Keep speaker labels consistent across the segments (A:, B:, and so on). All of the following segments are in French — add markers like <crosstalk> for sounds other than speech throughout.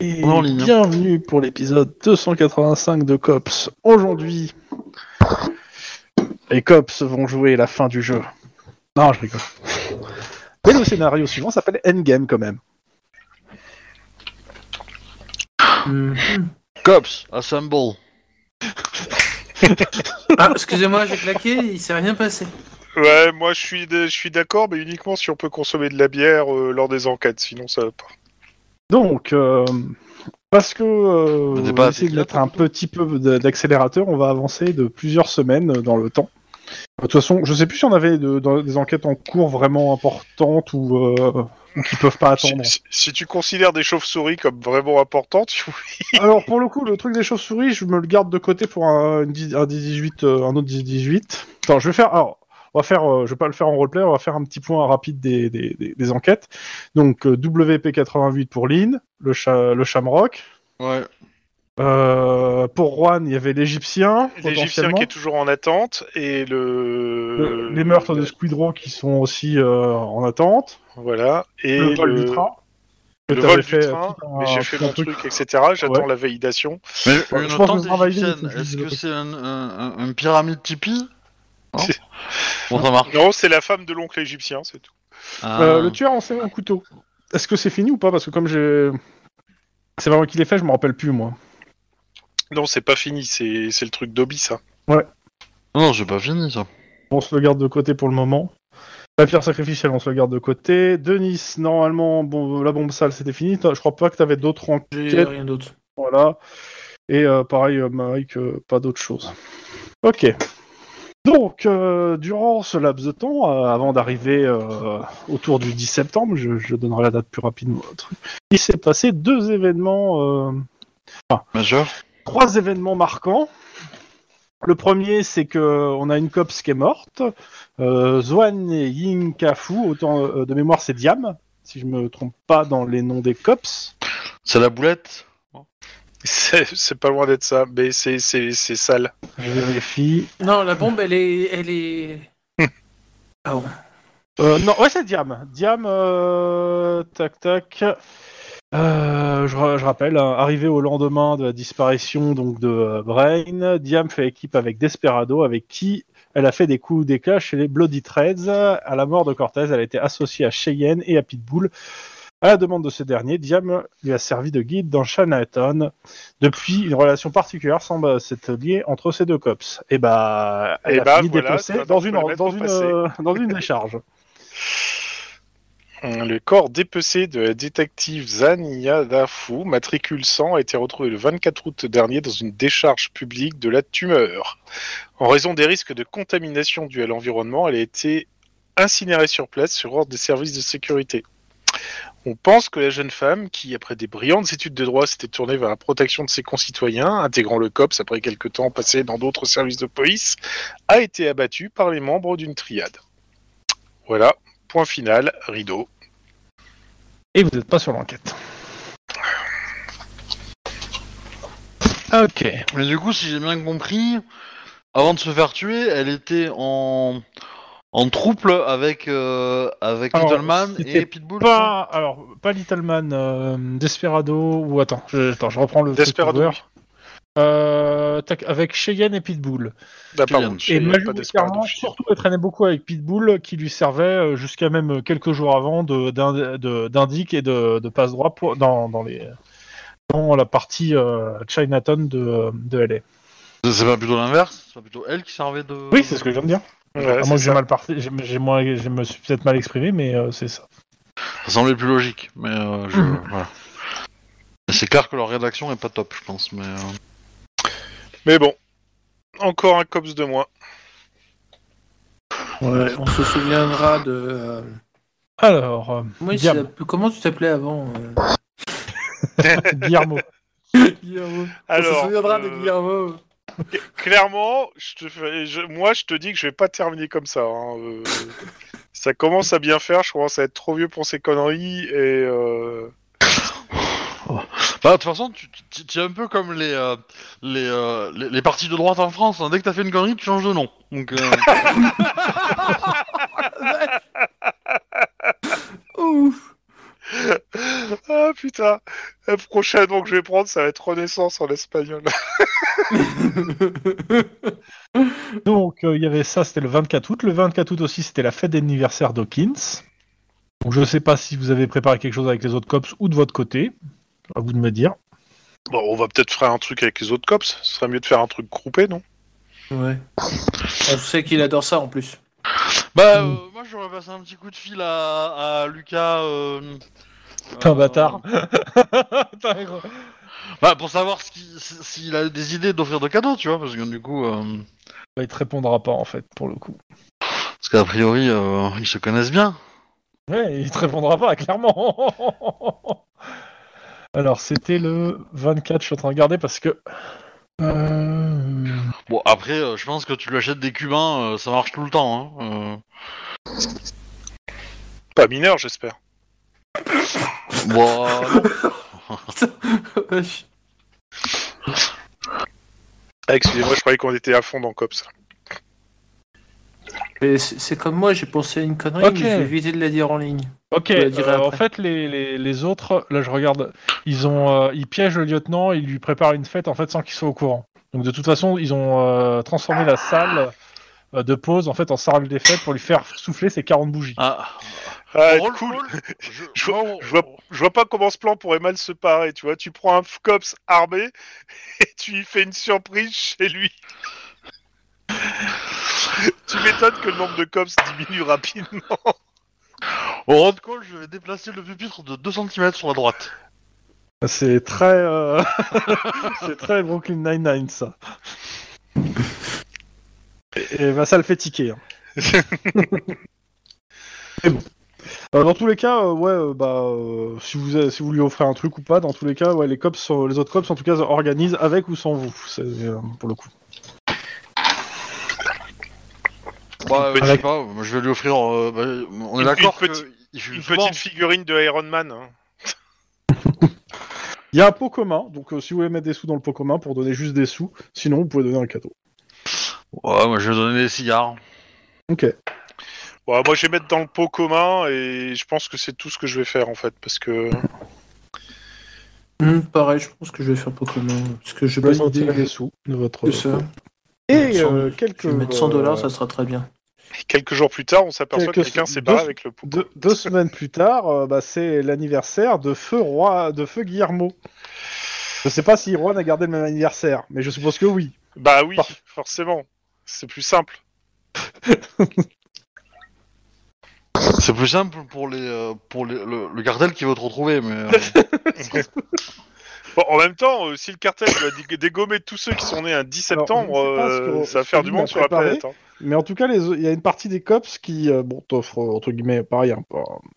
A: Et
B: On est en ligne, hein.
A: bienvenue pour l'épisode 285 de Cops. Aujourd'hui, les Cops vont jouer la fin du jeu. Non, je rigole. Mais le scénario suivant s'appelle Endgame quand même.
C: Mm.
B: Cops, assemble.
C: Ah, excusez-moi, j'ai claqué, il s'est rien passé.
D: Ouais, moi je suis de- je suis d'accord, mais uniquement si on peut consommer de la bière euh, lors des enquêtes, sinon ça va pas.
A: Donc, euh, parce que euh,
B: On
A: on
B: n'est pas
A: va
B: à
A: essayer de
B: Déclin,
A: mettre un petit peu de- d'accélérateur, on va avancer de plusieurs semaines euh, dans le temps. Euh, De toute façon, je sais plus si on avait de- dans- des enquêtes en cours vraiment importantes ou, euh, ou qui peuvent pas
D: Si, <laughs>
A: attendre.
D: si- si tu considères des chauves-souris comme vraiment importantes, tu-
A: Alors pour le coup, le truc des chauves-souris, je me le garde de côté pour un, une dix- un 18, euh, un autre 18. Attends, je vais faire. Alors, on va faire. euh, je vais pas le faire en roleplay. On va faire un petit point rapide des, des- des- des enquêtes. Donc euh, WP88 pour Lynn, le cha- le Shamrock.
B: Ouais.
A: Euh, pour Juan, il y avait l'Égyptien.
D: l'Égyptien
A: potentiellement.
D: qui est toujours en attente et le euh,
A: Le- les meurtres de Squidrow qui sont aussi euh, en attente.
D: voilà et
A: le vol du train. que
D: le
A: t'avais
D: vol du
A: fait,
D: train,
A: tout un-
D: mais j'ai
A: tout
D: fait
A: un
D: mon
A: truc.
D: truc, etc. J'attends
A: Ouais.
D: la validation.
B: Mais
A: Ouais,
B: une
A: je pense que
B: entente
A: le travail
B: égyptienne,
A: est-
B: est-ce que c'est un, un- un- une pyramide Tipeee Non <laughs> Bon, ça
A: Ah.
B: marche.
D: Non, c'est la femme de l'oncle égyptien, c'est tout.
A: Euh,
B: Ah.
A: le tueur en série en couteau. Est-ce que c'est fini ou pas Parce que comme j'ai. C'est vraiment qui l'ai fait, je me rappelle plus moi.
D: Non, c'est pas fini, c'est c'est le truc d'Obi ça. <laughs>
B: Non, j'ai pas fini ça.
A: On se le garde de côté pour le moment. La pierre sacrificielle, on se le garde de côté. Denis, normalement, bon, la bombe sale, c'était fini. Toi, Je crois pas que t'avais d'autres enquêtes.
C: J'ai rien d'autre.
A: Voilà. Et euh, pareil, euh, Mike, euh, pas d'autre chose. Ok. Donc, euh, durant ce laps de temps, euh, avant d'arriver euh, autour du 10 septembre, je, je donnerai la date plus rapidement. au truc, Il s'est passé deux événements, euh,
B: Major
A: trois événements marquants. Le premier, c'est que on a une copse qui est morte. Euh, Zoan et Ying Kafu, autant euh, de mémoire, c'est Diam, si je me trompe pas dans les noms des cops.
B: C'est la boulette
D: C'est c'est pas loin d'être ça, mais c'est c'est- c'est sale.
A: Je vérifie.
C: Non, la bombe, elle est. Elle est... Ah bon.
A: Euh, non, ouais, c'est Diam. Diam, euh, tac, tac. Euh, je, ra- je rappelle, hein, arrivé au lendemain de la disparition donc de euh, Brain, Diam fait équipe avec Desperado, avec qui elle a fait des coups d'éclat chez les Bloody Threads. À la mort de Cortez, elle a été associée à Cheyenne et à Pitbull. À la demande de ce dernier, Diam lui a servi de guide dans Shanaton. Depuis, une relation particulière semble s'être liée entre ces deux cops. Et bah, elle
D: Eh
A: a
D: bah,
A: fini
D: voilà,
A: dépecée
D: ça,
A: dans
D: on peut
A: une,
D: le mettre
A: dans
D: au
A: une,
D: passé.
A: euh, dans une décharge.
D: Euh, Le corps dépecé de la détective Zania Dafou, matricule 100, a été retrouvé le 24 août dernier dans une décharge publique de la tumeur. En raison des risques de contamination dus à l'environnement, elle a été incinérée sur place sur ordre des services de sécurité. On pense que la jeune femme, qui après des brillantes études de droit s'était tournée vers la protection de ses concitoyens, intégrant le COPS après quelques temps passé dans d'autres services de police, a été abattue par les membres d'une triade. Voilà, point final, rideau.
A: Et vous n'êtes pas sur l'enquête. Ok.
B: Mais du coup, si j'ai bien compris, avant de se faire tuer, elle était en, en trouble avec, euh, avec
A: Alors,
B: Little Man
A: c'était
B: et Pitbull
A: Pas, alors, pas Little Man, euh, Desperado, ou attends, je, attends, je reprends le truc
D: Desperado,
A: ouvert. Euh, tac, avec Cheyenne et Pitbull.
D: Bah,
B: Cheyenne.
D: pardon,
A: Et
D: Cheyenne, pas
A: majoritairement,
D: Desperado, Cheyenne.
A: surtout, elle traînait beaucoup avec Pitbull, qui lui servait euh, jusqu'à même quelques jours avant de- d'in- de- d'indic et de, de passe droit pour- dans, dans, les, dans la partie euh, Chinatown de, de LA.
B: C'est- C'est pas plutôt l'inverse C'est pas plutôt elle qui servait de.
A: Oui, c'est ce que je viens de dire.
D: Ouais,
A: À
D: c'est
A: moins que Ah, j'ai
D: ça.
A: mal parti, j'ai- j'ai moins- je me suis peut-être mal exprimé, mais euh, c'est ça.
B: Ça semblait plus logique, mais euh, je-
A: Mhm.
B: voilà. Mais C'est clair que leur rédaction est pas top, je pense. Mais euh,
D: Mais bon, encore un cops de moins.
C: Ouais, on se souviendra de. euh,
A: Alors, euh, <laughs>
C: Comment, il
A: Diable.
C: s'appelait- Comment tu t'appelais avant euh,
A: Guillermo.
C: Guillermo. on
D: Alors,
C: se souviendra de
D: euh,
C: Guillermo.
D: clairement, je te fais- je- moi je te dis que je vais pas terminer comme ça. hein, euh, ça commence à bien faire, je commence à être trop vieux pour ces conneries et euh, <gasps>
B: Bah, de toute façon, tu, tu, tu es un peu comme les, euh, les, euh, les, les partis de droite en France. hein. Dès que t'as fait une connerie, tu changes de nom. Donc,
A: <laughs>
B: euh,
C: Ouf
D: Ah putain, le prochain nom que je vais prendre, ça va être Renaissance en espagnol. <laughs>
A: Donc, euh, il y avait ça, c'était le 24 août. Le 24 août aussi, c'était la fête d'anniversaire d'Hawkins. Donc, je ne sais pas si vous avez préparé quelque chose avec les autres cops ou de votre côté. À vous de me dire.
D: Bon, on va peut-être faire un truc avec les autres cops. Ce serait mieux de faire un truc groupé, non
C: Ouais. Je sais qu'il adore ça en <laughs> plus.
B: Bah, euh, moi j'aurais passé un petit coup de fil à, à Lucas. euh,
A: T'es un
B: euh,
A: bâtard. <laughs> T'es un gros-
B: Bah, pour savoir ce qu'il- si- s'il a des idées d'offrir de cadeaux, tu vois, parce que du coup, euh,
A: Bah, il te répondra pas en fait, pour le coup.
B: parce qu'a priori, euh, ils se connaissent bien.
A: Ouais, il te répondra pas, clairement. <laughs> Alors, c'était le 24, je suis en train de regarder parce que. Euh,
B: Bon, après, euh, je pense que tu lui achètes des cubains, euh, ça marche tout le temps. Hein,
D: Pas mineur, j'espère.
B: euh. Bon, euh,
D: <laughs>
B: non.
D: Ah, excusez-moi, je croyais qu'on était à fond dans cops.
C: Mais c'est c'est comme moi, j'ai pensé à une connerie,
A: Ok.
C: mais je vais éviter de la dire en ligne.
A: Ok,
C: Je la dirai
A: euh, en
C: après.
A: fait, les, les, les autres, là je regarde, ils ont, euh, ils piègent le lieutenant, ils lui préparent une fête en fait sans qu'il soit au courant. Donc de toute façon, ils ont euh, transformé la salle euh, de pause en fait en salle des fêtes pour lui faire souffler ses 40 bougies.
B: Ah,
D: Ah,
B: roll,
D: cool. <laughs>
B: roll. Je,
D: Je vois-
B: moi,
D: je vois- Je vois pas comment ce plan pourrait mal se parer, tu vois. Tu prends un cops armé <laughs> et tu lui fais une surprise chez lui. <laughs> tu m'étonnes que le nombre de cops diminue rapidement.
B: Au roll call, je vais déplacer le pupitre de 2 cm sur la droite.
A: C'est très, euh, <laughs> c'est très Brooklyn Nine-Nine ça. Et, et bah, ça le fait tiquer. <laughs> hein. Mais bon. Euh, dans tous les cas, euh, ouais, euh, bah, euh, si vous si vous lui offrez un truc ou pas, dans tous les cas, ouais, les cops, sont- les autres cops, en tout cas, organisent avec ou sans vous, c'est, euh, pour le coup.
B: Bah, euh, je sais
A: Avec-
B: pas, moi, je vais lui offrir. euh, bah, on est
D: Une-
B: d'accord
D: une
B: que
D: petite-
B: il fume
D: Une
B: souvent.
D: petite figurine de Iron Man. hein.
A: Il y a un pot commun, donc euh, si vous voulez mettre des sous dans le pot commun pour donner juste des sous, sinon vous pouvez donner un cadeau.
B: Ouais, moi je vais donner des cigares.
A: Ok.
D: Bon, moi, je vais mettre dans le pot commun et je pense que c'est tout ce que je vais faire en fait, parce que
C: Hum, pareil, je pense que je vais faire Pokémon. Parce que j'ai
A: Je
C: pas
A: vais sortir
C: d'idée
A: les sous de votre.
C: que ça.
A: Et
C: euh, Cent-
A: euh,
C: Je
A: quelques.
C: vais mettre 100 dollars,
A: euh,
C: ça sera très bien.
D: quelques jours plus tard, on s'aperçoit que
A: Quelques-
D: quelqu'un s'est
A: deux-
D: barré avec le pot.
A: Deux, deux semaines plus tard, euh, bah, c'est l'anniversaire de feu roi, de feu Guillermo. Je sais pas si Juan a gardé le même anniversaire, mais je suppose que oui.
D: <laughs> Bah oui,
A: Par-
D: forcément. C'est plus simple.
B: C'est plus simple pour, les, euh, pour les- le, le cartel qui veut te retrouver, mais. euh,
D: Bon, en même temps, euh, si le cartel doit dé- dégommer tous ceux qui sont nés un 10
A: Alors,
D: septembre,
A: je sais pas ce que-
D: euh, ça va
A: ce
D: faire
A: que
D: du
A: lui m'a
D: monde sur la
A: préparé.
D: planète. hein.
A: Mais en tout cas, les- il y a une partie des cops qui euh, bon, t'offrent, euh, entre guillemets, pareil, un,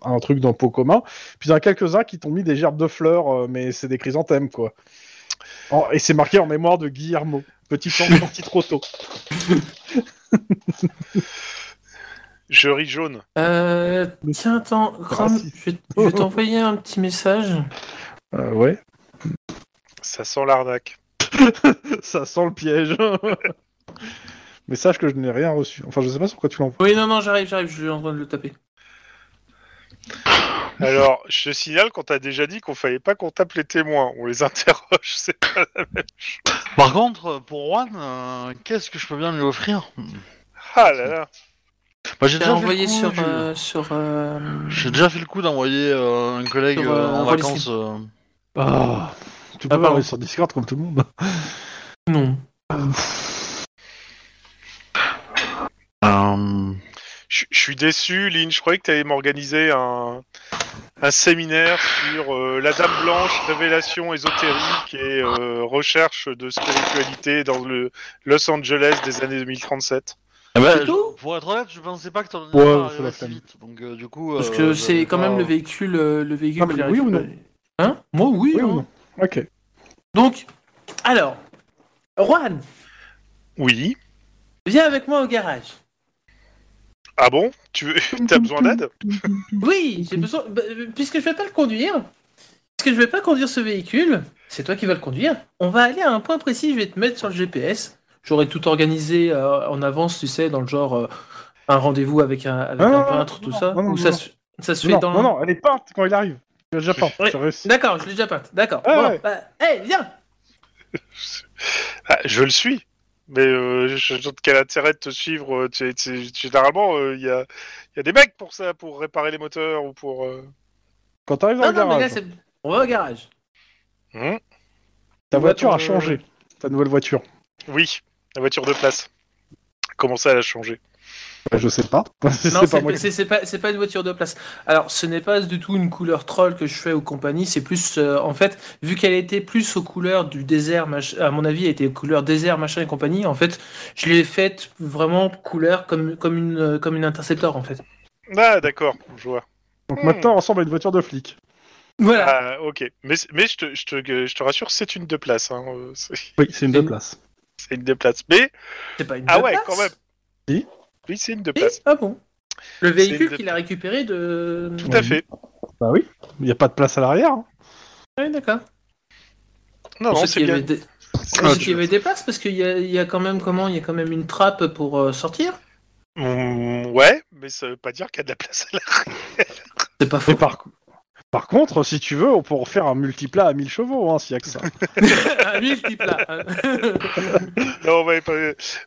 A: un truc dans le pot commun. Puis il y en a quelques-uns qui t'ont mis des gerbes de fleurs, euh, mais c'est des chrysanthèmes, quoi. En- et c'est marqué en mémoire de Guillermo. Petit <laughs> chant sorti trop tôt.
D: Je ris jaune.
C: Euh, tiens, attends, Chrome,
A: si.
C: je vais, je vais t'envoyer un petit message.
A: Euh, ouais.
D: Ça sent l'arnaque.
A: Ça sent le piège. <laughs> mais sache que je n'ai rien reçu. Enfin, je sais pas sur quoi tu l'envoies.
C: Oui, non, non, j'arrive, j'arrive, je suis en train de le taper.
D: Alors, je te signale qu'on t'a déjà dit qu'on fallait pas qu'on tape les témoins. On les <laughs> interroge. c'est-
B: Par contre, pour Juan, euh, qu'est-ce que je peux bien lui offrir
D: Ah là là.
B: Bah, j'ai
C: J'ai
B: déjà, fait le
C: envoyé
B: coup
C: sur,
B: du-
C: euh, sur, euh,
B: j'ai déjà fait le coup d'envoyer euh, un collègue
C: Sur,
B: euh,
C: euh,
B: en
C: Rollis.
B: vacances. euh,
A: Ah, tu peux
C: Ah,
A: pas
C: pardon.
A: aller sur Discord comme tout le monde.
C: Non.
B: euh,
D: Je je suis déçu, Lynn. Je croyais que tu allais m'organiser un, un séminaire sur euh, la Dame Blanche, révélation ésotérique et euh, recherche de spiritualité dans le Los Angeles des années 2037.
B: eh ben,
C: C'est tout
B: je- pour être honnête, je pensais pas que t'en
A: Ouais,
B: pas
A: c'est la
B: arrivé si
A: flemme.
B: vite. Donc, euh, du coup.
C: Parce
B: euh,
C: que c'est
B: j'avais
C: quand
B: pas-
C: même le véhicule, euh, le véhicule.
A: Ah, mais
C: qui
A: oui
C: arrive.
A: ou non
C: Hein Moi, oui.
A: Oui
C: hein.
A: ou non Ok.
C: Donc, alors, Juan,
D: Oui.
C: viens avec moi au garage.
D: Ah bon Tu veux... <laughs> as besoin d'aide
C: Oui, j'ai besoin. bah, euh, puisque je vais pas le conduire, puisque je vais pas conduire ce véhicule, c'est toi qui vas le conduire. On va aller à un point précis. Je vais te mettre sur le GPS. J'aurais tout organisé euh, en avance, tu sais, dans le genre euh, un rendez-vous avec un, avec
A: Ah,
C: un
A: non,
C: peintre,
A: non,
C: tout
A: non,
C: ça.
A: non,
C: ou
A: non,
C: ça,
A: non.
C: se- ça se fait
A: Non,
C: dans.
A: non, non, elle est peinte quand il arrive. Tu l'as déjà peint.
C: Oui.
A: Tu as réussi.
C: D'accord, je l'ai déjà peinte. D'accord.
D: Ah
C: Bon,
D: ouais.
C: bah, hey, viens
D: Ah, je le suis. Mais euh, je je doute quel intérêt de te suivre. euh, tu- tu- généralement, euh, il y, a, il y a des mecs pour ça, pour réparer les moteurs ou pour. euh,
A: Quand t'arrives
C: Non,
A: dans le
C: non, mais là,
A: garage,
C: c'est... On va au garage.
D: hmm
C: on
A: ta
C: va
A: voiture
C: ton-
A: a changé.
C: euh,
A: Ta nouvelle voiture.
D: Oui, la voiture de place. Comment ça, elle a changé
A: Bah, je sais pas. <laughs> c'est
C: Non,
A: pas
C: c'est
A: moi.
C: pas,
A: qui-
C: c'est- c'est pas, c'est pas une voiture de place. Alors, ce n'est pas du tout une couleur troll que je fais aux compagnies. C'est plus, euh, en fait, vu qu'elle était plus aux couleurs du désert, mach- à mon avis, elle était aux couleurs désert, machin et compagnie. En fait, je l'ai faite vraiment couleur comme, comme une, euh, comme une interceptor, en fait.
D: Ah, d'accord, je vois.
A: Donc maintenant, on ressemble à une voiture de flic.
C: Voilà.
D: Ah, ok. Mais, mais je, te, je, te, je te rassure, c'est une de place. hein, euh, C'est
A: Oui, c'est une
C: C'est
A: de
C: une-
A: place.
D: c'est une de place. Mais,
C: c'est pas une
D: ah
C: de
D: ouais,
C: place.
D: quand même.
A: Si.
D: Oui, c'est une de
C: Eh,
D: place.
C: ah bon. Le véhicule
D: une de-
C: qu'il a récupéré de.
D: Tout à
A: Oui.
D: fait.
A: Bah oui. Il n'y a pas de place à l'arrière. hein.
C: Ouais, d'accord.
D: Non, non,
C: Sauf
D: c'est
C: qu'il y avait
D: bien.
C: des-
B: Ah,
C: sauf
B: tu-
C: qu'il y avait des places parce qu'il y, a- il y a quand même comment Il y a quand même une trappe pour euh, sortir.
D: Mm, ouais, mais ça veut pas dire qu'il y a de la place à l'arrière.
C: C'est pas
A: Mais
C: faux.
A: par... par contre, si tu veux, on pourra faire un multiplat à 1000 chevaux, hein, s'il y a que ça.
C: <laughs> Ah, lui, le type là.
D: Non, bah, bah,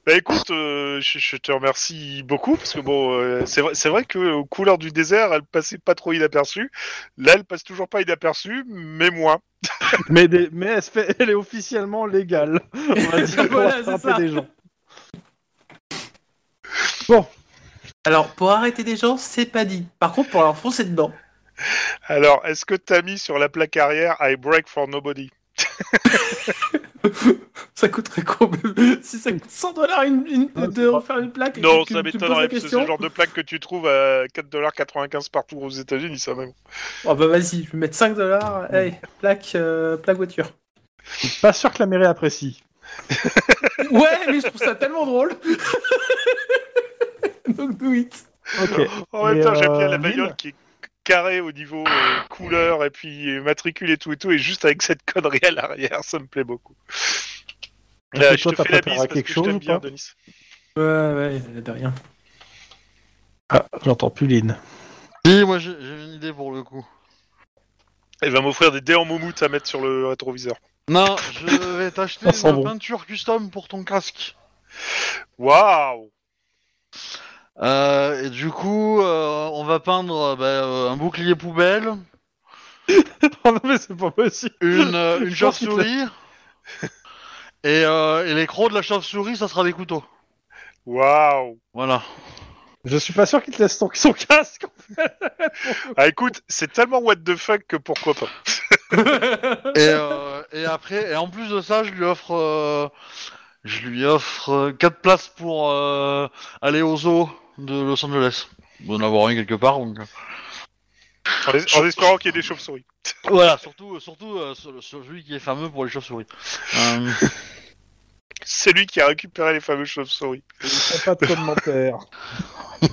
D: bah, écoute, euh, je, je te remercie beaucoup parce que bon, euh, c'est vrai, c'est vrai que aux couleurs du désert, elle passait pas trop inaperçue. Là, elle passe toujours pas inaperçue, mais moins.
A: <laughs> mais des... mais elle, se fait- elle est officiellement légale. On va
C: <laughs>
A: dire pour
C: Voilà, c'est
A: attraper
C: ça.
A: des gens.
C: Alors, pour arrêter des gens, c'est pas dit. Par contre, pour leur foncer dedans.
D: Alors, est-ce que t'as mis sur la plaque arrière I break for nobody
C: Ça coûterait combien <laughs> Si ça coûte 100 dollars une, une-
A: Ah, c'est
C: de
A: pas-
C: refaire une plaque et
D: Non,
C: que tu-
D: ça
C: tu me poses
D: m'étonnerait
C: la
D: parce que
C: question.
D: c'est le genre de plaque que tu trouves à 4,95$ partout aux États-Unis, ça même.
C: Oh bah vas-y, je vais mettre 5 dollars. Hey, plaque, euh, plaque <laughs> voiture.
A: Pas sûr que la mairie apprécie.
C: Ouais, mais je trouve ça tellement drôle. <laughs> Donc, do it.
A: Ok.
D: En même
A: Mais,
D: temps, j'aime bien
A: euh,
D: la bagnole
A: Lynn
D: qui est carrée au niveau euh, couleur et puis matricule et tout et tout, et juste avec cette connerie à l'arrière, ça me plaît beaucoup.
A: Est-ce
D: Là,
A: que
D: je
A: toi,
D: te
A: t'as
D: fais la
A: préparé
D: bise parce
A: quelque
D: que je
A: chose
D: t'aime
A: ou
D: bien,
A: pas
D: Denis.
C: Ouais, ouais, de rien.
A: Ah, j'entends plus Lynn.
B: Si, moi j'ai j'ai une idée pour le coup.
D: Elle va m'offrir des dés en moumoute à mettre sur le rétroviseur.
B: Non, je vais
A: <laughs>
B: t'acheter
A: Ça sent
B: une
A: bon.
B: peinture custom pour ton casque.
D: Waouh
B: Euh, et du coup, euh, on va peindre euh, bah, euh, un bouclier poubelle,
A: Oh <laughs> non, mais c'est pas possible. <laughs>
B: une, euh, une
A: Je pense qu'il te-
B: chauve-souris, <laughs> et, euh, et les crocs de la chauve-souris, ça sera des couteaux.
D: Waouh
B: Voilà.
A: Je suis pas sûr qu'il te laisse son, son casque.
D: Ah écoute, c'est tellement what the fuck que pourquoi pas.
B: Et, euh, et après, et en plus de ça, je lui offre, euh, je lui offre 4 places pour euh, aller au zoo de Los Angeles. Bon, en avoir un quelque part. donc. euh.
D: En, es- en espérant qu'il y ait des chauves-souris.
B: Voilà, surtout, surtout euh, sur- sur celui qui est fameux pour les chauves-souris. Euh,
D: C'est lui qui a récupéré les fameuses chauves-souris.
A: Il fait pas de commentaire. <laughs>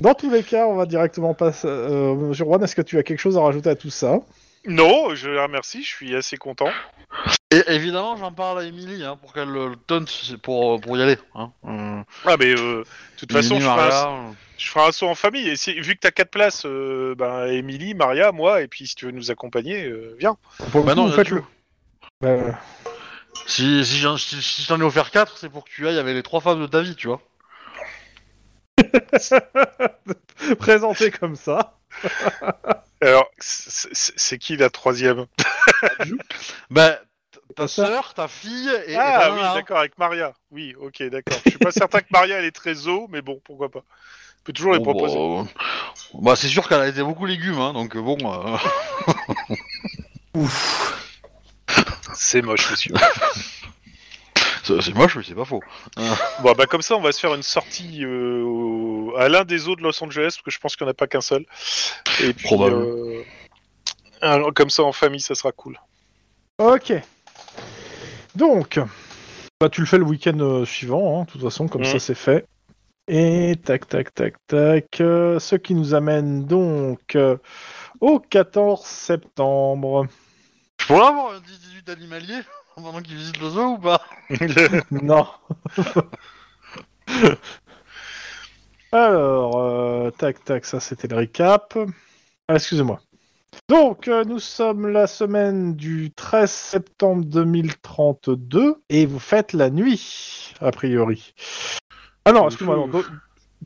A: Dans tous les cas, on va directement passer. Euh, Monsieur Juan, est-ce que tu as quelque chose à rajouter à tout ça
D: Non, je la remercie, je suis assez content.
B: Et évidemment, j'en parle à Émilie hein, pour qu'elle euh, le tonne c'est pour, pour y aller. Hein. Euh,
D: Ah mais euh, de toute façon,
B: Émilie,
D: je ferai, un,
B: Maria, euh,
D: je ferai un saut en famille. Et si- vu que t'as quatre places, euh, ben Émilie, Maria, moi, et puis si tu veux nous accompagner, euh, viens.
A: Pour le
B: Bah
A: coup,
B: non,
A: vous
B: y a
A: faites
B: que-
A: le- Euh,
B: Si, si, j'en- si, si je t'en ai offert 4, c'est pour que tu ailles avec les trois femmes de ta vie, tu vois.
A: <laughs> présenté comme ça.
D: Alors, c'est c'est- c'est qui la troisième
B: Bah, t- ta
A: Pas ça.
B: sœur, ta fille et, ben, hein. et ta
D: Ah oui,
B: nana.
D: d'accord, avec Maria. Oui, ok, d'accord. Je suis pas certain que Maria, elle est très eau, mais bon, pourquoi pas. Je peux toujours les
B: Bon,
D: proposer.
B: bah, euh, bah, c'est sûr qu'elle a été beaucoup légumes, hein, donc euh, bon. euh, <laughs>
D: C'est moche, monsieur.
B: c'est c'est moche, mais c'est pas faux.
D: <laughs> bon, bah comme ça, on va se faire une sortie euh, au- à l'un des eaux de Los Angeles, parce que je pense qu'il n'y en a pas qu'un seul. Et puis,
B: Probable.
D: euh, alors, comme ça, en famille, ça sera cool.
A: Ok. Donc, bah, tu le fais le week-end euh, suivant, hein, de toute façon, comme
D: Mhm.
A: ça c'est fait. Et tac, tac, tac, tac. euh, ce qui nous amène donc euh, au 14 septembre.
B: Je pourrais avoir un 18 animalier <laughs> pendant qu'il visite le zoo ou pas
A: <laughs> Non. Alors, euh, tac, tac, ça c'était le récap. Ah, excusez-moi. Donc, euh, nous sommes la semaine du 13 septembre 2032 et vous faites la nuit, a priori. Ah non, excuse-moi, non, do-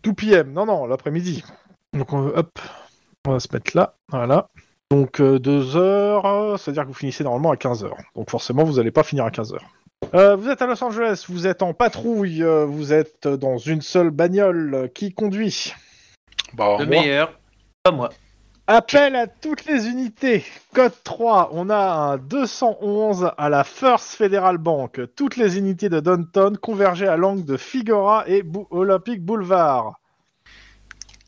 A: 2 p.m. Non, non, l'après-midi. Donc, on, hop, on va se mettre là, voilà. Donc, 2 heures, euh, c'est-à-dire que vous finissez normalement à 15 heures. Donc, forcément, vous n'allez pas finir à 15 heures. Euh, vous êtes à Los Angeles, vous êtes en patrouille, euh, vous êtes dans une seule bagnole euh, qui conduit.
D: Bah,
C: Le
D: moi.
C: meilleur, pas moi.
A: Appel à toutes les unités. Code 3, on a un 211 à la First Federal Bank. Toutes les unités de Downton convergées à l'angle de Figora et Bou- Olympic Boulevard.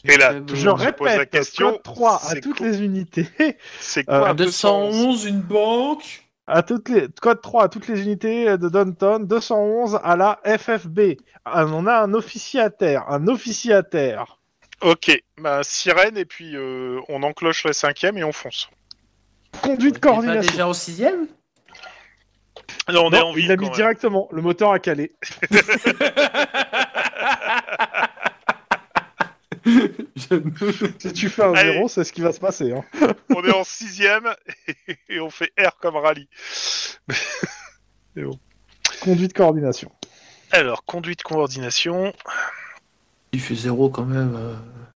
D: Et là,
C: Euh,
D: tout le
A: Je
D: monde se pose la
A: répète,
D: question.
A: code 3 à
D: c'est
A: toutes
D: quoi-
A: les unités. <laughs>
D: C'est
A: Euh,
D: quoi
A: un
D: un 211?
C: 211, une banque.
A: À toutes les... Code 3 à toutes les unités de Downton. 211 à la FFB. Ah, On a un officier à terre. Un officier à terre.
D: Ok, bah, sirène, et puis euh, on encloche la cinquième et on fonce.
A: Conduite
C: T'es pas
A: coordination.
C: déjà en sixième
D: Non, on est
A: Non,
D: en
A: il
D: ville.
A: l'a mis directement. Le moteur a calé. <laughs> Si tu fais un
D: Allez.
A: zéro, c'est ce qui va se passer. hein.
D: on est en sixième <laughs> et on fait R comme rallye.
A: Conduite coordination.
D: Alors, conduite coordination.
C: <laughs> Il fait zéro quand même. euh.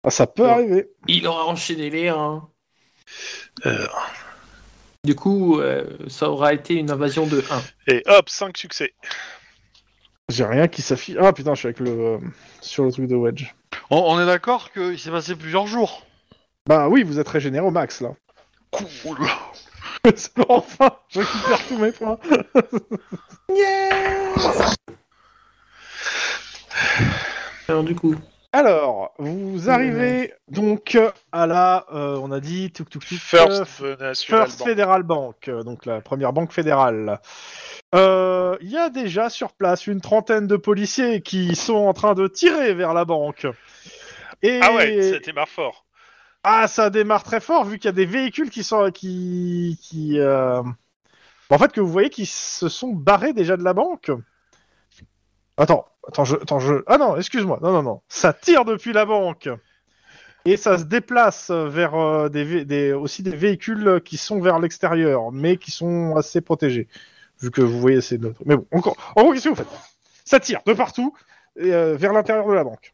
A: Ah, ça peut
C: Ouais.
A: arriver.
C: Il aura enchaîné les 1.
D: Euh.
C: Du coup, euh, ça aura été une invasion de 1.
D: Et hop, 5 succès.
A: J'ai rien qui s'affiche. Ah putain, je suis avec le euh, sur le truc de Wedge.
B: On, on est d'accord qu'il s'est passé plusieurs jours.
A: Bah oui, vous êtes régénéré au max là. <laughs>
B: Cool.
A: enfin, je récupère tous mes points.
C: Alors du coup,
A: Alors,
D: Mmh.
A: vous arrivez donc à la, euh, on a dit tuk tuk tuk. euh,
D: First National
A: First
D: Bank.
A: Federal Bank, euh, donc la première banque fédérale. Euh, Il y a déjà sur place une trentaine de policiers qui sont en train de tirer vers la banque. Et
D: Ah ouais, c'était marre fort.
A: Ah, ça démarre très fort vu qu'il y a des véhicules qui sont qui qui euh, en fait que vous voyez qui se sont barrés déjà de la banque. Attends, attends, je, attends, je. Ah non, excuse-moi, non, non, non. Ça tire depuis la banque et ça se déplace vers euh, des, vé- des aussi des véhicules qui sont vers l'extérieur, mais qui sont assez protégés vu que vous voyez ces notes. Mais bon, encore. En gros, qu'est-ce que vous faites Ça tire de partout et, euh, vers l'intérieur de la banque.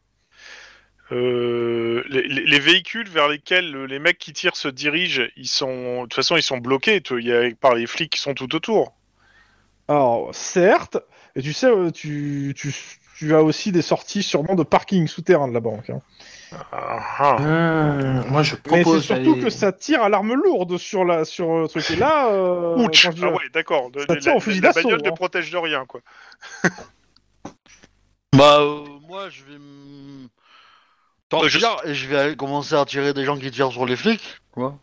D: Euh, les, les- les véhicules vers lesquels euh, les mecs qui tirent se dirigent, ils sont, de toute façon, ils sont bloqués tu vois, il y a, par les flics qui sont tout autour.
A: Alors, certes, et tu sais, euh, tu, tu, tu as aussi des sorties sûrement de parking souterrain de la banque. hein.
D: Ah,
C: Euh, moi je
A: Mais c'est
C: propose
A: surtout
C: d'aller-
A: que ça tire à l'arme lourde sur, la, sur le truc. Et là,
D: <laughs>
A: euh,
D: Ouch
A: quand je dis-
D: Ah ouais, d'accord. De-
A: Ça
D: de-
A: tient
D: la-
A: au fusil
D: la
A: d'assaut,
D: bagnole
A: hein.
D: ne protège de rien, quoi.
B: Bah, euh, moi, je vais me.
D: Euh, je-
B: Torpillard, et je vais aller commencer à tirer des gens qui tirent sur les flics. Quoi.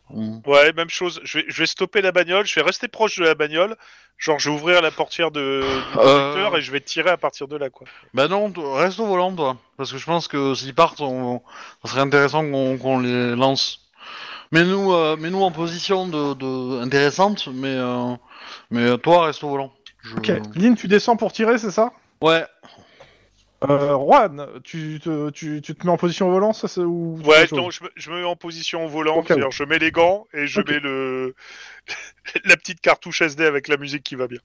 D: Ouais, même chose. Je vais, je vais stopper la bagnole, je vais rester proche de la bagnole. Genre, je vais ouvrir la portière de, du conducteur et je vais tirer à partir de là, quoi.
B: Bah non, t- reste au volant, toi. Parce que je pense que s'ils partent, on... ça serait intéressant qu'on qu'on les lance. Mais nous, euh, mais nous en position de, de- intéressante, mais, euh, mais toi, reste au volant. Je-
A: Ok. Lynn, tu descends pour tirer, c'est ça
B: Ouais,
A: euh, Juan, tu te, tu, tu te mets en position au volant, ça c'est ou
D: Ouais,
A: autre chose
D: non, je me, je me mets en position au volant.
A: Au cas où.
D: c'est-à-dire, je mets les gants et je
A: Ok.
D: mets le <laughs> la petite cartouche SD avec la musique qui va bien.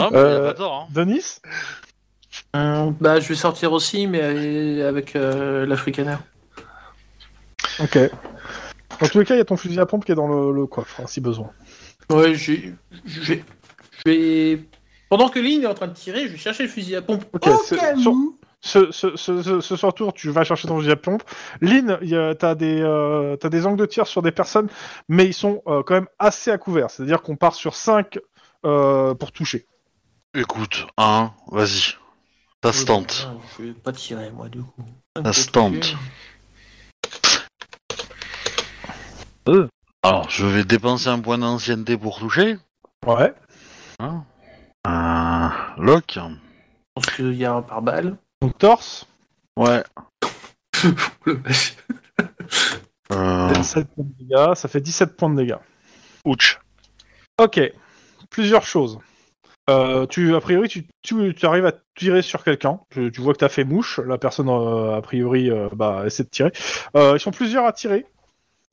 B: Ah, mais
A: Euh,
B: y a pas tort, hein.
A: Denis
C: Euh, bah, je vais sortir aussi, mais euh, avec euh, l'Africaner.
A: Ok. Dans tous les cas, il y a ton fusil à pompe qui est dans le, le coffre, hein, si besoin.
C: Ouais, j'ai- j'ai- je vais. Pendant que Lynn est en train de tirer, je vais chercher le fusil à pompe.
A: Ok,
C: au
A: c'est-
C: cas
A: sur-
C: où.
A: Ce, ce, ce, ce, ce soir tour, tu vas chercher ton fusil à pompe. Lynn, il y a- t'as des, euh, t'as des angles de tir sur des personnes, mais ils sont euh, quand même assez à couvert. C'est-à-dire qu'on part sur 5 pour toucher.
B: Écoute, hein, vas-y. Ça se tente.
C: Ah, Je vais pas tirer, moi, du coup.
B: Ça se tente. Alors, je vais dépenser un point d'ancienneté pour toucher.
A: Ouais.
B: Hein Euh, Lock
C: Je pense qu'il y a un par balle.
A: Donc torse,
B: Ouais.
C: Le
B: euh,
A: 17 points de dégâts, ça fait 17 points de dégâts.
D: Ouch.
A: Ok. Plusieurs choses. Euh, tu, a priori, tu, tu, tu arrives à tirer sur quelqu'un. Tu, tu vois que t'as fait mouche. La personne, euh, a priori, euh, bah, essaie de tirer. Euh, ils sont plusieurs à tirer.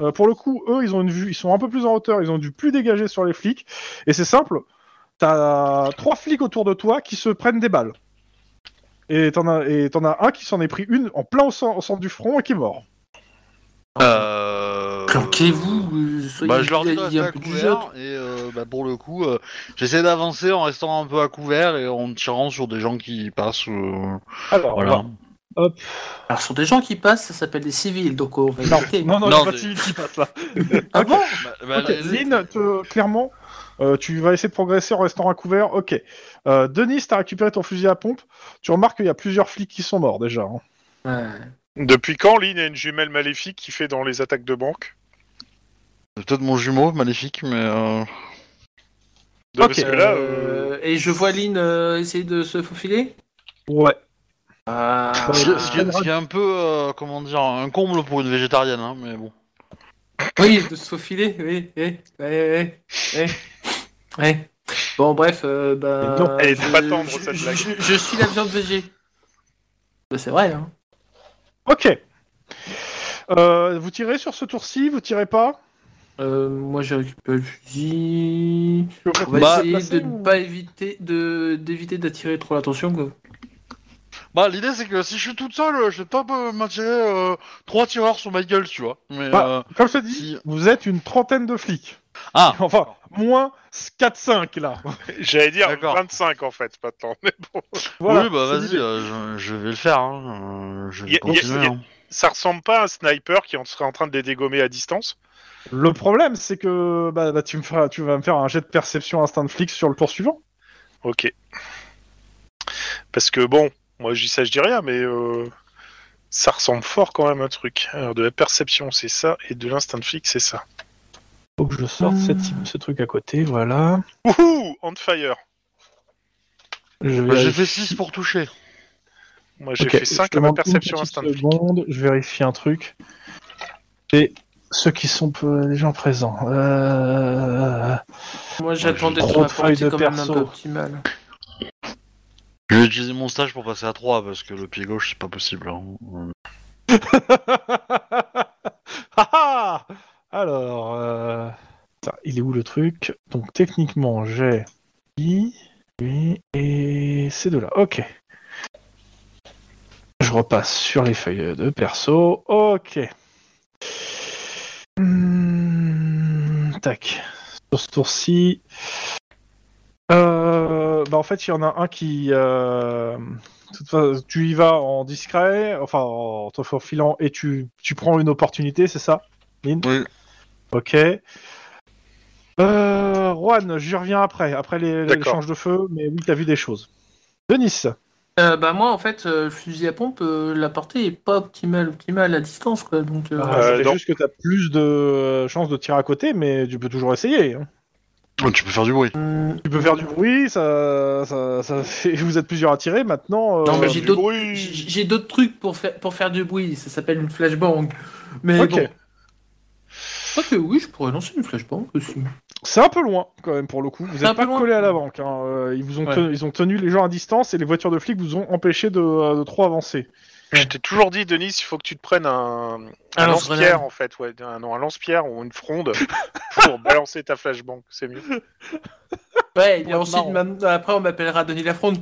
A: Euh, pour le coup, eux, ils ont une vue, ils sont un peu plus en hauteur, ils ont dû plus dégager sur les flics. Et c'est simple, t'as trois flics autour de toi qui se prennent des balles. Et t'en as, et t'en as un qui s'en est pris une en plein au centre, au centre du front et qui est mort.
B: Euh...
C: Planquez-vous, euh, soyez
B: Bah, je leur dis de
C: il
B: rester
C: y a
B: à
C: un peu du jeu.
B: couvert et euh, bah, pour le coup, euh, j'essaie d'avancer en restant un peu à couvert et en tirant sur des gens qui passent. euh,
A: Alors,
B: voilà.
C: Alors, sur des gens qui passent, ça s'appelle des civils, donc on va
A: Non,
C: éviter.
A: non, non,
B: Non,
A: c'est pas
B: c'est-
A: civil qui passe là.
C: Ah bon
B: Bah, bah,
A: Ok,
B: les- les-
A: Lynn, te- clairement, euh, tu vas essayer de progresser en restant à couvert, ok. Euh, Denis, t'as récupéré ton fusil à pompe, tu remarques qu'il y a plusieurs flics qui sont morts déjà. hein.
C: Ouais.
D: Depuis quand Lynn a une jumelle maléfique qui fait dans les attaques de banque
B: C'est peut-être mon jumeau maléfique, mais. euh,
D: De-
A: Ok.
D: Parce que là, euh,
C: Euh, Et je vois Lynn euh, essayer de se faufiler.
A: Ouais.
C: Ah,
B: Ce qui,
A: Euh,
B: ce qui est, ce qui est un peu, euh, comment dire, un comble pour une végétarienne, hein, mais bon.
C: Oui, de se faufiler, oui, oui, oui, oui, oui, oui. Bon, bref, euh, bah,
A: Mais non,
D: elle était
C: je,
D: pas tendre,
C: je-
D: cette
C: je-
D: blague.
C: je- je suis la viande VG. Bah, c'est vrai, hein.
A: Ok. Euh, vous tirez sur ce tour-ci, vous tirez pas
C: Euh, moi, j'ai récupéré le fusil.
A: Tu veux
C: On va
B: Bah,
C: essayer
A: passer
C: de
A: ou-
C: ne pas éviter de d'éviter d'attirer trop l'attention. quoi.
B: Bah, l'idée c'est que si je suis toute seule, je vais pas euh, m'attirer euh, trois tireurs sur ma gueule, tu vois. Mais.
A: Bah.
B: euh,
A: Comme je te dis,
B: Si.
A: vous êtes une trentaine de flics.
B: Ah,
A: <laughs> Enfin, moins 4-5 là. <laughs>
D: j'allais dire
B: d'accord.
D: 25 en fait, maintenant.
A: Voilà,
B: oui, bah
A: c'est
B: vas-y,
A: l'idée.
B: euh, je, je vais le faire, hein. euh, je vais
D: Y a- y a-
B: continuer.
D: y a-
B: hein.
D: Ça ressemble pas à un sniper qui en serait en train de les dégommer à distance
A: Le problème, c'est que bah, bah, tu, me feras- tu vas me faire un jet de perception instinct de flic sur le poursuivant.
D: Ok. Parce que bon, moi je dis ça, je dis rien, mais euh, ça ressemble fort quand même à un truc. Alors de la perception, c'est ça, et de l'instinct de flic, c'est ça.
A: Faut que je sorte cette- ce truc à côté, voilà.
D: Wouhou On fire
A: Je
B: Bah, j'ai
A: vérifie-
B: fait 6 pour toucher.
D: Moi j'ai
A: Ok,
D: fait
A: je
D: 5 à ma
A: demande une
D: perception
A: petite
D: instinct de flic.
A: seconde, Je vérifie un truc. Et ceux qui sont peu- les gens présents.
D: <laughs>
A: Euh,
C: Moi, j'attendais
A: trop
C: trop
A: de feuilles de
C: apporter quand même un
A: perso.
C: peu optimal.
B: Je vais utiliser mon stage pour passer à 3 parce que le pied gauche c'est pas possible. hein.
A: Ah ah Alors, euh, putain, il est où le truc Donc techniquement, j'ai I, lui et ces deux-là. Ok. Je repasse sur les feuilles de perso. Ok. Hmm, tac. Sur ce tour-ci. Euh, bah en fait, il y en a un qui. euh, de toute façon, tu y vas en discret, enfin en te faufilant, et tu, tu prends une opportunité, c'est ça, Lynn
B: Oui.
A: Ok. Euh, Juan, j'y reviens après, après les-
D: D'accord.
A: l'échange de feu, mais oui, t'as vu des choses. Denis,
C: Euh, bah moi en fait euh, le fusil à pompe euh, la portée est pas optimale optimale à distance quoi donc euh,
A: euh, c'est
D: non.
A: juste que t'as plus de euh, chances de tirer à côté, mais tu peux toujours essayer. hein.
B: Oh, tu peux faire du bruit.
C: hum,
A: Tu peux faire du bruit, ça, ça, ça <laughs> fait- vous êtes plusieurs à tirer, maintenant...
C: Non, mais
A: euh,
C: j'ai
A: du
C: d'autres-
A: bruit.
C: j- j'ai d'autres trucs pour faire pour faire du bruit ça s'appelle une flashbang mais
A: Ok.
C: bon je crois que oui je pourrais lancer une flashbang aussi
A: C'est un peu loin quand même pour le coup. Vous
C: C'est un
A: n'êtes pas
C: peu loin.
A: collé à la banque. hein. Euh, Ils vous ont,
C: Ouais.
A: tenu, ils ont tenu les gens à distance et les voitures de flics vous ont empêché de, euh, de trop avancer.
D: Je t'ai toujours dit, Denis, il faut que tu te prennes un, un
C: Un lance-grenade.
D: lance-pierre en fait, ouais, un, non, un lance-pierre ou une fronde <laughs> pour balancer ta flashbang, c'est mieux.
C: ouais et
A: Pour être
C: ensuite
A: marrant.
C: ma- après on m'appellera Denis Lafronde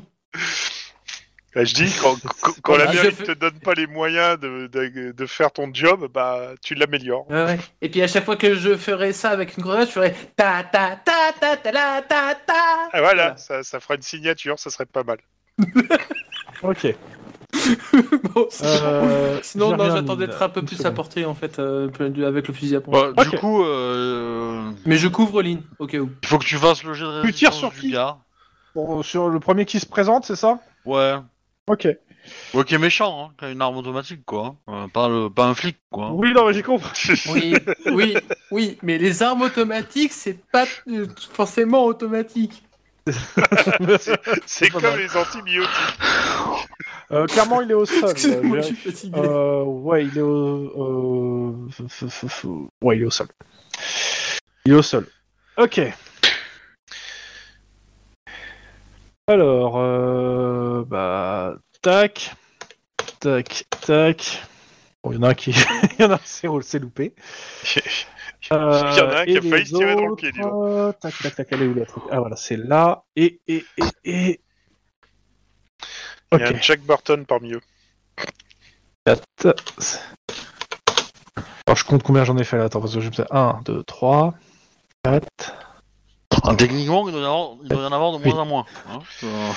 D: Bah, je dis, quand, quand- quand la
C: Ah, je
D: mairie
C: fais-
D: te donne pas les moyens de, de- de faire ton job, bah tu l'améliores.
C: Ouais, ouais. et puis à chaque fois que je ferai ça avec une grenade je ferai ta ta ta ta ta la ta ta <laughs>
D: Ah, voilà, Ça, ça fera une signature, ça serait pas mal.
A: Ok.
C: Bon, c'est-
A: Euh,
C: Sinon,
A: j'ai
C: non,
A: rien
C: j'attends d'être un peu
A: une
C: plus
A: seconde.
C: à portée en fait, euh, plus- avec le fusil à pompe.
B: Bah,
A: Ok.
B: Du coup, euh,
C: Mais je couvre Lynn, au cas où.
B: il faut que tu fasses le jet de
A: Tu
B: résistance
A: tires sur
B: du
A: qui
B: gars.
A: Bon, sur le premier qui se présente, c'est ça
B: Ouais.
A: Ok.
B: Ouais, qui est méchant, hein, qui a une arme automatique, quoi. hein. Euh, pas, le, pas un flic, quoi.
A: Oui, non, mais j'ai
C: <laughs>
A: compris.
C: Oui, oui, oui, mais les armes automatiques, c'est pas euh, forcément automatique.
D: C'est
B: pas
D: comme
B: mal.
D: les antibiotiques.
A: Euh, clairement, il est
C: <laughs>
A: au sol.
C: Excuse-moi,
A: Euh,
C: je suis fatigué.
A: Euh, ouais, il est au. euh, f- f- f- Ouais, il est au sol. Il est au sol. Ok. Alors, euh, bah, tac, tac, tac. Bon, il y en a un qui, <laughs> il y en a un qui s'est s'est loupé.
E: <laughs>
A: Euh,
E: Il y en a un qui
A: et
E: a failli
A: les
E: se tirer dans le pied, dis donc.
A: autres, euh, Tac, tac, tac, elle est où la truc Ah voilà, c'est là. Et, et, et, et.
D: Il
A: Ok.
D: y a un Jack Burton parmi eux.
A: Attends. Alors, je compte combien j'en ai fait là. Attends, parce que je me sais. 1, 2, 3, 4.
B: Ah, techniquement, il doit y en avoir, il doit y en avoir de moins en moins. hein. Euh,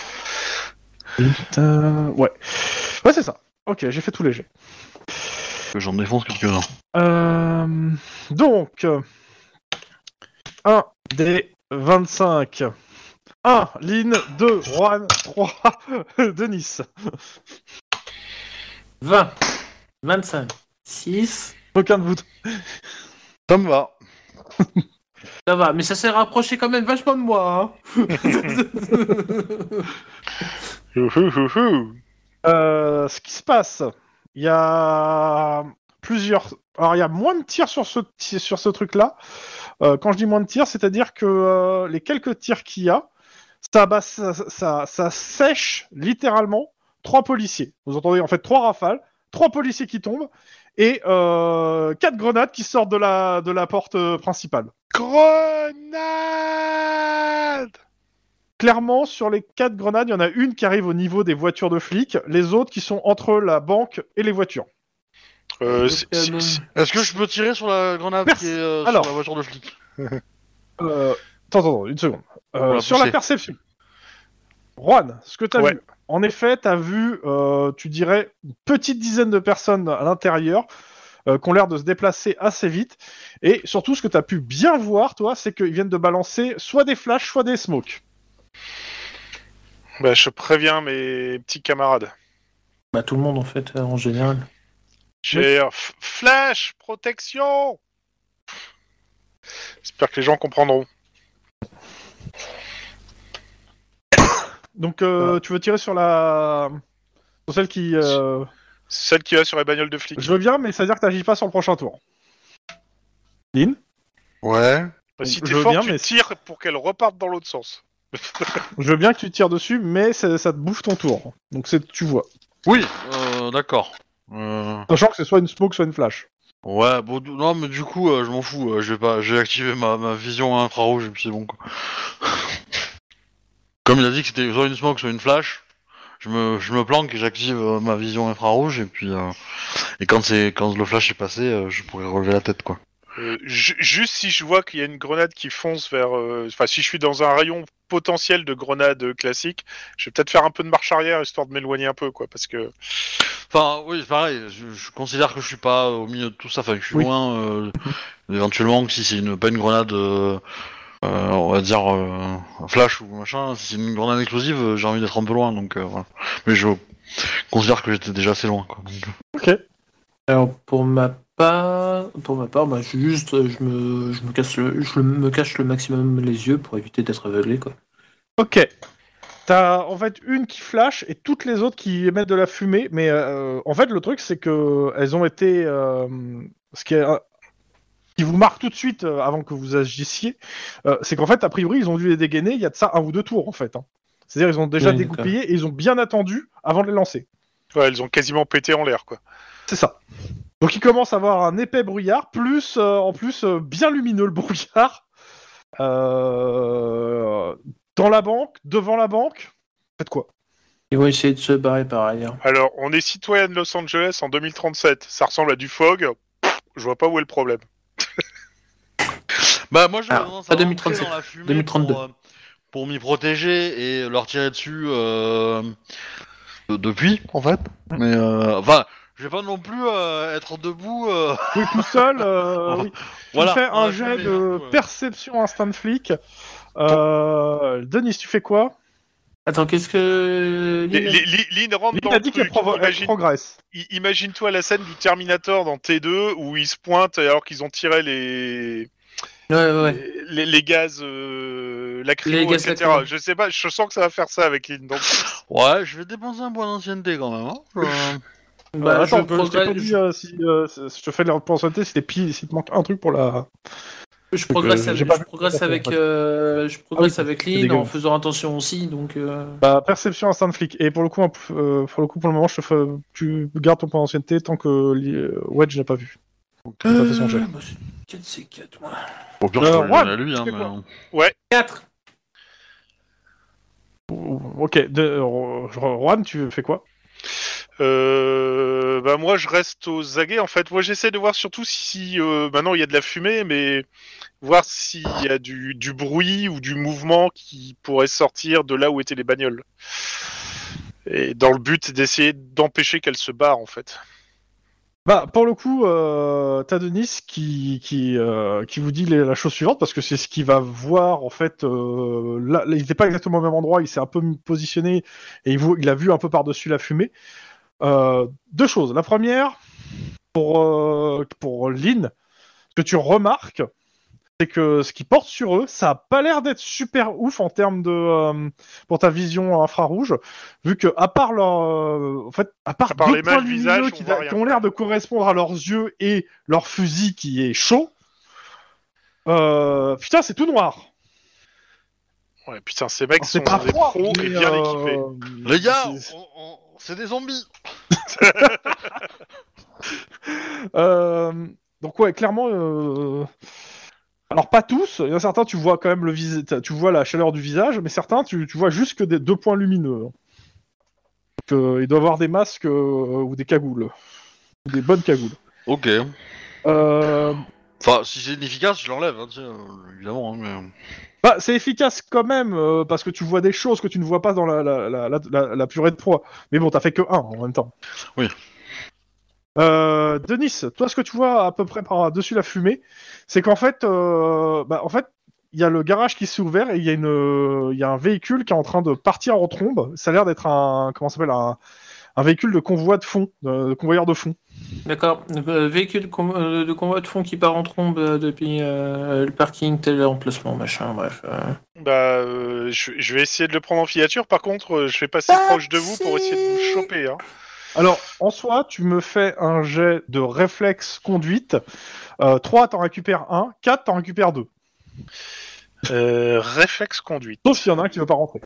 A: Putain, Euh, Ouais. Ouais, c'est ça. Ok, j'ai fait tous les jets.
B: que J'en défonce quelques-uns.
A: Euh, donc, euh, un des 25. 1, Lynn, 2, Juan, 3, <laughs> Denis.
C: 20, 25, 6.
A: Aucun de vous. deux.
B: Ça me va.
C: Ça va, mais ça s'est rapproché quand même vachement de moi. Hein.
D: Ouhouhouhou.
A: Euh, ce qui se passe, il y a plusieurs. Alors, il y a moins de tirs sur ce, sur ce truc-là. Euh, quand je dis moins de tirs, c'est-à-dire que euh, les quelques tirs qu'il y a, ça, bat- ça, ça- ça sèche littéralement trois policiers. Vous entendez en fait trois rafales, trois policiers qui tombent et euh, quatre grenades qui sortent de la, de la porte euh, principale.
D: Grenade
A: Clairement, sur les quatre grenades, il y en a une qui arrive au niveau des voitures de flics, les autres qui sont entre la banque et les voitures.
D: Euh,
C: Le
D: c'est-
C: canon.
D: c'est-
B: Est-ce que je peux tirer sur la grenade
A: Merci.
B: qui est euh,
A: Alors.
B: sur la voiture de flic
A: Euh, Attends, attends, attends, une seconde. Euh,
B: On va
A: sur
B: pousser.
A: la perception. Juan, ce que t'as
D: Ouais.
A: vu. En effet, t'as vu, euh, tu dirais, une petite dizaine de personnes à l'intérieur euh, qui ont l'air de se déplacer assez vite. Et surtout, ce que t'as pu bien voir, toi, c'est qu'ils viennent de balancer soit des flashs, soit des smokes.
D: Bah, je préviens mes petits camarades.
C: bah, tout le monde en fait, euh, en général.
D: J'ai un f- flash protection. J'espère que les gens comprendront.
A: Donc, euh, tu veux tirer sur la. Sur celle qui. euh,
D: Celle qui va sur les bagnoles de flics.
A: Je veux bien, mais ça veut dire que t'agis pas sur le prochain tour. Lynn
B: Ouais.
D: Bah, si
A: je
D: t'es
A: veux
D: fort,
A: bien,
D: tu
A: mais-
D: tires pour qu'elle reparte dans l'autre sens.
A: Je veux bien que tu tires dessus, mais ça, ça te bouffe ton tour. Donc, c'est- tu vois.
B: Oui, euh, d'accord. Euh,
A: Sachant que c'est soit une smoke, soit une flash.
B: Ouais, bon, du- non, mais du coup, euh, je m'en fous. euh, je vais pas, j'ai activé ma, ma vision infrarouge et puis c'est bon quoi. <laughs> Comme il a dit que c'était soit une smoke, soit une flash, je me, je me planque et j'active euh, ma vision infrarouge et puis euh, et quand c'est quand le flash est passé, euh, je pourrais relever la tête quoi.
D: Euh, ju- juste si je vois qu'il y a une grenade qui fonce vers. euh, Enfin, si je suis dans un rayon potentiel de grenade euh, classique, je vais peut-être faire un peu de marche arrière histoire de m'éloigner un peu, quoi. Parce que.
B: Enfin, oui, pareil. Je, je considère que je suis pas au milieu de tout ça. Enfin, que je suis
A: Oui.
B: loin. euh, éventuellement, que si c'est une pas une grenade, euh, euh, on va dire euh, un flash ou machin. Si c'est une grenade explosive, euh, j'ai envie d'être un peu loin. Donc euh, voilà. Mais je considère que j'étais déjà assez loin. Quoi. Donc,
C: Alors pour ma part, pour ma part, bah, juste euh, je me, je me casse le, je le- me cache le maximum les yeux pour éviter d'être aveuglé quoi.
A: Ok. T'as en fait une qui flash et toutes les autres qui émettent de la fumée. Mais euh, en fait, le truc, c'est que elles ont été. euh, ce qui, est, euh, qui vous marque tout de suite euh, avant que vous agissiez, euh, c'est qu'en fait, a priori, ils ont dû les dégainer. Il y a de ça un ou deux tours, en fait. hein. C'est-à-dire, ils ont déjà
C: Oui, d'accord.
A: dégoupillé et ils ont bien attendu avant de les lancer.
D: Ouais, elles ont quasiment pété en l'air, quoi.
A: C'est ça. Donc, ils commencent à avoir un épais brouillard, plus euh, en plus euh, bien lumineux le <laughs> brouillard. Euh, dans la banque, devant la banque. Faites quoi
C: Ils vont essayer de se barrer par ailleurs.
D: Alors, on est citoyen de Los Angeles en 2037. Ça ressemble à du fog. Pff, Je vois pas où est le problème.
B: Bah moi
A: Ah,
B: j'aurais
C: Alors,
B: tendance
C: pas
B: à
C: 2037,
B: rentrer dans la fumée
C: 2032.
B: pour, euh, pour m'y protéger et leur tirer dessus euh, de- depuis en fait. Mais euh, enfin, je vais pas non plus euh, être debout. euh,
A: Oui, tout seul.
D: Ah,
A: Euh, oui. Tu
B: voilà.
A: fais
B: dans
A: un
B: la
A: jet
B: fumée,
A: de
B: hein,
D: euh.
B: ouais.
A: perception instinct de flic. Euh, Denis, tu fais quoi
C: Attends, qu'est-ce que
D: Li- li- li- Lynn rentre
A: Il
D: dans
A: t'a
D: le
A: dit
D: truc.
A: qu'elle provo- elle
D: Imagine-
A: progresse.
D: i- Imagine-toi la scène du Terminator dans T2 où ils se pointent alors qu'ils ont tiré les,
C: Ouais, ouais, ouais.
D: les, les gaz euh, lacrymo,
C: Les gaz
D: etc.
C: lacrymo.
D: Je sais pas, je sens que ça va faire ça avec Lynn. Donc,
B: Ouais, je vais dépenser un point d'ancienneté quand même. hein. Je-
C: Bah,
A: Euh, attends,
C: je
A: je, t'ai pas
C: progresse-
A: dit,
C: je-
A: euh, si, euh, si- si je te fais de la responsabilité, si, t'es pile- si te manque un truc pour la.
C: Je progresse,
A: Euh,
C: avec,
A: j'ai pas
C: je
A: vu
C: progresse
A: tout à fait,
C: avec,
A: en fait.
C: euh, je progresse
A: Ah oui,
C: avec
A: c'est
C: Lynn en
A: dégueulasse.
C: faisant attention aussi, donc. euh,
A: Bah, perception instinct de flic. Et pour le coup, un p- euh, pour le coup, pour le moment, je te fais- tu gardes ton point d'ancienneté tant que li- euh, Wedge n'a pas vu. Donc, il n'a pas Ah, fait son jet.
C: Euh, bah, c'est- quel de ces quatre, moi
B: Au pire,
A: Euh,
B: je peux le
A: ouais,
B: donner à lui, hein,
A: c'est
B: mais-
A: quoi
C: Quatre.
A: Ok, de, euh, Juan, tu fais quoi
D: Euh, bah moi je reste aux aguets en fait. Moi j'essaie de voir surtout si euh, maintenant il y a de la fumée, mais voir s'il y a du, du bruit ou du mouvement qui pourrait sortir de là où étaient les bagnoles. Et dans le but d'essayer d'empêcher qu'elles se barrent en fait.
A: Bah, pour le coup, euh, t'as Denis qui, qui, euh, qui vous dit les- la chose suivante, parce que c'est ce qu'il va voir, en fait, euh, là, là, il n'était pas exactement au même endroit, il s'est un peu positionné, et il, vo- il a vu un peu par-dessus la fumée. Euh, deux choses. La première, pour, euh, pour Lynn, ce que tu remarques, c'est que ce qu'ils portent sur eux, ça a pas l'air d'être super ouf en termes de... euh, pour ta vision infrarouge, vu que, à part leur... euh, en fait, à part,
D: À part
A: deux
D: les mains,
A: points
D: le
A: lumineux
D: visage,
A: qui,
D: on voit
A: va-
D: rien.
A: qui ont l'air de correspondre à leurs yeux et leur fusil qui est chaud, euh, putain, c'est tout noir.
D: Ouais putain ces mecs
A: Alors,
D: sont
A: Ah, C'est pas
D: des
A: froid,
D: pros et
A: mais,
D: bien
A: euh,
D: équipés.
B: Les gars,
A: c'est-
B: on- on- c'est des zombies
A: Euh, donc ouais, clairement. euh, Alors pas tous. Il y en a certains, tu vois quand même le vis... t'as- tu vois la chaleur du visage, mais certains, tu, tu vois juste que des deux points lumineux. Donc, euh, il doit avoir des masques euh, ou des cagoules, Ou des bonnes cagoules.
B: Ok.
A: Euh,
B: Enfin, si c'est inefficace, je l'enlève, hein, tu sais, euh, évidemment. hein, mais...
A: Bah, c'est efficace quand même euh, parce que tu vois des choses que tu ne vois pas dans la, la, la, la- la- la purée de proie. Mais bon, t'as fait que un en même temps.
B: Oui.
A: Euh, Denis, toi, ce que tu vois à peu près par-dessus la fumée, c'est qu'en fait, euh, bah, en fait, il y a le garage qui s'est ouvert et il y a une, euh, il y a un véhicule qui est en train de partir en trombe. Ça a l'air d'être un, comment ça s'appelle, un, un véhicule de convoi de fond, de, de convoyeur de fond.
C: D'accord. Euh, véhicule con- euh, de convoi de fond qui part en trombe euh, depuis euh, le parking, tel emplacement, machin, bref. euh.
D: Bah euh, je, je vais essayer de le prendre en filature. Par contre euh, je vais passer proche de vous pour essayer de vous choper. Hein.
A: Alors, en soi, tu me fais un jet de réflexe conduite. 3, t'en récupères un. 4, t'en récupères deux.
D: Euh, réflexe conduite.
A: Sauf s'il y en a un qui veut pas rentrer.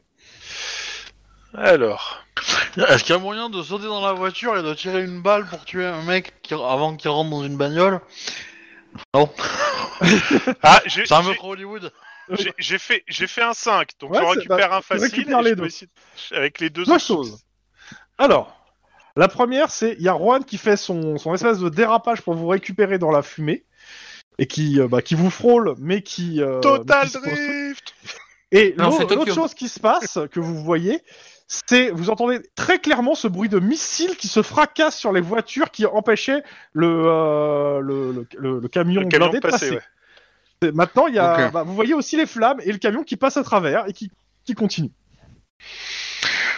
D: Alors.
B: Est-ce qu'il y a moyen de sauter dans la voiture et de tirer une balle pour tuer un mec qui- avant qu'il rentre dans une bagnole
D: Ah, j'ai
B: C'est un
D: j'ai-
B: meurtre Hollywood
D: j'ai- j'ai fait, j'ai fait un 5, donc
A: Ouais,
D: j'en
A: c'est-
D: récupère
A: bah,
D: un
A: tu
D: facile.
A: récupères
D: et je
A: les
D: peux
A: deux.
D: essayer de- avec les deux
A: Deux
D: autres.
A: choses. Alors, la première, c'est il y a Juan qui fait son, son espèce de dérapage pour vous récupérer dans la fumée. Et qui, euh, bah, qui vous frôle, mais qui. euh, mais
D: Total
A: qui se construit.
D: Drift
A: Et
C: Non, c'est
A: l'au-
C: Tokyo.
A: l'autre chose qui se passe, que vous voyez, c'est vous entendez très clairement ce bruit de missiles qui se fracasse sur les voitures qui empêchaient le, euh, le, le- le- le camion,
D: Le camion
A: blindé de
D: passé,
A: passer.
D: ouais.
A: Et Maintenant, il y a,
B: Ok.
A: bah, vous voyez aussi les flammes et le camion qui passe à travers et qui, qui continue.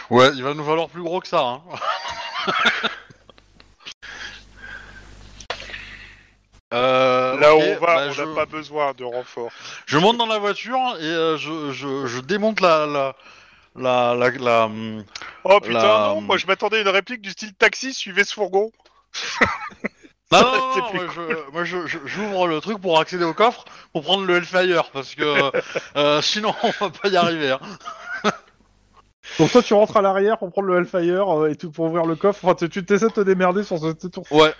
B: Ouais, il va nous falloir plus gros que ça. Hein. <laughs> Euh,
D: Là où
B: ok,
D: on va,
B: bah,
D: on n'a
B: je,
D: pas besoin de renfort.
B: je monte dans la voiture et euh, je, je, je démonte la la la la, la, hum,
D: Oh putain,
B: La-
D: non, moi je m'attendais à une réplique du style taxi, suivez ce fourgon.
A: Ah,
B: Non,
D: Ça,
B: non, non,
D: c'est
B: non,
D: plus
B: moi, je, moi, je- je- j'ouvre le truc pour accéder au coffre pour prendre le Hellfire parce que euh, sinon on va pas y arriver. hein.
A: Donc toi, tu rentres à l'arrière pour prendre le Hellfire euh, et tout pour ouvrir le coffre. Enfin, tu tu essaies de te démerder sur ce ce tour.
B: Ouais.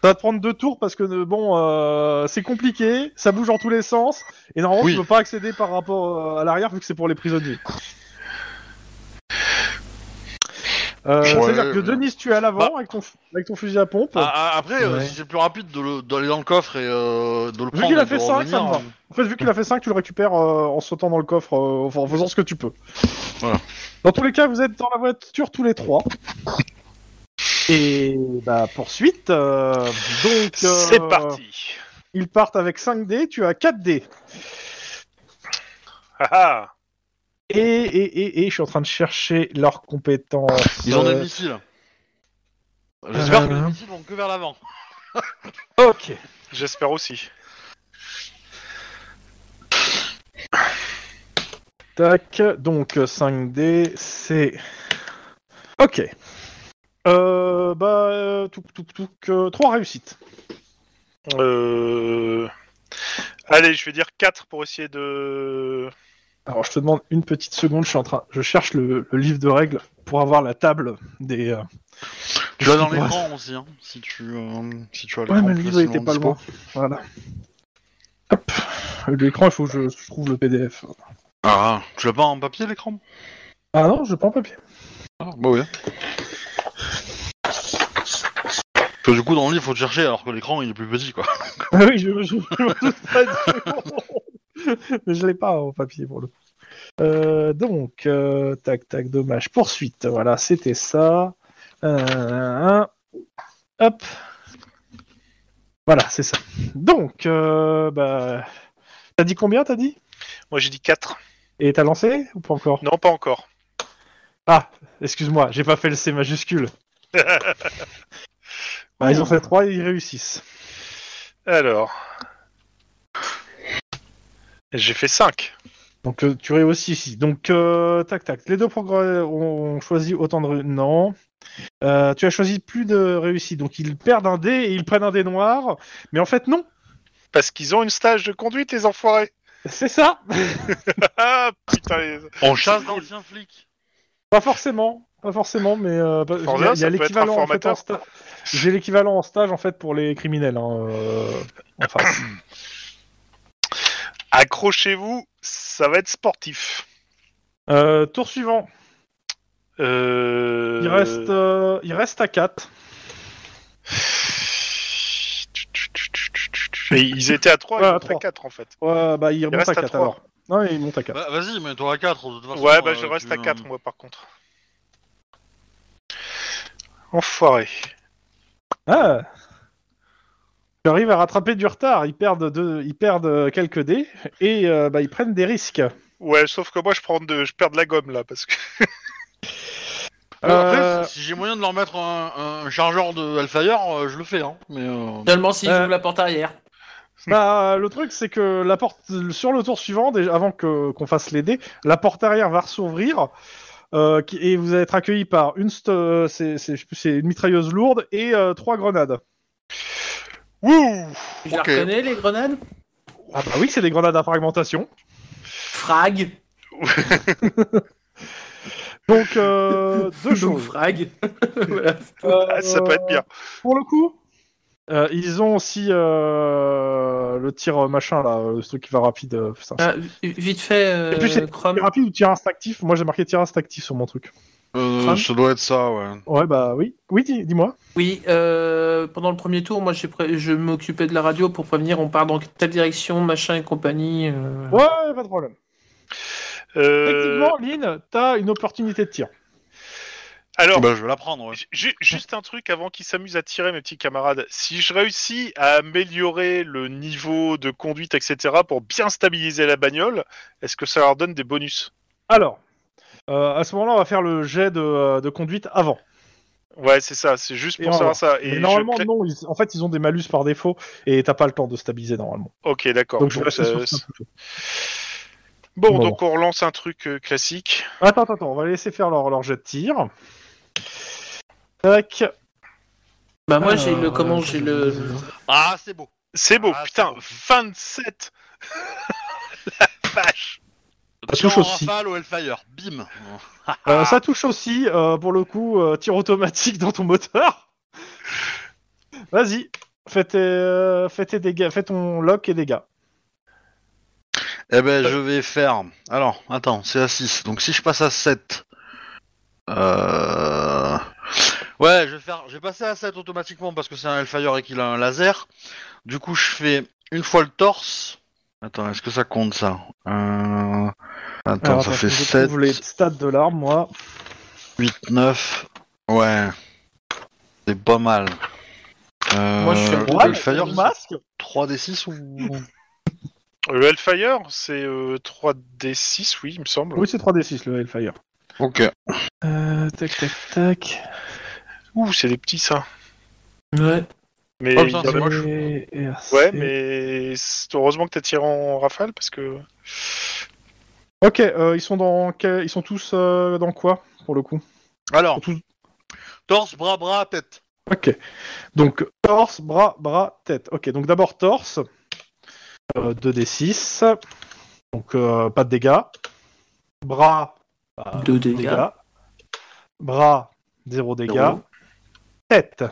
A: Ça va te prendre deux tours parce que euh, bon, euh, c'est compliqué, ça bouge dans tous les sens et normalement,
B: Oui.
A: tu peux pas accéder par rapport euh, à l'arrière vu que c'est pour les prisonniers. Euh,
B: Ouais,
A: C'est-à-dire que
B: ouais.
A: Denis, tu es à l'avant avec, ton, avec ton fusil à pompe.
B: Bah. Ah, ah, après, euh,
C: Ouais.
B: si c'est plus rapide de le- d'aller dans le coffre et euh, de le
A: Vu
B: prendre,
A: qu'il a
B: et de
A: fait cinq, ça me
B: revenir,
A: va.
B: euh,
A: En fait, vu qu'il a fait 5, tu le récupères euh, en sautant dans le coffre, euh, enfin, en faisant ce que tu peux.
B: Voilà.
A: Dans tous les cas, vous êtes dans la voiture tous les trois. Et bah, poursuite. euh, donc, euh,
D: C'est parti.
A: Ils partent avec 5 dés, tu as 4 dés.
D: Ah, ah.
A: Et, et, et, et je suis en train de chercher leurs compétences.
B: Ils ont des
A: Euh,
B: missiles. J'espère que les
A: euh,
B: missiles vont que vers l'avant.
A: Ok.
D: J'espère aussi.
A: Tac, donc euh, 5D, c'est... Ok. Euh, bah, euh, tout, tout, tout, que 3 réussites.
D: Euh...
E: Allez, je vais dire 4 pour essayer de.
A: Alors, je te demande une petite seconde, je suis en train, je cherche le, le livre de règles pour avoir la table des. euh,
B: Tu vas dans
A: Ouais.
B: l'écran aussi, hein, si tu, euh, si tu as
A: Ouais,
B: l'écran.
A: mais le livre
B: facilement
A: était pas
B: dispo.
A: loin. Voilà. Hop. L'écran, il faut que je je trouve le PDF.
B: Ah, tu l'as pas en papier l'écran
A: Ah non, je prends papier.
B: Ah, bah oui. Parce que du coup, dans le livre, faut le chercher alors que l'écran il est plus petit quoi.
A: Ah oui, je, je, je m'en doute pas du tout. <laughs> Mais je l'ai pas en papier pour le coup. Euh, donc, euh, tac, tac, dommage. Poursuite, voilà, c'était ça. Euh, hop. Voilà, c'est ça. Donc, euh, bah, t'as dit combien, t'as dit
E: Moi j'ai dit 4.
A: Et t'as lancé ou pas encore
E: Non, pas encore.
A: Ah, excuse-moi, j'ai pas fait le
E: <laughs>
A: C majuscule. Bah, ils ont fait 3 et ils réussissent.
E: Alors. J'ai fait 5.
A: Donc euh, tu réussis ici. Donc euh, tac tac. Les deux progrès ont choisi autant de ré- non. Euh, tu as choisi plus de réussites. Donc ils perdent un dé et ils prennent un dé noir. Mais en fait non.
D: Parce qu'ils ont une stage de conduite, les enfoirés.
A: C'est ça. <laughs>
D: Ah putain, les...
B: <laughs> On chasse d'anciens flics.
A: Pas forcément. Pas forcément. Mais euh, bah,
D: Forza,
A: il y a- il y a
D: ça peut être
A: l'équivalent en, fait, en
D: informateur.
A: sta- J'ai l'équivalent en stage en fait pour les criminels. hein, euh,
D: <coughs>
A: en face.
D: accrochez-vous, ça va être sportif.
A: Euh, tour suivant.
D: Euh...
A: Il reste euh, il reste à 4.
D: Mais ils étaient à 3,
A: Ouais, à
D: ils étaient à 4
A: trois.
D: en fait.
A: Ouais, bah il remonte
D: reste
A: à
D: à
A: 4
D: trois.
A: alors. Non, il monte à 4.
B: Bah, vas-y, mets-toi à 4 de toute façon.
D: Ouais, bah
B: euh,
D: je reste
B: tu-
D: à 4 moi par contre.
E: Enfoiré.
A: Ah Ils arrivent à rattraper du retard, ils perdent, deux- ils perdent euh, quelques dés et euh, bah, ils prennent des risques.
D: Ouais, sauf que moi je prends de... je perds de la gomme là parce que <laughs>
B: Ouais, Après,
A: Euh,
B: si si j'ai moyen de leur mettre un, un chargeur de Hellfire, euh, je le fais, hein. Mais euh,
C: Finalement, s'ils
A: Euh.
C: ouvrent la porte arrière.
A: bah, le truc c'est que la porte sur le tour suivant, déjà, avant que qu'on fasse les dés, la porte arrière va s'ouvrir euh, qui- et vous allez être accueilli par une, st- euh, c'est, c'est- je sais plus, c'est une mitrailleuse lourde et euh, trois grenades.
D: wouh
C: Je la
B: Ok.
C: reconnais, les grenades
A: Ah bah oui, c'est des grenades à fragmentation.
C: Frag.
D: <laughs>
A: Donc euh,
C: <laughs>
A: deux
C: Donc,
A: choses.
C: frag. Voilà.
A: Euh,
D: Ah, ça peut être bien.
A: pour le coup. Euh, ils ont aussi euh, le tir euh, machin là, le truc qui va rapide. euh, putain,
C: Ah, vi- vite fait, euh,
A: Et puis, c'est-
C: Chrome.
A: Tir rapide ou tir instinctif Moi j'ai marqué tir instinctif sur mon truc.
B: euh,
C: Fran
B: ça doit être ça, ouais.
A: Ouais bah oui. Oui dis- dis-moi.
C: Oui, euh, pendant le premier tour, moi, j'ai pré- je m'occupais de la radio pour prévenir on part dans telle direction, machin et compagnie. euh.
A: Ouais pas de problème.
E: Euh,
A: Effectivement Lynn, t'as une opportunité de tir.
D: Alors,
B: Bah, je vais la prendre, ouais.
D: ju- juste un truc avant qu'ils s'amusent à tirer mes petits camarades. Si je réussis à améliorer le niveau de conduite etc pour bien stabiliser la bagnole, est-ce que ça leur donne des bonus
A: Alors euh, à ce moment-là on va faire le jet de, euh, de conduite avant.
D: Ouais, c'est ça, c'est juste
A: Et
D: pour
A: on
D: savoir
A: va.
D: ça. Et
A: Mais
D: je
A: normalement
D: cla-
A: non, ils- en fait ils ont des malus par défaut et t'as pas le temps de stabiliser normalement.
D: Ok, d'accord.
A: Donc je vais
D: Bon,
A: rester
D: ça-
A: sur ça plutôt.
D: Bon,
A: Bon.
D: donc on relance un truc euh, classique.
A: Attends attends, attends, on va les laisser faire leur, leur jet de tir. Tac.
C: Bah, moi, j'ai le.
A: Euh,
C: Comment J'ai le.
B: Ah, c'est beau.
D: C'est beau,
B: Ah,
D: putain,
B: c'est beau.
D: 27 La vache
A: touche
B: Tir en
A: aussi.
B: rafale au Hellfire, bim.
A: Euh, ça touche aussi euh, pour le coup euh, tir automatique dans ton moteur. Vas-y, fais tes, euh, fais tes dégâts, fais ton lock et dégâts.
B: Eh ben, je vais faire. Alors, attends, c'est à 6. Donc, si je passe à 7. Euh... Ouais, je vais faire. Je vais passer à 7 automatiquement parce que c'est un Hellfire et qu'il a un laser. Du coup, je fais une fois le torse. Attends, est-ce que ça compte ça Euh, Attends,
A: Alors,
B: ça
A: attends,
B: fait
A: je
B: 7,
A: trouve les stats de l'arme, moi.
B: 8, 9. Ouais. C'est pas mal. Euh,
C: Moi, je suis à
B: le
C: droite,
B: Hellfire,
A: Ton masque
B: 3d6 ou.
D: Le Hellfire, c'est euh, 3D6, oui, il me semble.
A: Oui, c'est 3d6 le Hellfire.
B: Ok.
A: Euh, tac, tac, tac.
D: Ouh, c'est des petits, ça.
C: Ouais.
D: Mais
B: Oh, putain,
D: il-
B: c'est moche.
A: Et- et RC.
D: Ah, Ouais, mais c'est- heureusement que t'as tiré en rafale, parce que...
A: Ok, euh, ils sont dans, quel- ils sont tous euh, dans quoi pour le coup
B: Alors,
A: Ils sont tous-
B: torse, bras, bras, tête.
A: Ok. Donc torse, bras, bras, tête. Ok, donc d'abord torse. euh, 2d6. Donc euh, pas de dégâts. Bras, bah,
C: 2 dégâts.
A: dégâts. Bras, 0 dégâts.
C: Zéro.
A: Tête.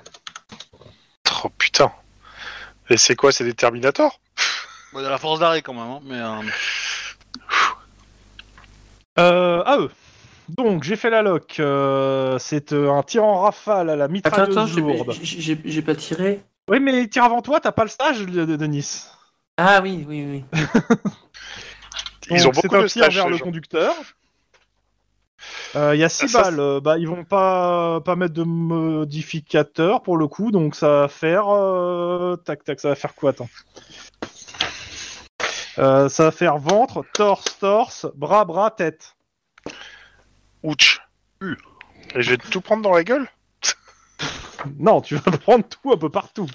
E: Oh putain. Et c'est quoi C'est des Terminators
B: Bon, il y a la force d'arrêt quand même, hein, mais. euh,
A: Euh, à eux. Donc j'ai fait la loc. Euh, c'est euh, un tir en rafale à la
C: Attends,
A: mitrailleuse
C: attends, Ah, j'ai-
A: lourde.
C: j'ai j'ai- j'ai pas tiré.
A: Oui, mais il tire avant toi, t'as pas le stage, le- de Denis.
C: Ah oui, oui, oui.
E: Ils
A: Donc,
E: ont beaucoup
A: c'est un
E: de
A: tir
E: stages,
A: vers
E: ces
A: le
E: gens.
A: conducteur. Euh, Il y a 6
E: ça,
A: balles, Euh, bah, ils vont pas, pas mettre de modificateur pour le coup, donc ça va faire. euh, Tac, tac, ça va faire quoi Attends. Euh, ça va faire ventre, torse, torse, bras, bras, tête.
E: Ouch.
B: Hu.
E: Et je vais tout prendre dans la gueule
A: Non, tu vas <laughs> prendre tout un peu partout.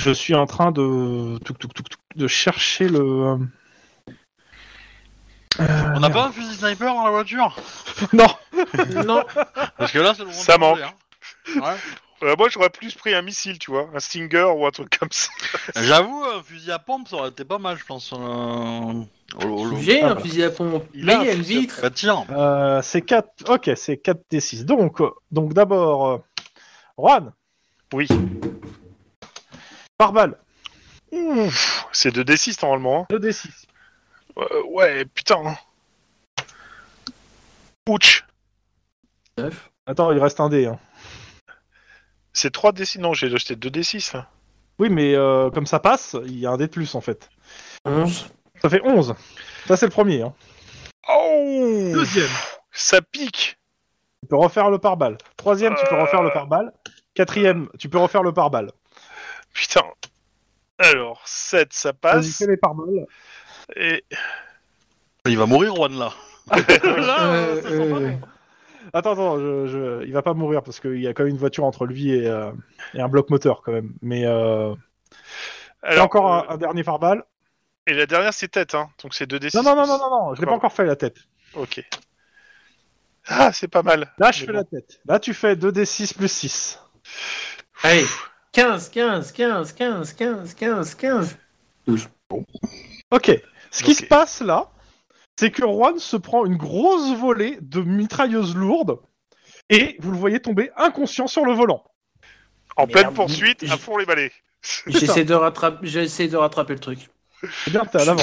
A: Je suis en train de touc, touc, touc, touc, de chercher le. euh,
B: On n'a pas un fusil sniper dans la voiture
A: <laughs> Non.
C: <laughs> non,
B: Parce que là, c'est le moment
E: Ça
B: de demander, hein.
E: Euh, Moi, j'aurais plus pris un missile, tu vois. Un Stinger ou un truc comme ça.
B: Ouais. J'avoue, un fusil à pompe, ça aurait été pas mal, je pense. euh, au- au- au-
C: j'ai
A: Ah,
C: un
A: voilà.
C: fusil à pompe.
B: a
C: mais il y a
B: un
C: une
B: fusil à-
C: vitre.
B: Bah, tire.
A: Euh, c'est 4. Ok, c'est 4 D6. Donc, euh, donc d'abord, euh, Juan.
E: Oui.
A: Par balle,
E: Ouf. C'est 2D6 normalement.
A: 2 D6.
E: hein. Euh, ouais, putain. hein. Ouch.
C: Neuf.
A: Attends, il reste un dé. hein.
E: C'est 3D6. Non, j'ai acheté 2D6. hein.
A: Oui, mais euh, comme ça passe, il y a un dé de plus en fait.
C: 11.
A: Ça fait 11. Ça, c'est le premier. hein.
E: Oh
A: Deuxième.
E: Ça pique
A: Tu peux refaire le par-balle. Troisième, tu peux
E: Euh.
A: refaire le par-balle. Quatrième, tu peux refaire le par-balle.
E: Putain. Alors, 7, ça
A: Vas-y,
E: passe.
A: fais les par-balles.
E: Et
B: Il va mourir, Juan, là.
C: Là,
A: euh, ça sent pas bon. Attends, attends, je, je- il va pas mourir parce qu'il y a quand même une voiture entre lui et, euh, et un bloc moteur quand même. Mais euh, il y a
E: alors,
A: encore
E: euh,
A: un, un dernier pare-balles.
E: Et la dernière, c'est tête, hein. Donc c'est 2D6.
A: Non, non, non, non, non, non, je l'ai pas encore fait la tête.
E: Ok. Ah, c'est pas mal.
A: Là, je
E: Mais
A: fais
E: bon.
A: la tête. Là, tu fais 2d6 plus 6.
C: Allez, 15, 15, 15, 15, 15, 15, 15.
A: Ok. Ce qui
E: Ok.
A: se passe là, c'est que Juan se prend une grosse volée de mitrailleuses lourdes et vous le voyez tomber inconscient sur le volant.
E: En
C: Merde.
E: pleine poursuite,
C: J-
E: à fond les balais.
C: J'essaie de, rattraper- j'essaie de rattraper le <laughs> truc.
A: Eh bien, t'es à l'avant.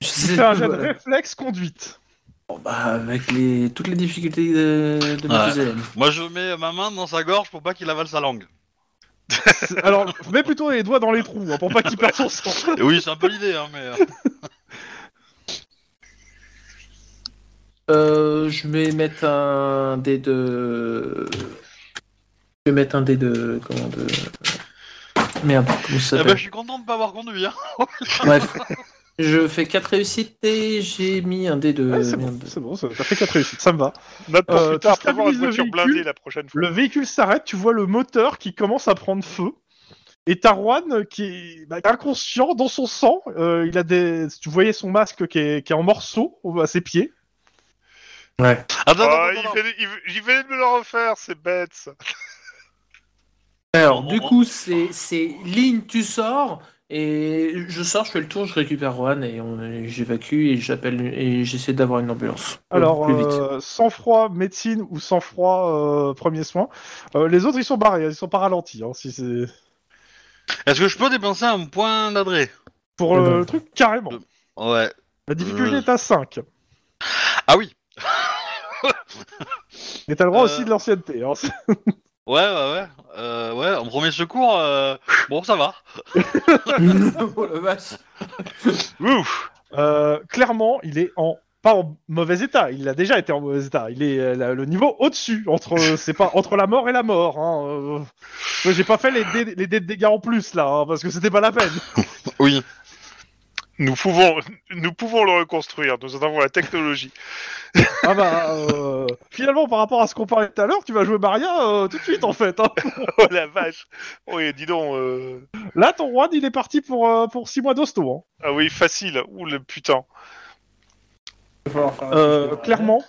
C: J'essaie
A: Fais
C: <laughs>
A: un jet de
C: voilà.
A: réflexe conduite.
C: Bon, bah, avec les... toutes les difficultés de, de
B: Ouais.
C: Mathusalem.
B: Moi, je mets ma main dans sa gorge pour pas qu'il avale sa langue.
A: C'est- Alors, mets plutôt les doigts dans les trous hein, pour pas qu'il perde son sang.
B: Et oui, c'est un peu l'idée, hein, mais. euh,
C: Euh, je vais mettre un dé de. Je vais mettre un dé de. Comment de. Merde, comment ça
B: Eh ben,
C: s'appelle
B: je suis content de pas avoir conduit, hein.
C: Bref. Je fais 4 réussites et j'ai mis un dé de.
A: Ouais, <laughs> c'est
C: Euh, Merde.
A: bon, c'est bon, ça ça fait 4 réussites, ça me va.
E: Note pour
A: Euh,
E: plus tard,
A: tu
E: prévoir une
A: stabilises le
E: voiture
A: véhicule.
E: blindée la prochaine fois.
A: Le véhicule s'arrête, tu vois le moteur qui commence à prendre feu. Et Tarwan qui est bah, inconscient dans son sang, euh, il a des, tu voyais son masque qui est, qui est en morceaux au- à ses pieds.
B: Attends, attends,
E: Ah, il
B: attends, attends.
E: venait- il v- il venait de me le refaire, c'est bête. ça.
C: Alors, du coup, c'est c'est ligne, tu sors. Et je sors, je fais le tour, je récupère Juan et on- et j'évacue et j'appelle et j'essaie d'avoir une ambulance. Au
A: Alors,
C: plus vite.
A: euh, sang-froid, médecine ou sang-froid, euh, premier soin. Euh, les autres, ils sont barrés, ils sont pas ralentis. hein, si c'est...
B: Est-ce que je peux dépenser un point d'adresse
A: Pour
C: Ah
A: euh,
C: bah.
A: le truc, carrément.
B: Ouais.
A: La difficulté
B: Euh.
A: est à 5.
B: Ah oui.
A: Et t'as le droit
B: Euh.
A: aussi de l'ancienneté. hein.
B: Ouais, ouais, ouais. Euh, ouais, en premier secours, euh, bon, ça va.
C: <laughs> oh la vache.
E: Ouf.
A: Euh, clairement, il est en pas en mauvais état. Il a déjà été en mauvais état. Il est euh, la- le niveau au-dessus entre euh, c'est pas entre la mort et la mort. hein, euh. Moi, J'ai pas fait les dés, les dés de dégâts en plus là hein, parce que c'était pas la peine.
B: Oui.
E: Nous pouvons, nous pouvons le reconstruire. Nous en avons la technologie.
A: Ah bah euh, finalement par rapport à ce qu'on parlait tout à l'heure, tu vas jouer Maria euh, tout de suite en fait. hein.
E: Oh la vache.
D: Oh,
E: Oui, dis donc. euh,
A: Là ton Juan il est parti pour euh, pour six mois d'hosto. hein.
E: Ah oui, facile. Ouh le putain.
A: Euh, clairement,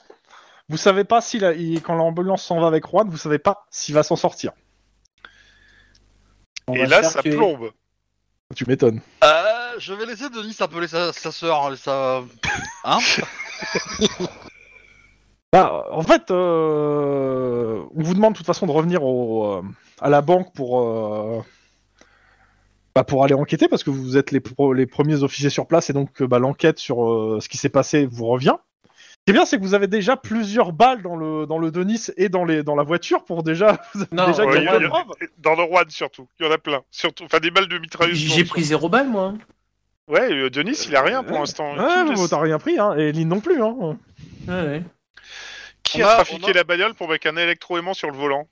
A: vous savez pas si la- il- quand l'ambulance s'en va avec Juan, vous savez pas s'il va s'en sortir.
C: On
E: Et
C: va
E: là,
C: faire
E: ça
C: tuer.
E: plombe.
A: Tu m'étonnes.
B: Euh, je vais laisser Denis appeler sa, sa sœur, sa... Hein
A: Bah, en fait, euh, on vous demande de toute façon de revenir au, euh, à la banque pour, euh, bah, pour aller enquêter, parce que vous êtes les, pro- les premiers officiers sur place, et donc euh, bah, l'enquête sur euh, ce qui s'est passé vous revient. Ce qui est bien, c'est que vous avez déjà plusieurs balles dans le, dans le Denis et dans, les, dans la voiture pour déjà... vous avez
C: Non,
A: déjà
D: ouais,
A: gagné
D: il y a-
A: la preuve.
D: Dans le Rouen, surtout. Il y en a plein. Surtout, enfin, des balles de mitrailleuse.
C: J'ai
D: dans-
C: pris zéro balle, moi.
D: Ouais, euh, Denis, il a rien pour l'instant.
A: Ouais,
D: Qui
A: mais
D: le-
A: bon, t'as rien pris, hein, et Lynn non plus. Hein.
C: Ouais, ouais.
D: Qui
B: On
D: a,
B: a- on
D: trafiqué
B: a-
D: la bagnole pour mettre un électroaimant sur le volant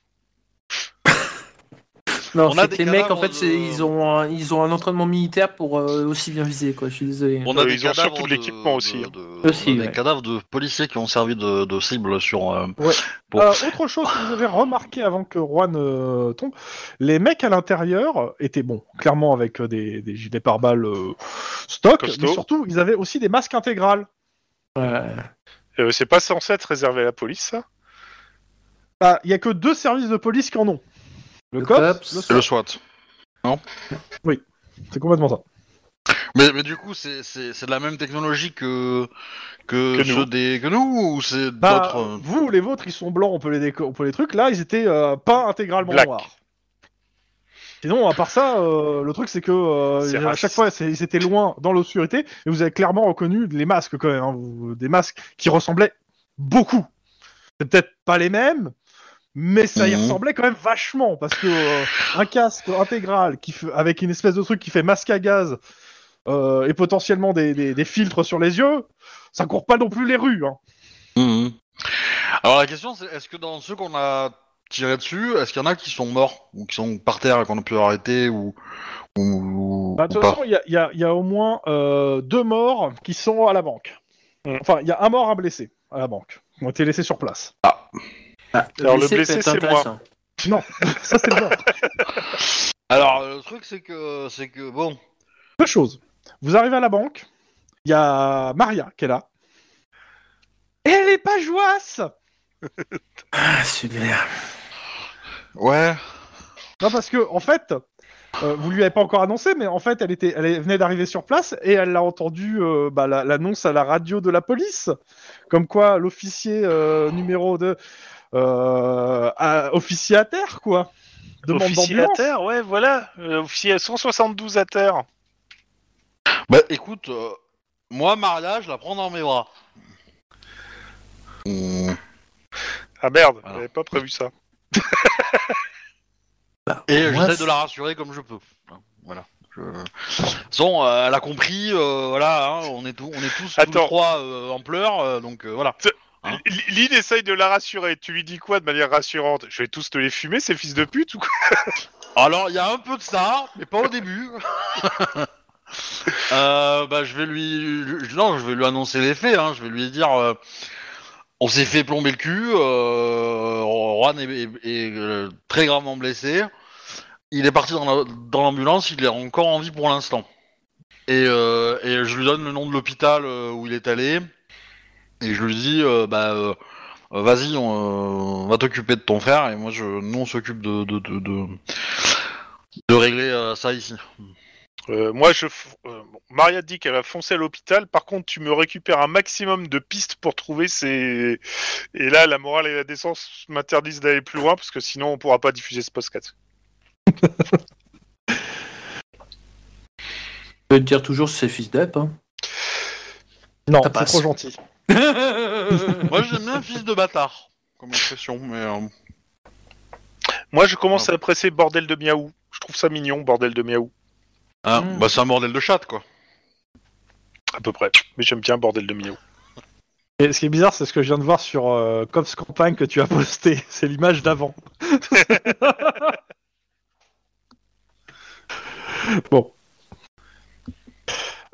C: Non,
B: On a
C: c'est
B: des
C: que les mecs, en
B: cadavres
C: fait, c'est-
B: de-
C: ils, ont un, ils ont un entraînement militaire pour euh, aussi bien viser, quoi. Je suis désolé. hein.
B: On a
D: Euh,
B: des
D: ils ont
B: cadavres
D: surtout de
B: de-
D: l'équipement aussi,
B: de-
D: hein.
B: de-
C: Aussi,
B: on a des
C: ouais.
B: cadavres de policiers qui ont servi de, de cible sur. euh, Bon.
A: Euh, autre chose que vous avez remarqué avant que Juan euh, tombe, les mecs à l'intérieur étaient bons, clairement avec euh, des, des gilets pare-balles euh, stock,
D: Costaud.
A: mais surtout ils avaient aussi des masques intégrales.
C: Ouais.
D: Euh, C'est pas censé être réservé à la police, ça
A: Ah, Il y a que deux services de police qui en ont. Le,
C: Le COPS.
A: COPS, le SWAT.
B: et le SWAT.
A: c'est complètement ça.
B: Mais, mais du coup, c'est- c'est c'est de la même technologie que, que,
D: Que nous.
B: ceux des, que nous ou c'est
A: Bah,
B: d'autres. euh,
A: Vous, les vôtres, ils sont blancs, on peut les, déco- on peut les trucs. Là, ils étaient euh, pas intégralement
D: Black.
A: noirs. Sinon, à part ça, euh, le truc, c'est que euh,
D: C'est
A: à chaque
D: raciste.
A: fois, c'est- ils étaient loin dans l'obscurité, et vous avez clairement reconnu les masques quand même, hein, vous- des masques qui ressemblaient beaucoup. C'est peut-être pas les mêmes, mais ça y
B: Mhm.
A: ressemblait quand même vachement, parce que euh, un casque intégral qui fait- avec une espèce de truc qui fait masque à gaz euh, et potentiellement des, des- des filtres sur les yeux, ça court pas non plus les rues. Hein.
B: Mhm. Alors la question, c'est est-ce que dans ceux qu'on a tirés dessus, est-ce qu'il y en a qui sont morts ou qui sont par terre et qu'on a pu arrêter ou, ou,
A: Bah, de
B: ou
A: toute
B: pas
A: façon, il y a, il y a- il y a au moins euh, deux morts qui sont à la banque.
D: Mm.
A: Enfin, il y a un mort, un blessé à la banque. qui ont été laissés sur place.
B: Ah.
D: Alors, le
C: peut
D: blessé,
C: être
D: c'est moi.
C: Ah, intéressant.
A: Non, <laughs> ça c'est bien.
B: Alors le truc, c'est que c'est que bon,
A: Deux choses. Vous arrivez à la banque, il y a Maria qui est là. Et elle est pas joasse
C: Ah, super.
B: ouais.
A: Non, parce que, en fait, euh, vous lui avez pas encore annoncé, mais en fait, elle, était, elle est- venait d'arriver sur place et elle a entendu euh, bah, la- l'annonce à la radio de la police, comme quoi l'officier euh, numéro 2, euh, a- officier à terre, quoi. Demande
D: Officier à
A: d'ambulance.
D: terre, ouais, voilà. Euh, officier à 172 à terre.
B: Bah écoute, euh, moi Maria, je la prends dans mes bras. Mm.
D: Ah merde,
B: Voilà.
D: j'avais pas prévu ça.
B: Et
C: Moi,
B: j'essaie
C: c'est-
B: de la rassurer comme je peux. Hein, Voilà. Je... Son, euh, elle a compris. euh, voilà, hein, on est tous, on est tous, tous les
D: Attends.
B: trois euh, en pleurs, euh, donc euh, voilà. Hein
D: L- Lynn essaye de la rassurer. Tu lui dis quoi de manière rassurante Je vais tous te les fumer, ces fils de pute ou quoi
B: Alors, il y a un peu de ça, mais pas au <laughs> début. Euh, bah, je vais lui, je- non, je vais lui annoncer les faits. Hein. Je vais lui dire, euh, on s'est fait plomber le cul. Euh, Juan est, est- est, euh, très gravement blessé. Il est parti dans la- dans l'ambulance. il est encore en vie pour l'instant. Et, euh, et je lui donne le nom de l'hôpital euh, où il est allé. Et je lui dis, euh, bah, euh, vas-y, on, euh, on va t'occuper de ton frère. Et moi, je, nous, on s'occupe de- de- de- de de régler euh, ça ici.
D: Euh, moi, je. f- euh, bon, Maria te dit qu'elle va foncer à l'hôpital. Par contre, tu me récupères un maximum de pistes pour trouver ces. Et là, la morale et la décence m'interdisent d'aller plus loin parce que sinon, on pourra pas diffuser ce podcast.
C: Je peux te dire toujours c'est fils d'up. Hein.
A: Non,
D: Ah,
C: Ça
D: bah,
A: c'est
C: passe.
A: trop gentil.
B: <laughs> Moi j'aime bien fils de bâtard comme expression, mais euh,
D: Moi, je commence à apprécier bordel de miaou. Je trouve ça mignon, bordel de miaou,
B: ah,
C: Mm.
B: bah c'est un bordel de chatte quoi.
D: à peu près. Mais j'aime bien bordel de miaou.
A: Et ce qui est bizarre, c'est ce que je viens de voir sur euh, Cops Campagne que tu as posté. <laughs> C'est l'image d'avant. bon.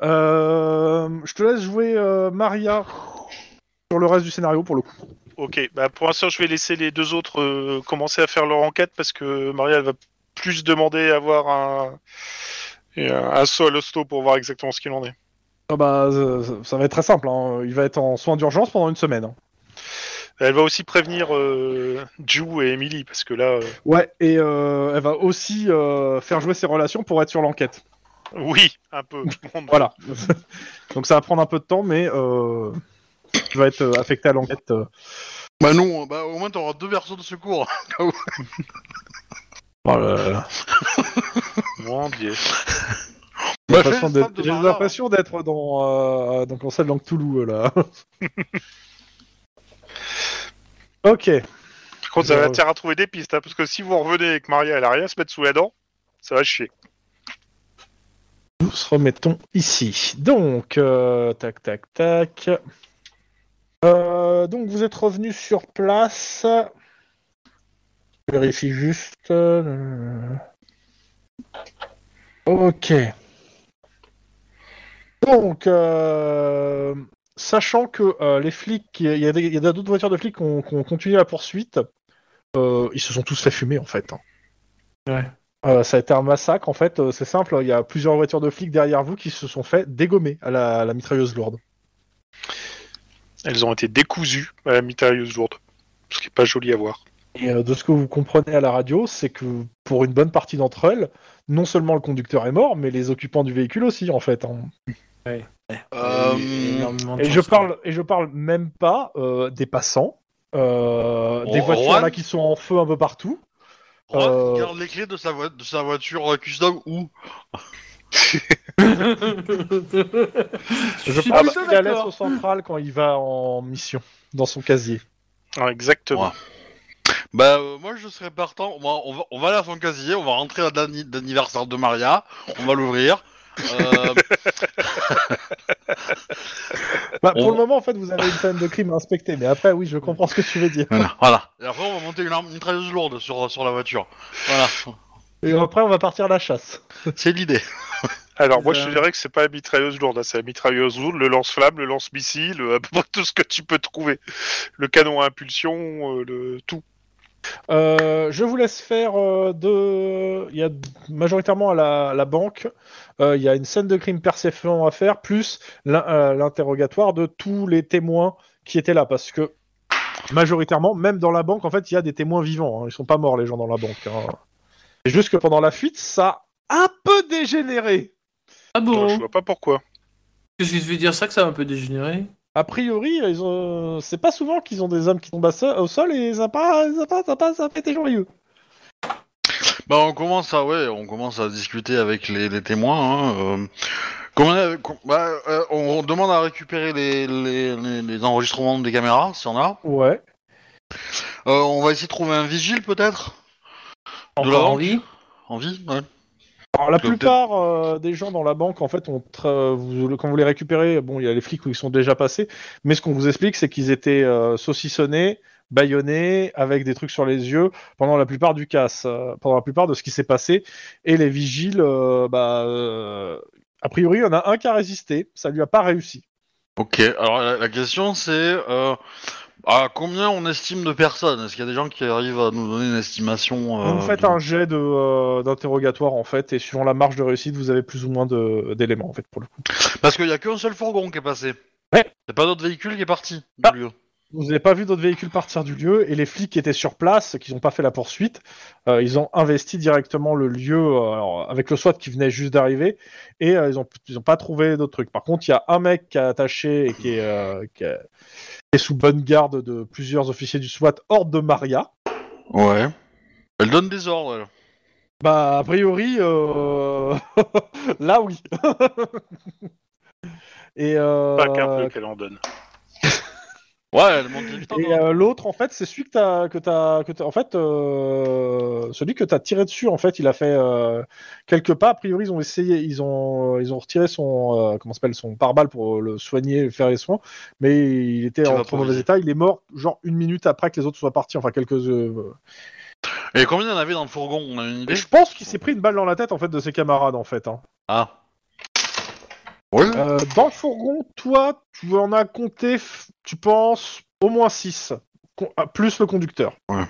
A: Euh, je te laisse jouer euh, Maria sur le reste du scénario pour le coup.
D: Ok, bah pour l'instant, je vais laisser les deux autres euh, commencer à faire leur enquête parce que Maria, elle va plus demander à avoir un. et Un un saut à l'hosto pour voir exactement ce qu'il en est.
A: Ah bah, ça, ça va être très simple. hein. Il va être en soins d'urgence pendant une semaine. hein.
D: Elle va aussi prévenir euh, Ju et Emily parce que là, euh,
A: Ouais, et euh, elle va aussi euh, faire jouer ses relations pour être sur l'enquête.
E: Oui, un peu. Bon, bah,
A: Voilà. <laughs> Donc ça va prendre un peu de temps, mais euh, tu vas être euh, affecté à l'enquête. euh.
B: Bah non, bah au moins t'auras deux versions de secours.
E: Mon dieu.
A: J'ai
B: <laughs> Bah, fais
A: l'impression
B: un
A: d'être-
B: stop de
A: j'ai
B: Bernard.
A: l'impression d'être dans, euh, dans le conseil de langue Toulouse,
B: <laughs>
A: là. ok.
E: Par contre, ça
A: Euh,
E: va intérêt à trouver des pistes, hein, parce que si vous revenez avec Maria, elle a rien à se mettre sous la dent, ça va chier.
A: Nous se remettons ici. Donc, euh, tac, tac, tac. Euh, donc, vous êtes revenu sur place. Je vérifie juste. euh, Ok. Donc, euh, sachant que euh, les flics, il y a, des- il y a d'autres voitures de flics qui ont, qui ont continué la poursuite, euh, ils se sont tous fait fumer en fait. hein. Euh, ça a été un massacre, en fait, euh, c'est simple, il y a plusieurs voitures de flics derrière vous qui se sont fait dégommer à la, à la mitrailleuse lourde.
E: Elles ont été décousues à la mitrailleuse lourde. Ce qui est pas joli à voir.
A: Et euh, de ce que vous comprenez à la radio, c'est que pour une bonne partie d'entre elles, non seulement le conducteur est mort, mais les occupants du véhicule aussi, en fait. hein.
B: Euh,
C: Énormément de
A: Et je
C: chance,
A: parle, et je parle même pas euh, des passants, euh, des
B: Oh,
A: voitures là
B: Juan
A: qui sont en feu un peu partout.
B: Ross
A: Euh.
B: garde les clés de sa, voi- de sa voiture euh, custom ou
A: <laughs>
C: je suis
A: parle
C: plutôt
A: qu'il est à l'aise
C: d'accord.
A: au central quand il va en mission, dans son casier.
E: Ah, exactement.
B: Ouais. Bah euh, moi je serais partant, Moi, on, va, on va aller à son casier, on va rentrer à l'anni- l'anniversaire de Maria, on va l'ouvrir. <laughs> Euh,
A: Bah,
B: On-
A: Pour le moment, en fait, vous avez une scène de crime à inspecter, mais après, oui, je comprends ce que tu veux dire.
B: voilà. voilà. Et après on va monter une arme mitrailleuse lourde sur, sur la voiture. <laughs> Voilà,
A: Et après, on va partir à la chasse.
B: c'est l'idée.
E: Alors, moi, je te
C: Euh.
E: dirais que c'est pas la mitrailleuse lourde, hein, c'est la mitrailleuse lourde, le lance-flamme, le lance-missile, euh, à peu près tout ce que tu peux trouver. Le canon à impulsion, euh, le tout.
A: Euh, je vous laisse faire euh, deux. Il y a majoritairement à la, à la banque, euh, il y a une scène de crime perséphone à faire, plus l'in- euh, l'interrogatoire de tous les témoins qui étaient là, parce que majoritairement, même dans la banque, en fait, il y a des témoins vivants. hein. Ils sont pas morts les gens dans la banque. hein. C'est juste que pendant la fuite, ça a un peu dégénéré.
C: Ah
E: Donc,
C: bon
E: je vois pas pourquoi.
C: Qu'est-ce qui te fait dire ça que ça a un peu dégénéré
A: A priori, ils ont... c'est pas souvent qu'ils ont des hommes qui tombent à so- au sol et ça pas, ça pas, ça pas, ça fait des joyeux.
B: Bah on commence à ouais, on commence à discuter avec les, les témoins. hein, euh. Combien- com- bah, euh, on demande à récupérer les, les, les- les enregistrements des caméras, s'il y en a.
A: Ouais.
B: Euh, on va essayer de trouver un vigile peut-être
C: Encore
B: banque
C: en vie
B: En vie ouais.
A: Alors, la
B: Donc,
A: plupart euh, des gens dans la banque, en fait, on tra- vous- quand vous les récupérez, bon, il y a les flics où ils sont déjà passés, mais ce qu'on vous explique, c'est qu'ils étaient euh, saucissonnés, bâillonnés, avec des trucs sur les yeux, pendant la plupart du casse, euh, pendant la plupart de ce qui s'est passé, et les vigiles, euh, bah, euh, a priori, il y en a un qui a résisté, ça lui a pas réussi.
B: Ok, alors la, la question c'est euh, à combien on estime de personnes Est-ce qu'il y a des gens qui arrivent à nous donner une estimation euh,
A: vous faites
B: de-
A: un jet de, euh, d'interrogatoire, en fait, et suivant la marge de réussite, vous avez plus ou moins de- d'éléments, en fait, pour le coup.
B: Parce qu'il y a qu'un seul fourgon qui est passé.
A: Ouais.
B: Il n'y a pas d'autre véhicule qui est parti. du
A: Ah.
B: lieu.
A: Vous n'avez pas vu d'autres véhicules partir du lieu et les flics qui étaient sur place, qui n'ont pas fait la poursuite, euh, ils ont investi directement le lieu euh, alors, avec le SWAT qui venait juste d'arriver et euh, ils n'ont ils ont pas trouvé d'autres trucs. Par contre, il y a un mec qui a attaché et qui est, euh, qui est- qui est sous bonne garde de plusieurs officiers du SWAT hors de Maria.
B: Ouais. Elle donne des ordres. elle.
A: Bah, a priori, euh, <laughs> là oui. <laughs> et euh,
E: Pas qu'un peu qu'elle en donne.
B: Ouais, elle monte vite.
A: Et euh, l'autre, en fait, c'est celui que t'as, que t'as, que t'as- en fait, euh, celui que t'as tiré dessus. En fait, il a fait euh, quelques pas. A priori, ils ont essayé, ils ont, euh, ils ont retiré son, euh, comment s'appelle, son pare-balles pour le soigner, lui faire les soins. Mais il était
B: Tu
A: en
B: vas
A: trop
B: pas
A: mauvais
B: oser.
A: état. Il est mort genre une minute après que les autres soient partis. Enfin, quelques. euh,
B: Et combien il y en avait dans le fourgon On a une
A: et
B: idée
A: je pense qu'il s'est pris une balle dans la tête en fait de ses camarades en fait. hein.
B: Ah. Ouais.
A: Euh, dans le fourgon, toi, tu en as compté, f- tu penses, au moins 6, plus le conducteur.
B: Ouais.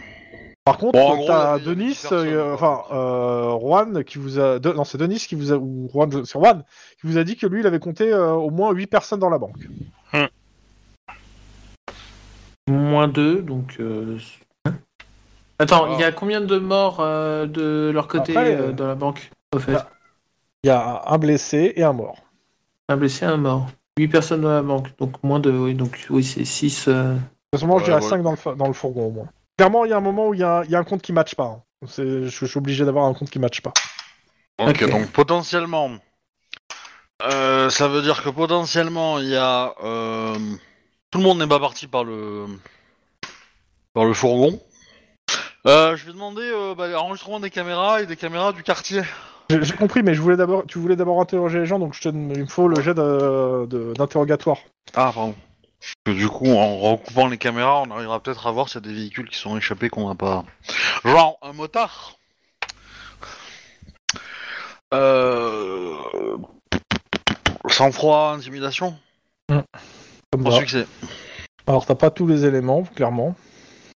A: Par contre,
B: Bon, en gros,
A: t'as
B: il y a
A: Denis,
B: dix personnes,
A: euh,
B: quoi.
A: enfin, euh, Juan qui vous a. de- non, c'est Denis qui vous a. Ou Juan, c'est Juan qui vous a dit que lui, il avait compté euh, au moins 8 personnes dans la banque.
C: Moins 2, donc. euh, hein Attends,
B: Ah.
C: il y a combien de morts euh, de leur côté
A: Après,
C: euh,
A: euh,
C: dans la banque au fait
A: bah, Il y a un blessé et un mort.
C: Un blessé, un mort. 8 personnes dans la banque, donc moins de. Oui, donc oui, c'est euh, 6.
A: De toute façon, je
B: Ouais,
A: dirais
B: ouais.
A: 5 dans le, fa- dans le fourgon au moins. Clairement, il y a un moment où il y a, il y a un compte qui matche pas. hein. C'est- Je, je suis obligé d'avoir un compte qui matche pas.
B: Ok,
C: Ok.
B: donc potentiellement, euh, ça veut dire que potentiellement il y a euh, tout le monde n'est pas parti par le par le fourgon. Euh, je vais demander euh, bah, l'enregistrement des caméras et des caméras du quartier.
A: J'ai j'ai compris, mais je voulais d'abord, tu voulais d'abord interroger les gens, donc je te- il me faut le jet de- de- d'interrogatoire.
B: Ah pardon. Que du coup, en recoupant les caméras, on arrivera peut-être à voir s'il y a des véhicules qui sont échappés qu'on n'a pas. Genre un motard. Euh... Sans froid, intimidation.
A: Ça me
B: Sans
A: va.
B: succès.
A: Alors, t'as pas tous les éléments, clairement.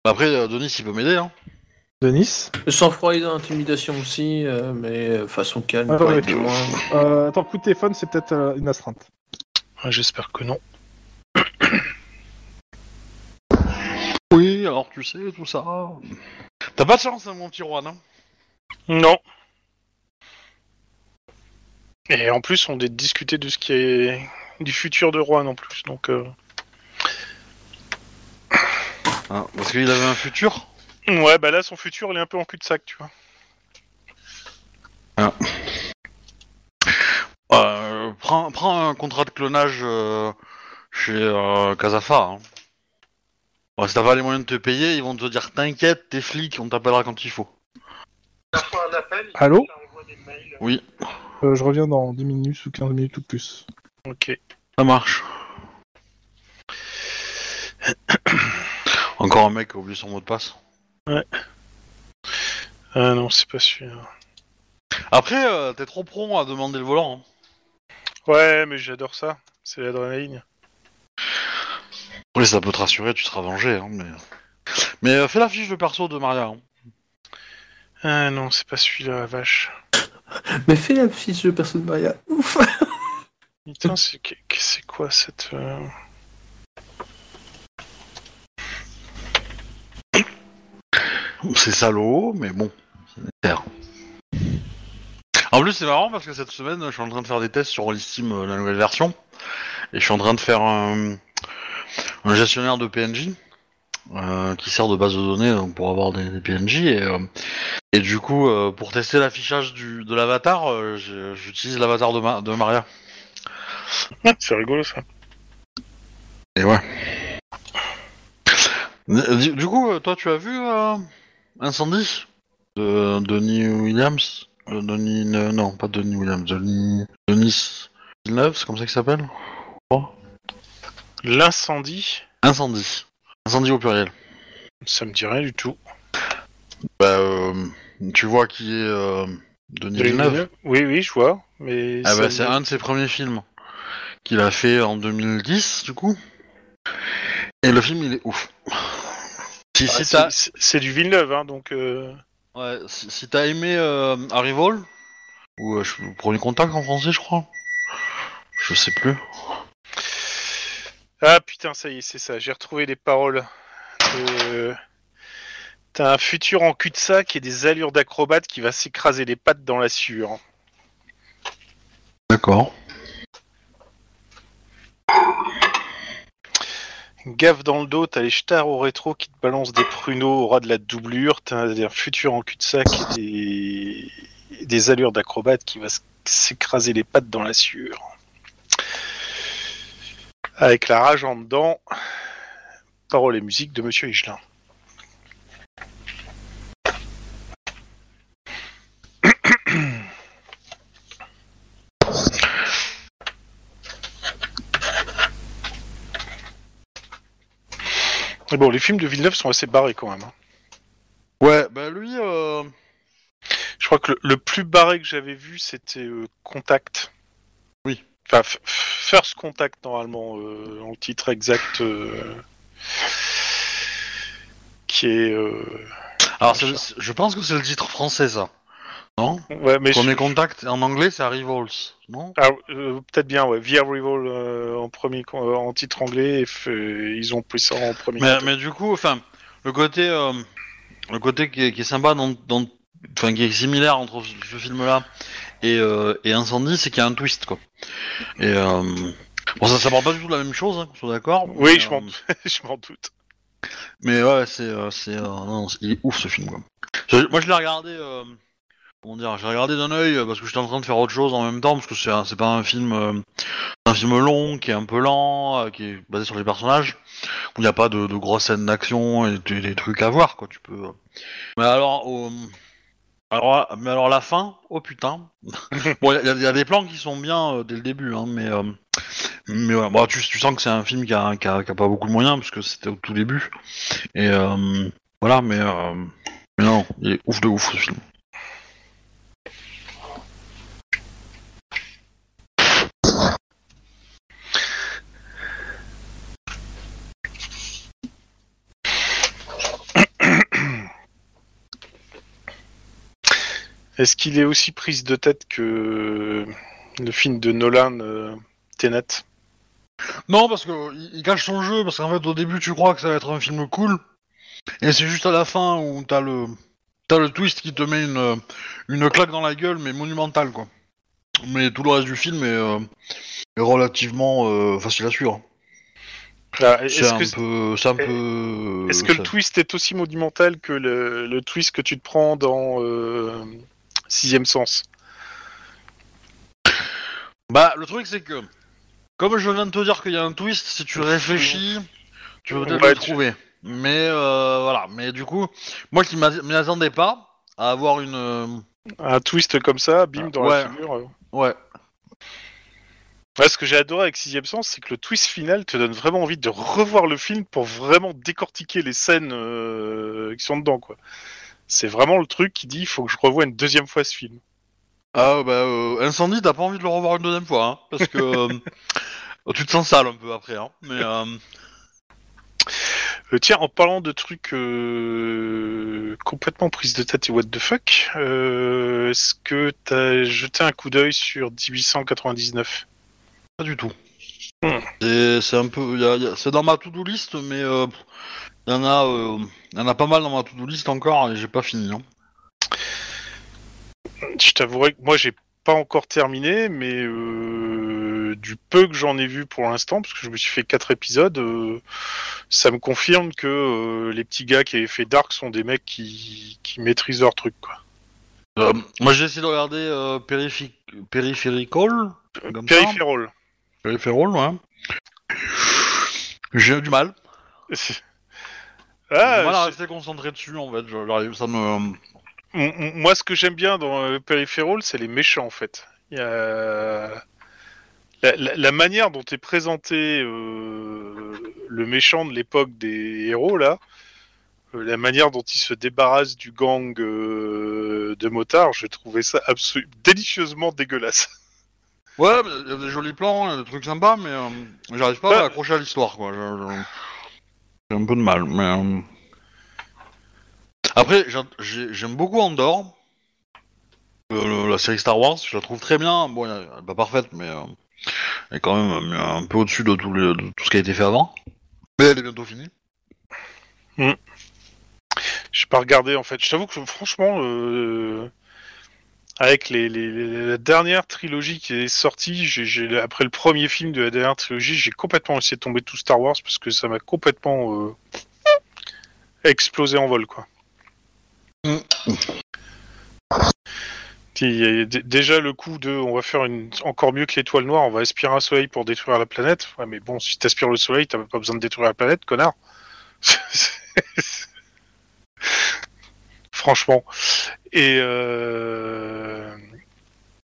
B: Bah Après, euh, Denis, il peut m'aider. Hein.
A: Denis
C: Sans froid et intimidation aussi, euh, mais euh, façon calme.
A: Ah,
C: pour
A: ouais.
C: être loin.
A: euh, Attends, coup de téléphone, c'est peut-être euh, une astreinte.
D: Ouais, Ah, J'espère que non.
B: Oui, alors tu sais, tout ça. T'as pas de chance, hein, mon petit Juan. Hein.
D: Non. Et en plus, on a discuté de ce qui est du futur de Rouen en plus. Donc euh,
B: Hein, parce qu'il avait un futur.
D: ouais, bah là, son futur, il est un peu en cul-de-sac, tu vois.
B: Euh, prends, prends un contrat de clonage euh, chez euh, Casafa. hein. Bon, si t'as pas les moyens de te payer, ils vont te dire t'inquiète, t'es flic, on t'appellera quand il faut.
A: Allô
B: Oui.
A: Euh, Je reviens dans 10 minutes ou 15 minutes ou plus.
D: Ok.
B: Ça marche. <coughs> Encore un mec qui a oublié son mot de passe.
D: Ah non, c'est pas sûr.
B: Après, euh, t'es trop prompt à demander le volant. hein.
D: Ouais, mais j'adore ça. C'est l'adrénaline.
B: Oui, ça peut te rassurer, tu seras vengé. hein, mais mais euh, fais la fiche de perso de Maria. hein.
D: Ah non, c'est pas celui-là, la vache.
C: Mais fais la fiche de personne Maria. Ouf
D: Putain,
A: Mmh.
D: c'est qu- qu- c'est quoi cette. euh,
B: C'est salaud, mais bon, c'est nécessaire. En plus, c'est marrant parce que cette semaine, je suis en train de faire des tests sur l'estime euh, la nouvelle version. Et je suis en train de faire un, un gestionnaire de PNJ euh, qui sert de base de données donc, pour avoir des, des PNJ. Et, euh, et du coup, euh, pour tester l'affichage du- de l'avatar, euh, j'ai- j'utilise l'avatar de, Ma- de Maria.
D: C'est rigolo ça.
B: Et ouais. Du, du coup, euh, toi, tu as vu euh, Incendie de Denis Williams Euh, Denis, ne- non, pas Denis Williams, Denis, Denis Villeneuve, c'est comme ça qu'il s'appelle
D: L'incendie,
B: Incendie. Incendie au pluriel.
D: ça me dit rien du tout.
B: Bah, euh, tu vois qui est euh, Denis Villeneuve
D: Oui, oui, je vois. Mais
B: Ah
D: ça
B: bah,
D: me-
B: c'est un de ses premiers films qu'il a fait en 2010, du coup. Et le film, il est ouf. Si, si
D: Ah, c'est-
B: t'as-
D: c'est- c'est du Villeneuve, hein, donc. euh,
B: Ouais, si, si t'as aimé euh, Arrival, ou euh, je- Premier Contact en français, je crois. Je sais plus.
D: Ah putain, ça y est, c'est ça. J'ai retrouvé les paroles. Euh, T'as un futur en cul-de-sac et des allures d'acrobate qui va s'écraser les pattes dans la sueur.
B: D'accord.
D: Gaffe dans le dos, t'as les stars au rétro qui te balancent des pruneaux au ras de la doublure. T'as un futur en cul-de-sac et des... des allures d'acrobate qui va s- s'écraser les pattes dans la sueur. Avec la rage en dedans, paroles et musique de Monsieur Higelin. Mais Bon, les films de Villeneuve sont assez barrés quand même. hein.
B: Ouais, bah lui, euh,
D: Je crois que le, le plus barré que j'avais vu, c'était euh, Contact.
B: Oui.
D: Enfin, f- First Contact, normalement, euh, en titre exact. euh, qui est. euh,
B: alors c'est- c'est- je pense que c'est le titre français, ça. Non
D: Ouais, mais.
B: Premier
D: je-
B: Contact, en anglais, c'est Arrivals, non
D: Ah, euh, Peut-être bien, ouais. Via Rival euh, en, premier, con- euh, en titre anglais, et f- euh, ils ont pris ça en premier.
B: mais,
D: contact.
B: mais du coup, enfin, le côté, euh, le côté qui est, qui est sympa dans, dans enfin qui est similaire entre ce film-là et, euh, et Incendie, c'est qu'il y a un twist quoi. Et euh, bon, ça, ça parle pas du tout de la même chose, hein, qu'on soit d'accord.
D: Oui,
B: mais,
D: je m'en
B: euh,
D: <laughs> je m'en doute.
B: Mais ouais, c'est, euh, c'est, euh, non, c'est- il est ouf ce film quoi. Je- moi, je l'ai regardé. euh, comment dire, j'ai regardé d'un œil euh, parce que j'étais en train de faire autre chose en même temps parce que c'est, un- c'est pas un film, euh, un film long qui est un peu lent, euh, qui est basé sur les personnages où il n'y a pas de, de grosses scènes d'action et des, des trucs à voir quoi. Tu peux. euh. Mais alors, euh, alors, là- mais alors la fin, oh putain. <laughs> bon, il y, a- il y a des plans qui sont bien euh, dès le début, hein, mais. euh, mais voilà, bon, tu, tu sens que c'est un film qui a, qui a- qui a pas beaucoup de moyens, parce que c'était au tout début. Et euh, voilà, mais, euh, mais non, il est ouf de ouf ce film.
D: Est-ce qu'il est aussi prise de tête que le film de Nolan, euh, Tenet
B: Non, parce que euh, il, il cache son jeu, parce qu'en fait, au début, tu crois que ça va être un film cool, et c'est juste à la fin où t'as le, t'as le twist qui te met une, euh, une claque dans la gueule, mais monumentale, quoi. Mais tout le reste du film est, euh, est relativement euh, facile à suivre.
D: Ah,
B: C'est
D: Est-ce
B: un,
D: que,
B: peu, c'est un peu.
D: est-ce que le
B: ça-
D: twist est aussi monumental que le, le twist que tu te prends dans euh, Sixième Sens
B: Bah, le truc, c'est que, comme je viens de te dire qu'il y a un twist, si tu réfléchis, tu vas peut-être
D: Ouais,
B: le
D: tu-
B: trouver. Mais euh, voilà, mais du coup, moi qui m'as- m'y attendais pas à avoir une. euh,
D: Un twist comme ça, bim,
B: Ah,
D: dans la
B: ouais.
D: figure. euh.
B: Ouais.
D: Ouais, ce que j'ai adoré avec Sixième Sens, c'est que le twist final te donne vraiment envie de revoir le film pour vraiment décortiquer les scènes euh, qui sont dedans. quoi. C'est vraiment le truc qui dit il faut que je revoie une deuxième fois ce film.
B: Ah, bah, euh, Incendie, t'as pas envie de le revoir une deuxième fois, hein, parce
D: <laughs>
B: que. euh, tu te sens sale un peu après, hein. Mais. euh,
D: Euh, tiens, en parlant de trucs euh, complètement prise de tête et what the fuck, euh, est-ce que t'as jeté un coup d'œil sur 1899
B: Pas du tout.
D: Hmm.
B: C'est- C'est un peu, y a- y a- c'est dans ma to-do list, mais euh, y en a, euh, y en a pas mal dans ma to-do list encore, et j'ai pas fini. hein.
D: Je t'avouerai que moi j'ai pas encore terminé, mais euh, du peu que j'en ai vu pour l'instant, parce que je me suis fait quatre épisodes, euh, ça me confirme que euh, les petits gars qui avaient fait Dark sont des mecs qui, qui maîtrisent leur truc. Quoi.
B: Euh, moi, j'ai essayé de regarder euh, Periphi- Peripheral. comme ça.
D: Peripheral.
B: Peripheral, ouais. J'ai eu du mal. J'ai
D: <laughs> Ah,
B: du mal à
D: je-
B: rester concentré dessus, en fait. je- j'arrive- ça me...
D: M- m- Moi, ce que j'aime bien dans euh, Peripheral, c'est les méchants, en fait. Il y a- la, la- la manière dont est présenté euh, le méchant de l'époque des héros, là, euh, la manière dont il se débarrasse du gang euh, de motards, je trouvais ça absolu- délicieusement dégueulasse.
B: Ouais, il y a des jolis plans, y a des trucs sympas, mais euh, j'arrive pas à
D: Bah-
B: accrocher à l'histoire, quoi. Je- je- J'ai un peu de mal, mais... euh, Après, j'a- j'ai- j'aime beaucoup Andorre. Euh, le- la série Star Wars, je la trouve très bien. Bon, elle est pas parfaite, mais... euh, elle est quand même euh, un peu au-dessus de, tout le- de tout ce qui a été fait avant. Mais elle est bientôt finie.
D: Je pas regardé, en fait. Je t'avoue que, franchement, euh, avec les, les- les- la dernière trilogie qui est sortie, j'ai- j'ai- après le premier film de la dernière trilogie, j'ai complètement laissé tomber tout Star Wars parce que ça m'a complètement euh, explosé en vol, quoi.
B: Mm.
D: Il y a d- Déjà le coup de on va faire une, encore mieux que l'étoile noire, on va aspirer un soleil pour détruire la planète. Ouais, mais bon, si t'aspires le soleil, t'as pas besoin de détruire la planète, connard. <laughs> Franchement. Et, euh,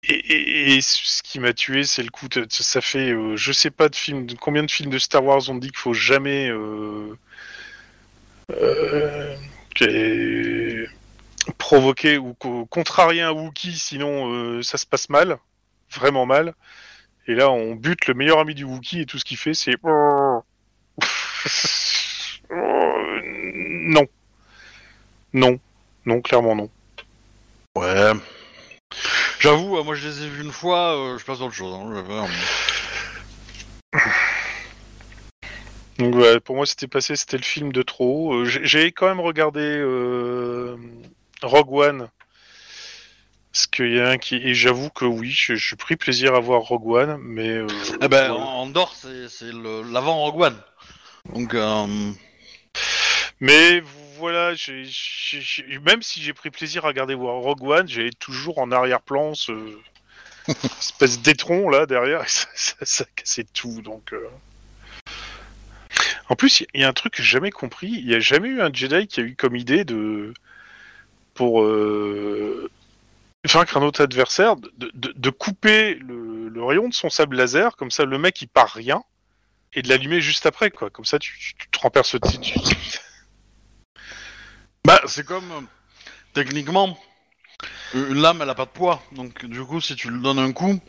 D: et, et- et ce qui m'a tué, c'est le coup. de- ça fait, euh, je sais pas de films, de- combien de films de Star Wars on dit qu'il faut jamais. euh, euh, que- provoquer ou co- contrarier un Wookiee, sinon euh, ça se passe mal, vraiment mal. Et là, on bute le meilleur ami du Wookiee et tout ce qu'il fait, c'est. <laughs> Oh, non. Non. Non, clairement non.
B: Ouais. J'avoue, euh, moi je les ai vus une fois, euh, je passe à autre chose. hein, je- vraiment.
D: Donc voilà, pour moi, c'était passé, c'était le film de trop. Euh, j'ai- J'ai quand même regardé euh, Rogue One Parce qu'il y a un qui. Et j'avoue que oui, je, je pris plaisir à voir Rogue One, mais. euh,
B: Eh ben,
D: voilà.
B: Andorre, c'est c'est le- l'avant Rogue One. Donc, euh,
D: Mais voilà, j'ai- j'ai- j'ai- même si j'ai pris plaisir à regarder voir Rogue One, j'ai toujours en arrière-plan ce espèce d'étron là derrière, et ça, ça, ça cassait tout. Donc, euh. en plus, il y a un truc que j'ai jamais compris. Il n'y a jamais eu un Jedi qui a eu comme idée de pour euh, vaincre un autre adversaire, de, de- de couper le, le rayon de son sable laser, comme ça le mec il part rien, et de l'allumer juste après quoi. Comme ça, tu, tu, tu te remperds ce tu-
B: bah, c'est comme. euh, techniquement, une lame, elle a pas de poids. Donc, du coup, si tu lui donnes un coup,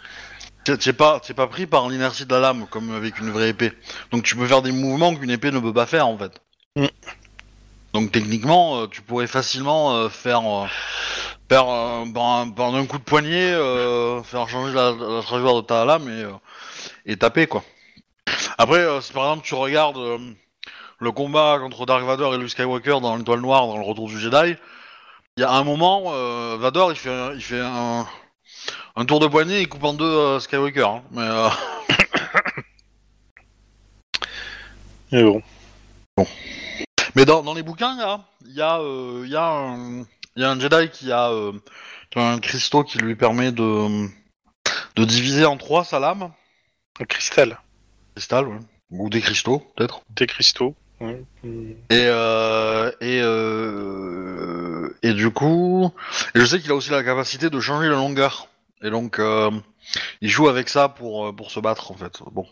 B: t'es t'es pas, t'es pas pris par l'inertie de la lame, comme avec une vraie épée. Donc, tu peux faire des mouvements qu'une épée ne peut pas faire, en fait.
D: Mm.
B: Donc, techniquement, euh, tu pourrais facilement euh, faire. euh, faire euh, par, un, par un coup de poignet, euh, faire changer la, la trajectoire de ta lame et, euh, et taper, quoi. Après, euh, si par exemple tu regardes euh, le combat contre Dark Vador et Luke Skywalker dans l'Étoile Noire, dans le Retour du Jedi, il y a un moment, euh, Vador il fait, un- il fait un, un tour de poignet, il coupe en deux euh, Skywalker. hein. Mais, euh, <laughs>
D: Mais bon.
B: mais dans, dans les bouquins, il y a- il y, a, euh, il y, a un- il y a un Jedi qui a, euh, qui a un cristaux qui lui permet de, de diviser en trois sa lame,
D: Un cristal,
B: cristal, ouais. ou des cristaux peut-être.
D: des cristaux. Mm.
B: Et euh, et euh, et du coup, et je sais qu'il a aussi la capacité de changer la longueur. Et donc, euh, il joue avec ça pour euh, pour se battre en fait. Bon,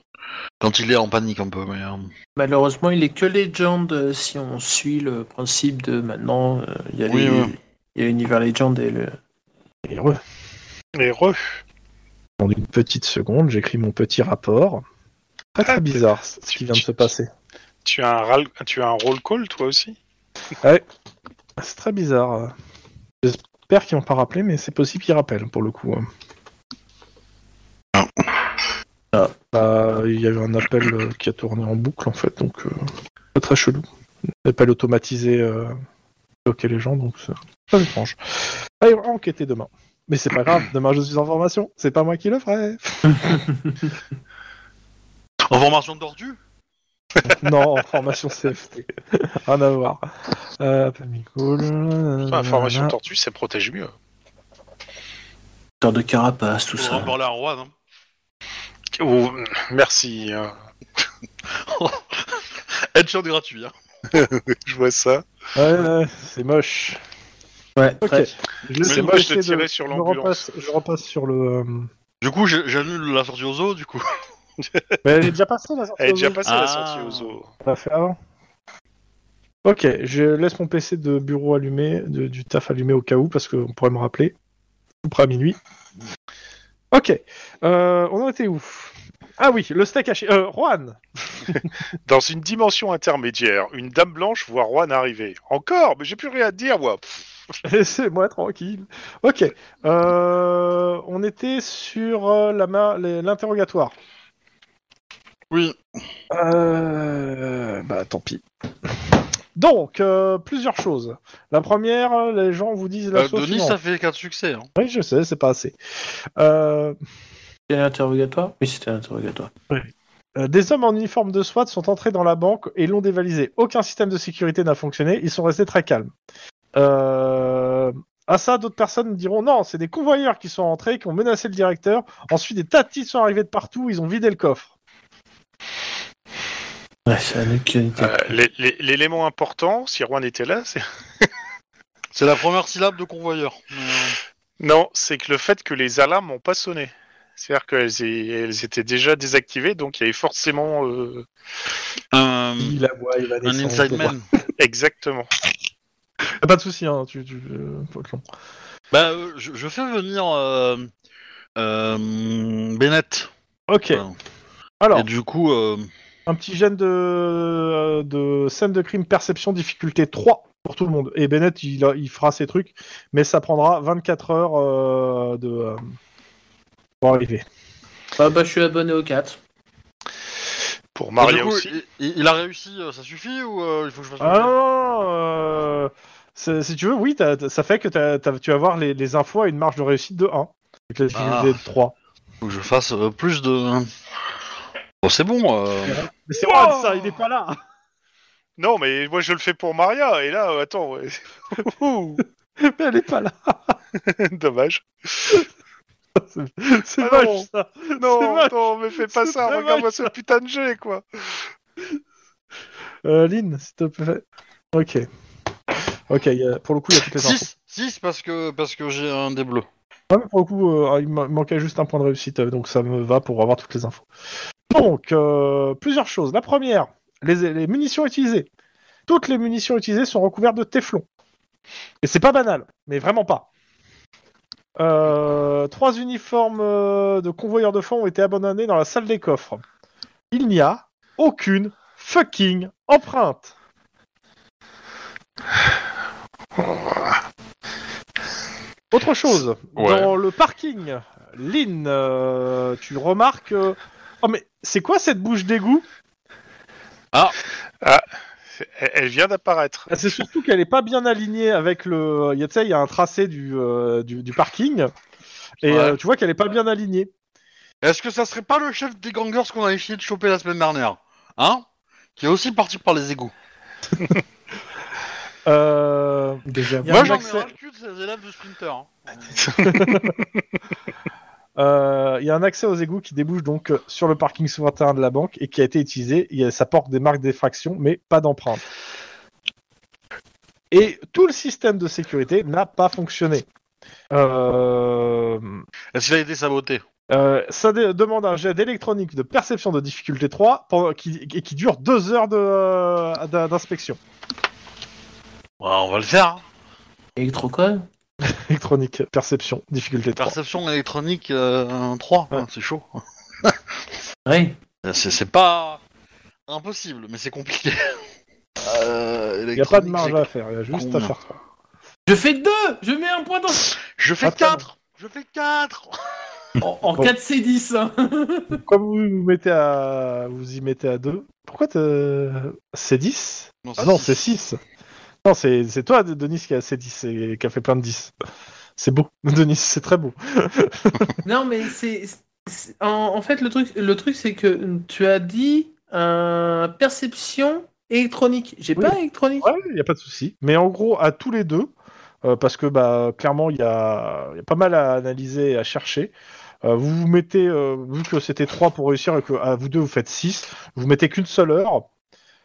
B: quand il est en panique un peu, mais euh,
C: Malheureusement, il est que Legend euh, si on suit le principe de maintenant. euh, Il y a
B: Oui,
C: les-
B: ouais.
C: il y a l'univers Legend et le.
A: Et re-
D: Et re.
A: en une petite seconde, j'écris mon petit rapport. Pas très bizarre ce qui vient de se passer.
D: Tu as un ral- tu as un roll call toi aussi
A: C'est très bizarre. J'espère qu'ils n'ont pas rappelé, mais c'est possible qu'ils rappellent pour le coup. hein.
B: Ah.
C: Ah.
A: Bah, il y a eu un appel euh, qui a tourné en boucle en fait, donc euh, pas très chelou. Appel automatisé euh, bloquer les gens, donc c'est pas étrange. Allez, on va enquêter demain. Mais c'est pas grave, demain je suis en formation, c'est pas moi qui le ferai. <laughs>
B: en formation de tortue.
A: non, en formation CFT. <laughs> Rien à voir. Euh, Pammy Call, nanana.
D: Enfin, Information tortue, ça protège mieux.
C: Sorte de carapace, tout
B: On va en parler à Rouen. hein.
D: Oh, merci. hein.
B: Headshot gratuit. Hein.
D: Je vois ça.
A: Ouais, ouais, c'est moche.
C: Ouais,
A: Ok.
C: ouais.
A: Je laisse
D: Mais
A: le
D: moi, je te
A: PC
D: tirais sur
A: je
D: l'ambulance.
A: repasse- Je repasse sur <laughs> le. euh,
B: Du coup, j'ai- j'annule la sortie au zoo. Du coup,
A: Mais elle est déjà passée la sortie.
D: Elle est
A: au
D: déjà
A: zoo.
D: passée
B: Ah.
D: la sortie aux zoo.
A: On l'a fait avant. Ok, je laisse mon PC de bureau allumé, de- du taf allumé au cas où, parce qu'on pourrait me rappeler. Tout près à minuit. Ok, euh, on en était où Ah oui, le steak haché. Euh, Juan
D: Dans une dimension intermédiaire, une dame blanche voit Juan arriver. Encore Mais j'ai plus rien à te dire, moi. Pff,
A: <laughs> Laissez-moi tranquille. Ok. euh, on était sur euh, la ma- les- l'interrogatoire.
B: oui.
A: Euh, Bah tant pis. Donc, euh, plusieurs choses. La première, euh, les gens vous disent la
B: Euh,
A: chose
B: Denis,
A: suivante.
B: ça fait 4 succès. Hein.
A: Oui, je sais, c'est pas assez. Euh,
C: C'était un interrogatoire Oui, c'était un interrogatoire.
A: euh, des hommes en uniforme de SWAT sont entrés dans la banque et l'ont dévalisée. Aucun système de sécurité n'a fonctionné, ils sont restés très calmes. Euh, à ça, d'autres personnes diront non, c'est des convoyeurs qui sont entrés, qui ont menacé le directeur. Ensuite, des tas de titres sont arrivés de partout, ils ont vidé le coffre.
C: Ouais, c'est un actualité.
D: euh, l'é- l'é- L'élément important, si Juan était là, c'est... <laughs>
B: C'est la première syllabe de convoyeur. Mais, euh,
D: Non, c'est que le fait que les alarmes n'ont pas sonné. C'est-à-dire qu'elles é- elles étaient déjà désactivées, donc il y avait forcément... euh,
B: un-
A: la voit, il va
B: Mm. un inside man.
D: Exactement.
A: Pas de souci, hein, tu, tu- euh, faut être long.
B: Bah, euh, je, je fais venir euh, euh, Bennett.
A: Ok,
B: Pardon.
A: alors,
B: Et du coup, euh,
A: un petit gène de, de scène de crime perception difficulté 3 pour tout le monde. Et Bennett, il, a- il fera ses trucs, mais ça prendra 24 heures euh, de, euh, pour arriver.
C: Ah bah, je suis abonné au 4.
D: Pour
B: et
D: Maria
B: Bah, du coup,
D: aussi.
B: il, il- il a réussi, euh, ça suffit ou euh, il faut que je fasse
A: Ah non, non, non, euh, c'est- si tu veux, oui, t'as- t'as- ça fait que t'as- t'as- tu vas avoir les, les infos à une marge de réussite de 1. Avec la difficulté de 3.
B: Faut que je fasse euh, plus de. Bon, c'est bon. euh,
A: Mais c'est
E: Wow
A: Juan, ça, il est pas là
E: Non, mais moi je le fais pour Maria, et là, euh, attends, ouais. <laughs> Ouh,
A: <laughs> Mais elle est pas là
E: dommage.
A: C'est
E: Ah
A: moche,
E: non.
A: ça
E: Non,
A: moche.
E: non, mais fais pas
A: C'est
E: ça,
A: dommage.
E: regarde-moi ce putain de jet, quoi.
A: Euh, Lynn, s'il te plaît. Ok. Ok, il y a- pour le coup, il y a toutes les infos.
B: 6 6 parce que, parce que j'ai un des bleus.
A: Ouais, mais pour le coup, euh, il m'a- manquait juste un point de réussite, euh, donc ça me va pour avoir toutes les infos. Donc, euh, plusieurs choses. La première, les, les munitions utilisées. Toutes les munitions utilisées sont recouvertes de téflon. Et c'est pas banal, mais vraiment pas. Euh, trois uniformes euh, de convoyeurs de fonds ont été abandonnés dans la salle des coffres. Il n'y a aucune fucking empreinte. Autre chose,
E: Ouais.
A: dans le parking, Lynn, euh, tu remarques. euh, Oh, mais c'est quoi cette bouche d'égout
E: Elle, elle vient d'apparaître.
A: Ah, C'est surtout qu'elle est pas bien alignée avec le. il y a- Tu sais, il y a un tracé du, euh, du, du parking. Et
B: Ouais.
A: euh, tu vois qu'elle est pas bien alignée.
B: Est-ce que ça serait pas le chef des gangers qu'on a essayé de choper la semaine dernière Hein Qui est aussi parti par les égouts.
A: Euh,
C: Déjà,
A: Y a
B: Moi
A: un
B: j'en ai
A: accès-
B: ras le cul de ces élèves de sprinter. hein.
A: euh, Il y a un accès aux égouts qui débouche donc euh, sur le parking souterrain de la banque et qui a été utilisé. Il y a- ça porte des marques d'effraction, mais pas d'empreinte. Et tout le système de sécurité n'a pas fonctionné. Euh,
B: Est-ce qu'il a été saboté
A: euh, ça dé- demande un jet d'électronique de perception de difficulté 3 pendant- qui, et qui dure deux heures de, euh, d'in- d'inspection. <laughs>
B: Bah, On va le faire. hein.
C: Electrocon
A: Électronique, perception, difficulté 3.
B: Perception électronique euh, 3. hein, c'est chaud.
C: Ouais.
B: C'est c'est pas impossible, mais c'est compliqué. <laughs> Euh,
A: Il n'y a pas de
B: électronique,
A: marge
B: c'est- hein.
A: à faire, il y a juste à
B: Combien
A: faire 3.
C: Je fais deux Je mets un point dans.
B: Je fais
A: Attends.
B: 4 Je fais 4
C: En, en
A: Bon.
C: 4 C10. hein.
A: Comme vous, vous mettez à... vous y mettez à 2, pourquoi t'es- c'est 10 Ah non, c'est 6. Non, c'est c'est toi, De- Denis, qui a, c'est 10 et qui a fait plein de 10. C'est beau, <laughs> Denis, c'est très beau.
C: Non, mais c'est. c'est- En, en fait, le truc, le truc c'est que tu as dit un perception électronique. J'ai
A: Oui.
C: pas électronique.
A: Ouais, il n'y a pas de souci. Mais en gros, à tous les deux, euh, parce que bah, clairement, il y a, il y a pas mal à analyser et à chercher. euh, vous vous mettez, euh, vu que c'était 3 pour réussir et que à vous deux vous faites 6, vous mettez qu'une seule heure.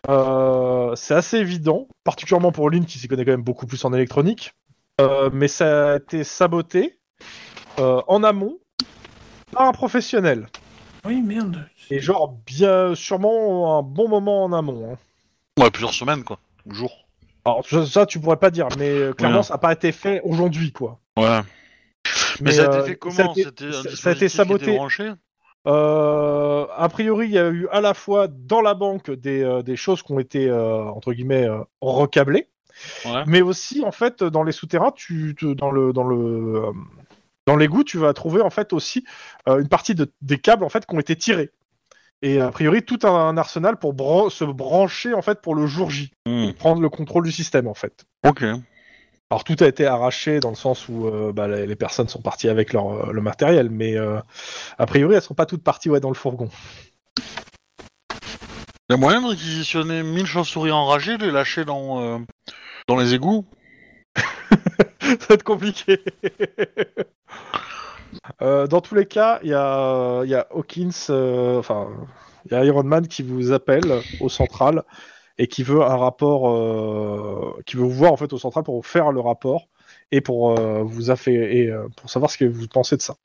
A: Euh, c'est assez évident, particulièrement pour Lynn qui s'y connaît quand même beaucoup plus en électronique. Euh, mais ça a été saboté euh, en amont par un professionnel.
C: Oui, merde.
A: Et genre, bien sûrement un bon moment en amont. hein.
B: Ouais, plusieurs semaines, quoi. Ou jours.
A: Alors ça, ça, tu pourrais pas dire, mais euh, clairement
B: Ouais.
A: ça n'a pas été fait aujourd'hui quoi.
B: Ouais. Mais, ça a
A: euh,
B: été fait comment
A: ça a été-
B: C'était un
A: ça- ça a été
B: dispositif qui était
A: saboté.
B: branché
A: euh, a priori, il y a eu à la fois dans la banque des, euh, des choses qui ont été euh, entre guillemets euh, recablées,
B: Ouais.
A: mais aussi en fait dans les souterrains, tu, tu- dans le dans le euh, dans l'égout, tu vas trouver en fait aussi euh, une partie de- des câbles en fait qui ont été tirés. Et a priori tout un, arsenal pour bran- se brancher en fait pour le jour J,
B: Hmm,
A: prendre le contrôle du système en fait.
B: Ok.
A: Alors tout a été arraché dans le sens où euh, bah, les les personnes sont parties avec leur, euh, le matériel, mais euh, a priori elles sont pas toutes parties ouais, dans le fourgon.
B: Il y a moyen de réquisitionner 1000 chauves-souris enragées, les lâcher dans, euh, dans les égouts
A: Ça va être compliqué. Euh, dans tous les cas, il y a, euh, il y a Hawkins, euh, enfin il y a Iron Man qui vous appelle au central et qui veut un rapport, euh, qui veut vous voir en fait au central pour vous faire le rapport et pour euh, vous affaire- et euh, pour savoir ce que vous pensez de ça.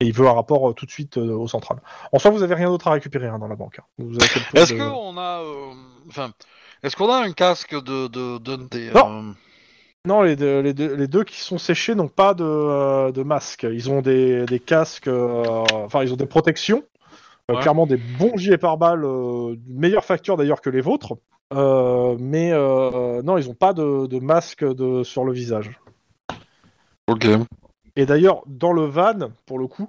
A: Et il veut un rapport euh, tout de suite euh, au central. En soi, vous avez rien d'autre à récupérer hein, dans la banque. hein. Vous avez fait le tour
B: Est-ce
A: de-
B: qu'on a. euh, Enfin. Est-ce qu'on a un casque de. de, de, des,
A: Non.
B: euh,
A: Non, les deux, les deux, les deux qui sont séchés n'ont pas de, euh, de masque. Ils ont des, des casques, euh, enfin, ils ont des protections. Euh,
B: Ouais.
A: Clairement, des bons gilets pare-balles, euh, d'une meilleure facture d'ailleurs que les vôtres. Euh, mais euh, non, ils n'ont pas de, de masque de, sur le visage.
B: Ok.
A: Et d'ailleurs, dans le van, pour le coup,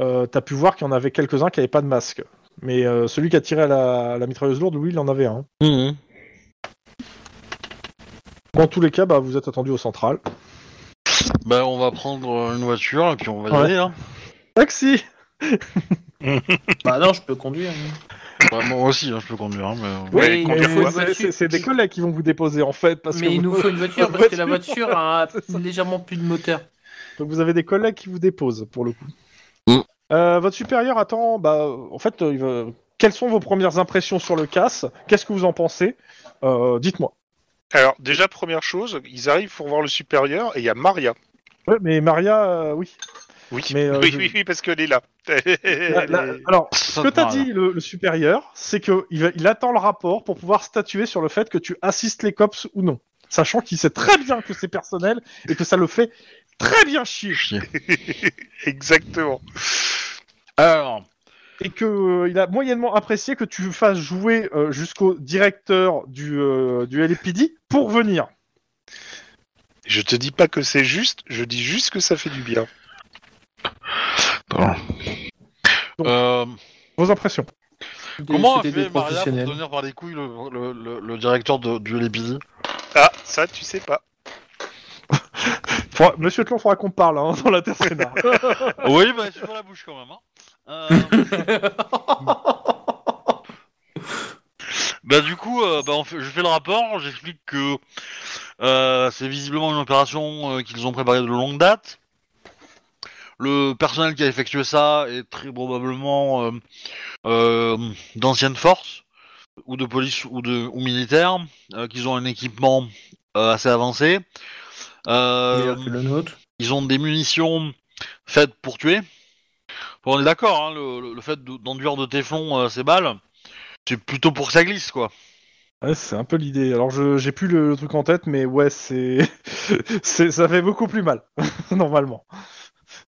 A: euh, t'as pu voir qu'il y en avait quelques-uns qui n'avaient pas de masque. Mais euh, celui
B: Hmm.
A: qui a tiré à la, à la mitrailleuse lourde, lui, il en avait un.
B: Mhm.
A: Dans tous les cas, bah, vous êtes attendu au central.
B: Ben, on va prendre une voiture et puis on va y
A: Ouais.
B: aller. Hein.
A: Taxi
C: Bah non, je peux conduire.
B: Bah, moi aussi, hein, je peux conduire. hein, mais-
E: Ouais,
C: Oui,
E: conduire
C: il nous faut
E: quoi
C: une
A: c'est-
C: voiture.
A: c'est c'est des collègues qui vont vous déposer en fait. Parce que
C: Mais il nous
A: vous-
C: faut une voiture
A: votre
C: parce que la
A: voiture.
C: voiture a
A: C'est ça.
C: légèrement plus de moteur.
A: Donc vous avez des collègues qui vous déposent pour le coup.
B: Mm.
A: Euh, votre supérieur attend. Bah, en fait, euh, il veut- quelles sont vos premières impressions sur le casse Qu'est-ce que vous en pensez Euh, Dites-moi.
E: Alors, déjà, première chose, ils arrivent pour voir le supérieur et il y a Maria.
A: Ouais, mais Maria, euh, oui.
E: Oui,
A: Mais, euh,
E: oui,
A: je-
E: oui, oui, parce qu'elle est là. <laughs>
A: La-
E: Elle
A: la-
E: est-
A: alors,
B: Ça
A: ce que
B: te
A: t'as
B: parle.
A: dit le, le supérieur, c'est que il, va- il attend le rapport pour pouvoir statuer sur le fait que tu assistes les cops ou non, sachant qu'il sait très bien que c'est personnel et que ça le fait très bien chier.
B: Chier.
E: Exactement.
B: Alors,
A: et que euh, il a moyennement apprécié que tu fasses jouer euh, jusqu'au directeur du, euh, du LPD pour venir.
E: Je te dis pas que c'est juste, je dis juste que ça fait du bien.
B: pardon.
A: Donc,
B: Euh,
A: Vos impressions.
B: comment a
C: C'était
B: fait Maria pour tenir par les couilles le, le- le- le directeur de, du E LPD
E: Ah, ça, tu sais pas.
A: Faudra- Monsieur Tlon, faudra qu'on parle hein, <laughs> dans la Terre Sénat.
B: Oui, bah, c'est sur la bouche quand même. hein. Euh, bah, du coup, euh, bah, on fait- je fais le rapport, j'explique que euh, c'est visiblement une opération euh, qu'ils ont préparée de longue date. Le personnel qui a effectué ça est très probablement euh, euh, d'anciennes forces, ou de police, ou de ou militaires, euh, qu'ils ont un équipement euh, assez avancé. Euh,
C: que le nôtre.
B: ils ont des munitions faites pour tuer. Bon, on est d'accord, hein, le, le- le fait de- d'enduire de téflon euh, ces balles, c'est plutôt pour que ça glisse, quoi.
A: Ouais, c'est un peu l'idée. Alors je- j'ai plus le, le truc en tête, mais ouais, c'est <laughs> c'est- ça fait beaucoup plus mal <laughs> normalement.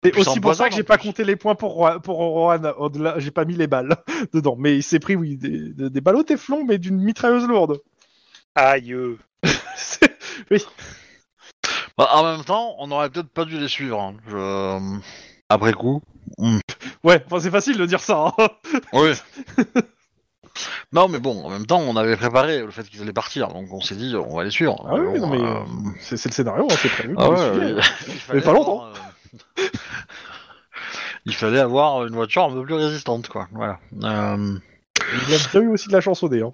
A: C'est
B: Plus
A: aussi pour
B: empoisonnant,
A: ça que j'ai
B: en
A: pas
B: plus.
A: compté les points pour Rohan- pour Rohan. Au-delà, j'ai pas mis les balles <laughs> dedans, mais il s'est pris oui des, des- des balles au téflon, mais d'une mitrailleuse lourde. <laughs>
E: Aïe. euh.
A: C'est-
B: Bah, en même temps, on aurait peut-être pas dû les suivre. hein. Je- Après coup.
A: ouais, enfin c'est facile de dire ça. hein. <laughs>
B: Oui. non, mais bon, en même temps, on avait préparé le fait qu'ils allaient partir, donc on s'est dit, on va les suivre.
A: Ah oui,
B: Bon,
A: non, mais,
B: euh,
A: C'est c'est le scénario, hein, c'est prévu.
B: Ah
A: qu'on
B: ouais,
A: le suive.
B: il- il fallait
A: pas
B: avoir,
A: longtemps.
B: euh, <laughs> il fallait avoir une voiture un peu plus résistante, quoi. Voilà. Euh,
A: Il a bien eu aussi de la chance au dé. Hein.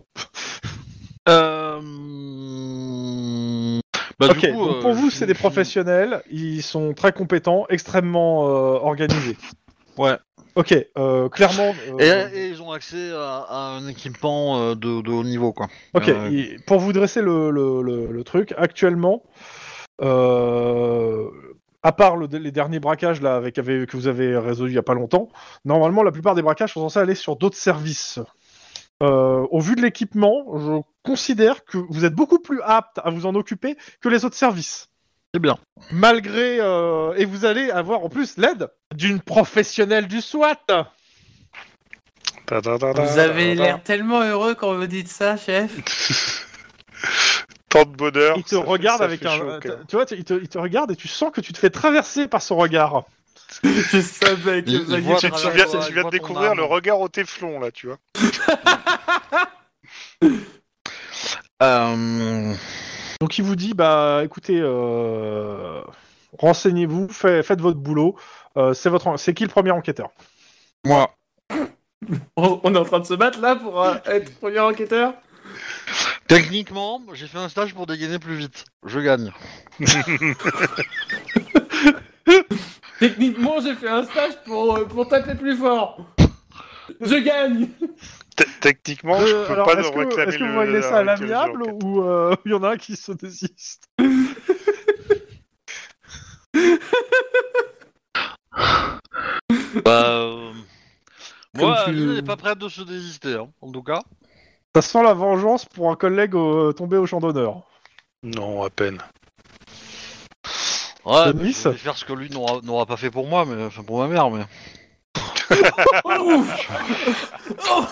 B: Euh, Bah,
A: ok,
B: du coup,
A: donc
B: euh,
A: pour vous,
B: je-
A: c'est des
B: je-
A: professionnels, ils sont très compétents, extrêmement euh, organisés.
B: Ouais.
A: Ok, euh, clairement. euh,
B: Et, et ils ont accès à, à un équipement euh, de, de haut niveau, quoi.
A: ok,
B: euh,
A: il- pour vous dresser le, le- le- le truc, actuellement, euh, à part le- les derniers braquages là, avec, avec- que vous avez résolus il n'y a pas longtemps, normalement, la plupart des braquages sont censés aller sur d'autres services. Euh, au vu de l'équipement, je considère que vous êtes beaucoup plus apte à vous en occuper que les autres services.
B: C'est bien.
A: malgré euh, et vous allez avoir en plus l'aide d'une professionnelle du SWAT.
E: Ta ta ta ta
C: Vous avez
E: ta ta.
C: l'air tellement heureux quand vous dites ça, chef.
E: Tant de bonheur.
A: Il te
E: ça fait-
A: regarde
E: ça
A: avec
E: fait
A: un,
E: chaud au
A: euh,
E: cœur.
A: tu vois, tu- il te, il te regarde et tu sens que tu te fais traverser par son regard.
C: <laughs> Je savais que
B: Il-
C: vous
B: il
C: alliez
B: voit-
E: Tu,
B: Ah,
E: tu
B: ouais,
E: viens,
B: ouais,
E: tu
B: je
E: viens
B: vois
E: de
B: ton
E: découvrir
B: âme.
E: le regard au téflon, là, tu vois.
B: Euh,
A: Donc il vous dit bah écoutez, euh, renseignez-vous, fait- faites votre boulot. Euh, c'est votre, en- c'est qui le premier enquêteur
B: moi,
C: On on est en train de se battre là pour euh, être premier enquêteur
B: techniquement, j'ai fait un stage pour dégainer plus vite. Je gagne.
C: Techniquement, j'ai fait un stage pour, euh, pour taper plus fort. Je gagne
E: Te- Techniquement, je
A: Euh,
E: peux
A: alors,
E: pas
A: est-ce
E: nous
A: que,
E: réclamer
A: est-ce que
E: le-
A: vous réglez ça à
E: la réclamer
A: l'amiable
E: le-
A: ou euh, <laughs> il y en a un qui se désiste
B: Bah, euh, moi,
C: Comme tu-
B: elle n'est pas prête de se désister, hein, en tout cas.
A: Ça sent la vengeance pour un collègue euh, tombé au champ d'honneur.
E: Non, à peine.
B: Ouais,
A: Denis
B: mais je vais faire ce que lui n'aura n'aura pas fait pour moi, mais enfin pour ma mère, mais.
C: Oh, Oh.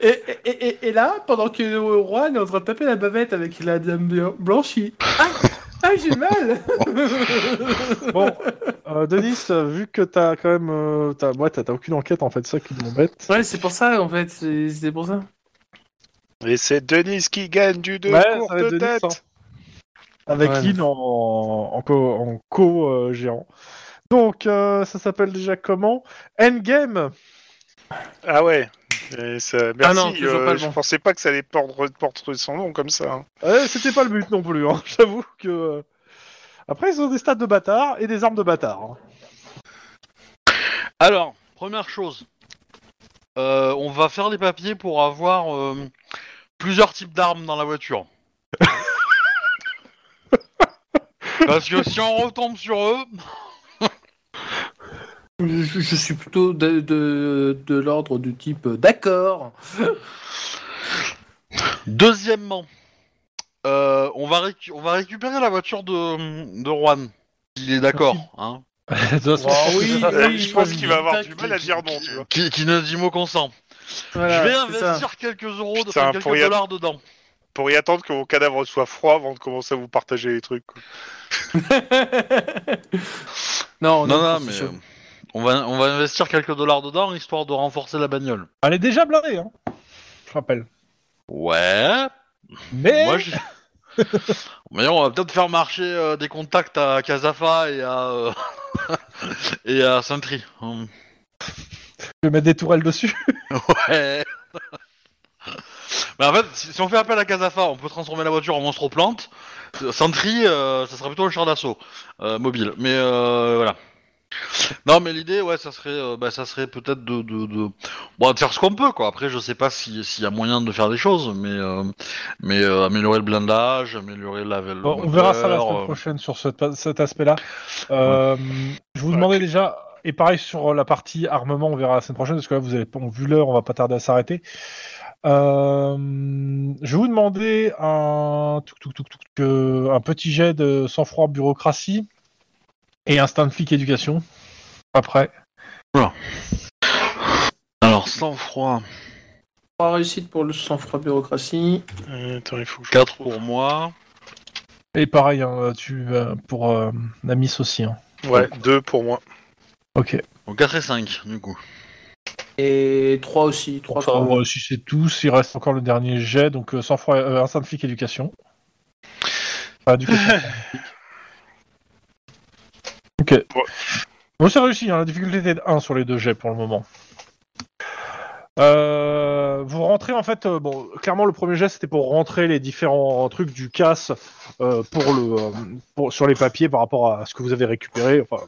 C: et, et- et- et là, pendant que le roi est en train de taper la bavette avec la dame blan- blanche, il... Ah, Ah, j'ai mal
A: Bon, euh, Denis, euh, vu que t'as quand même. Euh, t'as, ouais, t'as, t'as aucune enquête en fait, c'est ça qui m'embête.
C: Ouais, c'est pour ça, en fait, c'est c'est pour ça.
D: Et c'est Denise qui gagne du deux
A: Ouais, ça
D: courtes
A: va être Denis
D: têtes.
A: sans. Avec
C: Ouais.
A: Lynn en, en co- en co-géant. Donc, euh, ça s'appelle déjà comment Endgame
D: Ah ouais. Et ça- Merci.
C: Ah non, toujours
D: euh,
C: pas le
D: je
C: bon.
D: pensais pas que ça allait porter, porter son nom comme ça. hein.
A: Euh, C'était pas le but non plus, hein, <laughs> j'avoue que... euh, Après, ils ont des stats de bâtards et des armes de bâtards. <laughs> hein.
B: Alors, première chose, euh, on va faire des papiers pour avoir euh, plusieurs types d'armes dans la <laughs> voiture. Parce que si on retombe sur eux,
C: Je, je suis plutôt de, de- de l'ordre du type euh, d'accord.
B: Deuxièmement, euh, on, va récu- on va récupérer la voiture de, de Juan. Il est d'accord, hein,
A: <laughs>
C: Ah, oui,
D: Euh, je pense qu'il va avoir du mal à dire non, tu vois.
B: qui, qui ne dit mot consent. Je vais investir quelques euros, de-
D: Putain,
B: enfin, quelques
D: pour y aller.
B: dollars dedans.
D: Pour y attendre que vos cadavres soient froids avant de commencer à vous partager les trucs. quoi.
C: non, on
B: Non,
C: a-
B: non, mais euh, on va, on va investir quelques dollars dedans histoire de renforcer la bagnole.
A: Elle est déjà blindée, hein, je rappelle.
B: Ouais,
A: Mais...
B: Moi, je- <laughs> Mais on va peut-être faire marcher euh, des contacts à Casafa et à euh, <laughs> et à Sentry. Hum.
A: Je vais mettre des tourelles dessus.
B: Ouais. Euh, <laughs> Mais en fait, si, si on fait appel à Casafa, on peut transformer la voiture en monstre aux plantes. Sentry, euh, ça sera plutôt le char d'assaut euh, mobile. Mais euh, voilà. Non, mais l'idée, ouais, ça serait, euh, bah, ça serait peut-être de, de, de- bon, de faire ce qu'on peut, quoi. Après, je sais pas si- s'il y a moyen de faire des choses, mais, euh, mais euh, améliorer le blindage, améliorer la. le
A: Bon, on verra ça la
B: moteur,
A: semaine
B: euh,
A: prochaine sur ce- cet aspect-là. Euh, Je vous
D: Ouais.
A: demandais déjà, et pareil sur euh, la partie armement, on verra la semaine prochaine, parce que là, vous avez on- vu l'heure, on va pas tarder à s'arrêter. Euh, je vais vous demander un, touc, touc, touc, touc, touc, euh, un petit jet de sang-froid bureaucratie et instinct de flic éducation. Après.
B: Alors, sans froid,
C: Trois réussites pour le sang-froid bureaucratie.
D: Euh, attends, il faut que je
B: 4 pour moi.
A: Et pareil, hein, tu, euh, pour euh, la miss aussi. hein.
D: Ouais, deux pour moi.
A: Ok.
B: Donc 4 et 5, du coup.
C: Et 3 aussi. 3
A: Enfin, euh, si c'est tous, il reste encore le dernier jet, donc euh, sang-froid, euh, instinct de flic éducation. Enfin, du coup, Ok. Bon, c'est réussi, hein, la difficulté était de 1 sur les deux jets pour le moment. Euh, vous rentrez en fait, euh, bon, clairement le premier jet c'était pour rentrer les différents trucs du casse euh, pour le, euh, pour- sur les papiers par rapport à ce que vous avez récupéré, enfin,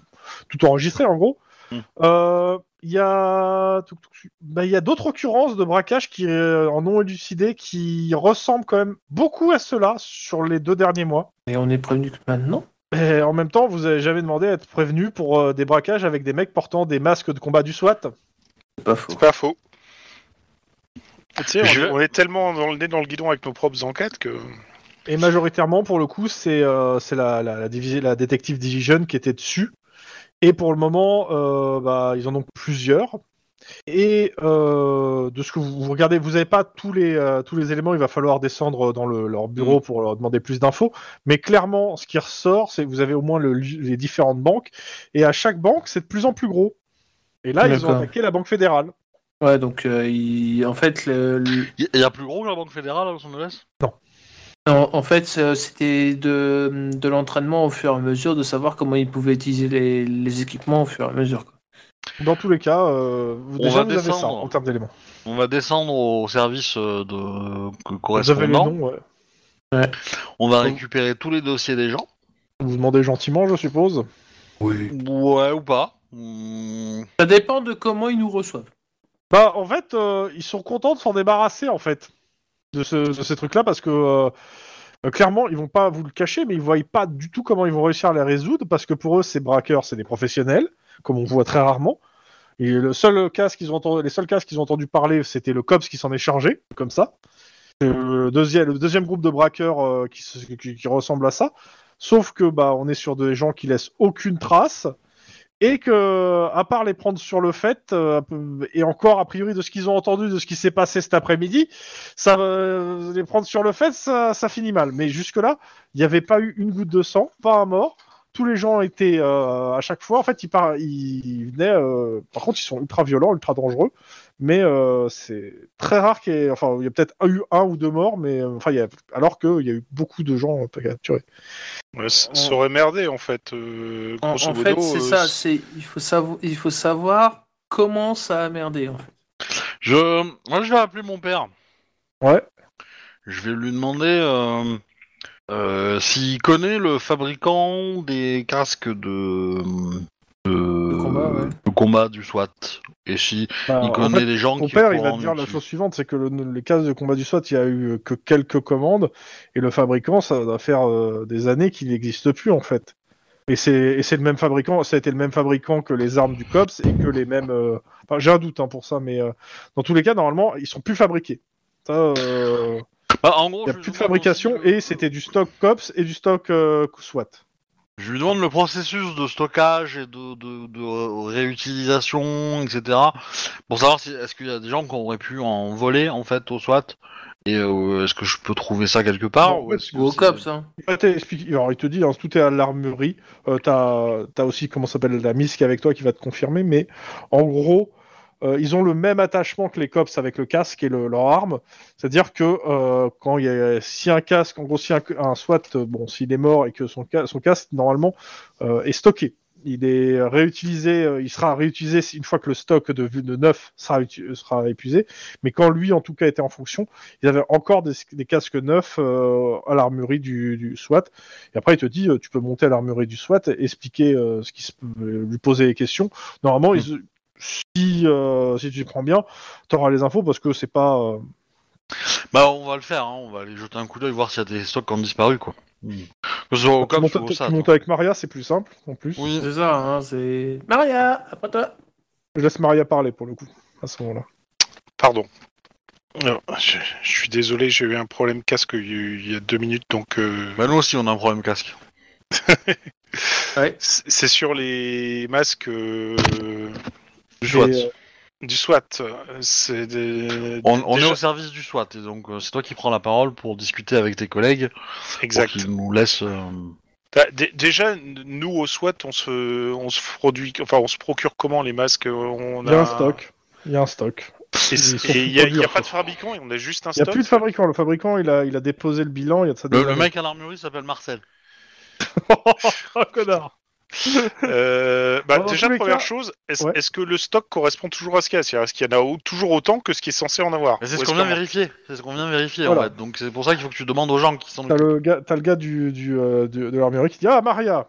A: tout enregistré en gros.
B: Mm.
A: Euh, Il y a, touc, touc, bah, il y a d'autres occurrences de braquage qui, euh, en non élucidées qui ressemblent quand même beaucoup à cela sur les deux derniers mois.
C: Et on est prévenu que maintenant.
A: Et en même temps, vous avez jamais demandé à être prévenu pour euh, des braquages avec des mecs portant des masques de combat du SWAT.
C: C'est pas faux.
D: C'est pas faux. Tu sais, on,
B: Je-
D: est- on est tellement dans le nez dans le guidon avec nos propres enquêtes que.
A: Et majoritairement, pour le coup, c'est euh, c'est la, la, la, divi- la détective Division qui était dessus. Et pour le moment, euh, bah, ils en ont plusieurs. Et euh, de ce que vous, vous regardez, vous n'avez pas tous les, euh, tous les éléments, il va falloir descendre dans le- leur bureau
B: Mm.
A: pour leur demander plus d'infos. Mais clairement, ce qui ressort, c'est que vous avez au moins le- les différentes banques. Et à chaque banque, c'est de plus en plus gros. Et là, ils ont
C: D'accord.
A: attaqué la Banque fédérale.
C: Ouais, donc euh, il- en fait, le- le-
B: Il y, a plus gros que la Banque Fédérale à Los Angeles
C: en, en fait euh, c'était de, de l'entraînement au fur et à mesure de savoir comment ils pouvaient utiliser les, les équipements au fur et à mesure. quoi.
A: Dans tous les cas, euh, vous,
B: On
A: déjà
B: va
A: vous avez ça
B: descendre.
A: en termes d'éléments.
B: On va descendre au service euh, de... que-
A: Vous avez les
B: correspondant.
A: noms, Hum. ouais.
B: On va récupérer tous les dossiers des gens.
A: vous demandez gentiment, je suppose.
B: Ouais, ou pas. Hum,
C: Ça dépend de comment ils nous reçoivent.
A: Bah, en fait, euh, ils sont contents de s'en débarrasser, en fait, de, ce- de ces trucs-là, parce que euh, euh, clairement, ils vont pas vous le cacher, mais ils voient pas du tout comment ils vont réussir à les résoudre, parce que pour eux, ces braqueurs, c'est des professionnels, comme on voit très rarement. Et le seul cas qu'ils ont entendu, les seuls cas qu'ils ont entendu parler, c'était le cops qui s'en est chargé, comme ça. C'est Le deuxième, le deuxième groupe de braqueurs euh, qui, se- qui- qui ressemble à ça, sauf que bah on est sur des gens qui laissent aucune trace. et que, à part les prendre sur le fait, euh, et encore a priori de ce qu'ils ont entendu, de ce qui s'est passé cet après-midi, ça euh, les prendre sur le fait, ça, ça finit mal. Mais jusque-là, il n'y avait pas eu une goutte de sang, pas un mort. Tous les gens étaient euh, à chaque fois, en fait, ils, par... ils venaient. euh, Par contre, ils sont ultra violents, ultra dangereux, mais euh, c'est très rare qu'il y ait. Enfin, il y a peut-être eu un ou deux morts, mais euh, enfin, il y a... alors qu'il y a eu beaucoup de gens euh, pas capturés.
D: Ouais, ça ça aurait merdé en fait. euh,
C: En,
D: grosso
C: en
D: modo,
C: fait, c'est
D: euh,
C: ça. C'est il faut savoir, il faut savoir comment ça a merdé. en fait.
B: Je, moi, je vais appeler mon père.
A: Ouais.
B: Je vais lui demander euh, euh, s'il connaît le fabricant des casques de de,
C: De combat, ouais.
B: de combat du SWAT et si
A: Bah,
B: il
A: en
B: connaît
A: fait,
B: des gens
A: Mon
B: qui
A: père, il
B: pourraient
A: va
B: en
A: te dire la
B: utiliser.
A: chose suivante, c'est que le- les cases de combat du SWAT, il y a eu que quelques commandes, et le fabricant, ça doit faire euh, des années qu'il n'existe plus en fait. Et c'est et c'est le même fabricant, ça a été le même fabricant que les armes du COPS et que les mêmes. euh, Enfin, j'ai un doute hein, pour ça, mais euh, dans tous les cas, normalement, ils sont plus fabriqués. Ça, euh,
B: Bah, en gros,
A: Il n'y
B: je
A: a
B: lui
A: plus de
B: demande
A: fabrication
B: aussi le-
A: et c'était du stock COPS et du stock euh, SWAT.
B: Je lui demande le processus de stockage et de, de, de réutilisation, etc. Pour savoir si est-ce qu'il y a des gens qui auraient pu en voler en fait au SWAT et euh, est-ce que je peux trouver ça quelque part
A: Non,
B: ou est-ce que
C: Ou au
B: c'est-
C: cops. hein.
A: Il t'explique- alors, il te dit, hein, tout est à l'armurerie. Euh, T'as as aussi, comment ça s'appelle, la mise qui est avec toi qui va te confirmer. Mais en gros, euh, ils ont le même attachement que les COPS avec le casque et le- leur arme. C'est-à-dire que euh, quand il y a, si un casque, en gros, si un, un SWAT, euh, bon, s'il est mort et que son, ca- son casque, normalement, euh, est stocké. Il est réutilisé, euh, il sera réutilisé si- une fois que le stock de, de neuf sera, utu- sera épuisé. Mais quand lui, en tout cas, était en fonction, ils avaient encore des, des casques neufs euh, à l'armurerie du, du SWAT. Et après, il te dit, euh, tu peux monter à l'armurerie du SWAT, expliquer euh, ce qui se, euh, lui poser les questions.
B: Hmm.
A: Normalement, ils- si euh, si tu y prends bien, t'auras les infos parce que c'est pas. euh,
B: Bah on va le faire, hein, on va aller jeter un coup d'œil voir s'il y a des stocks qui ont disparu quoi. Que ce soit au
A: tu
B: cops
A: montes,
B: ou au
A: tu
B: SAT.
A: montes avec Maria, c'est plus simple en plus.
B: Oui.
C: C'est ça. hein, c'est Maria. Après toi.
A: Je laisse Maria parler pour le coup à ce moment-là.
D: Pardon. Non, je, je suis désolé, j'ai eu un problème casque il y a- il y a deux minutes, donc euh,
B: Bah nous aussi on a un problème casque.
D: c'est c'est sur les masques euh,
B: Du SWAT.
A: Et, euh,
D: du SWAT. euh, C'est des-
B: on on
D: déjà-
B: est au service du SWAT et donc euh, c'est toi qui prends la parole pour discuter avec tes collègues pour
D: exact.
B: qu'ils nous laissent. euh,
D: Bah, dé- déjà, n- nous au SWAT, on se, on se produit, enfin, on se procure comment les masques On
A: Il y a un stock. Il y a un stock.
D: Et
A: Ils sont
D: il n'y a,
A: produits,
D: y a
A: en
D: pas
A: fait.
D: de fabricant, et on a juste un
A: Il n'y a
D: stock.
A: plus de fabricant. Le fabricant, il a, il a déposé le bilan. Il y a de ça
B: Le,
A: des
B: le
A: années.
B: mec à l'armurerie s'appelle Marcel.
A: <laughs> Oh, connard.
D: <laughs> Euh, bah,
A: Dans
D: déjà,
A: tous les
D: première
A: cas-
D: chose, est-ce
A: Ouais.
D: est-ce que le stock correspond toujours à ce qu'il y a C'est-à-dire, Est-ce qu'il y en a au- toujours autant que ce qui est censé en avoir
B: Mais c'est
D: Ou
B: ce
D: est-ce
B: qu'on vient
D: qu'il y en a-
B: vérifier. C'est ce qu'on vient vérifier en
A: Voilà.
B: fait. Donc c'est pour ça qu'il faut que tu demandes aux gens qui sont.
A: T'as le gars, t'as le gars du, du, euh, du- de l'armurerie qui dit Ah, Maria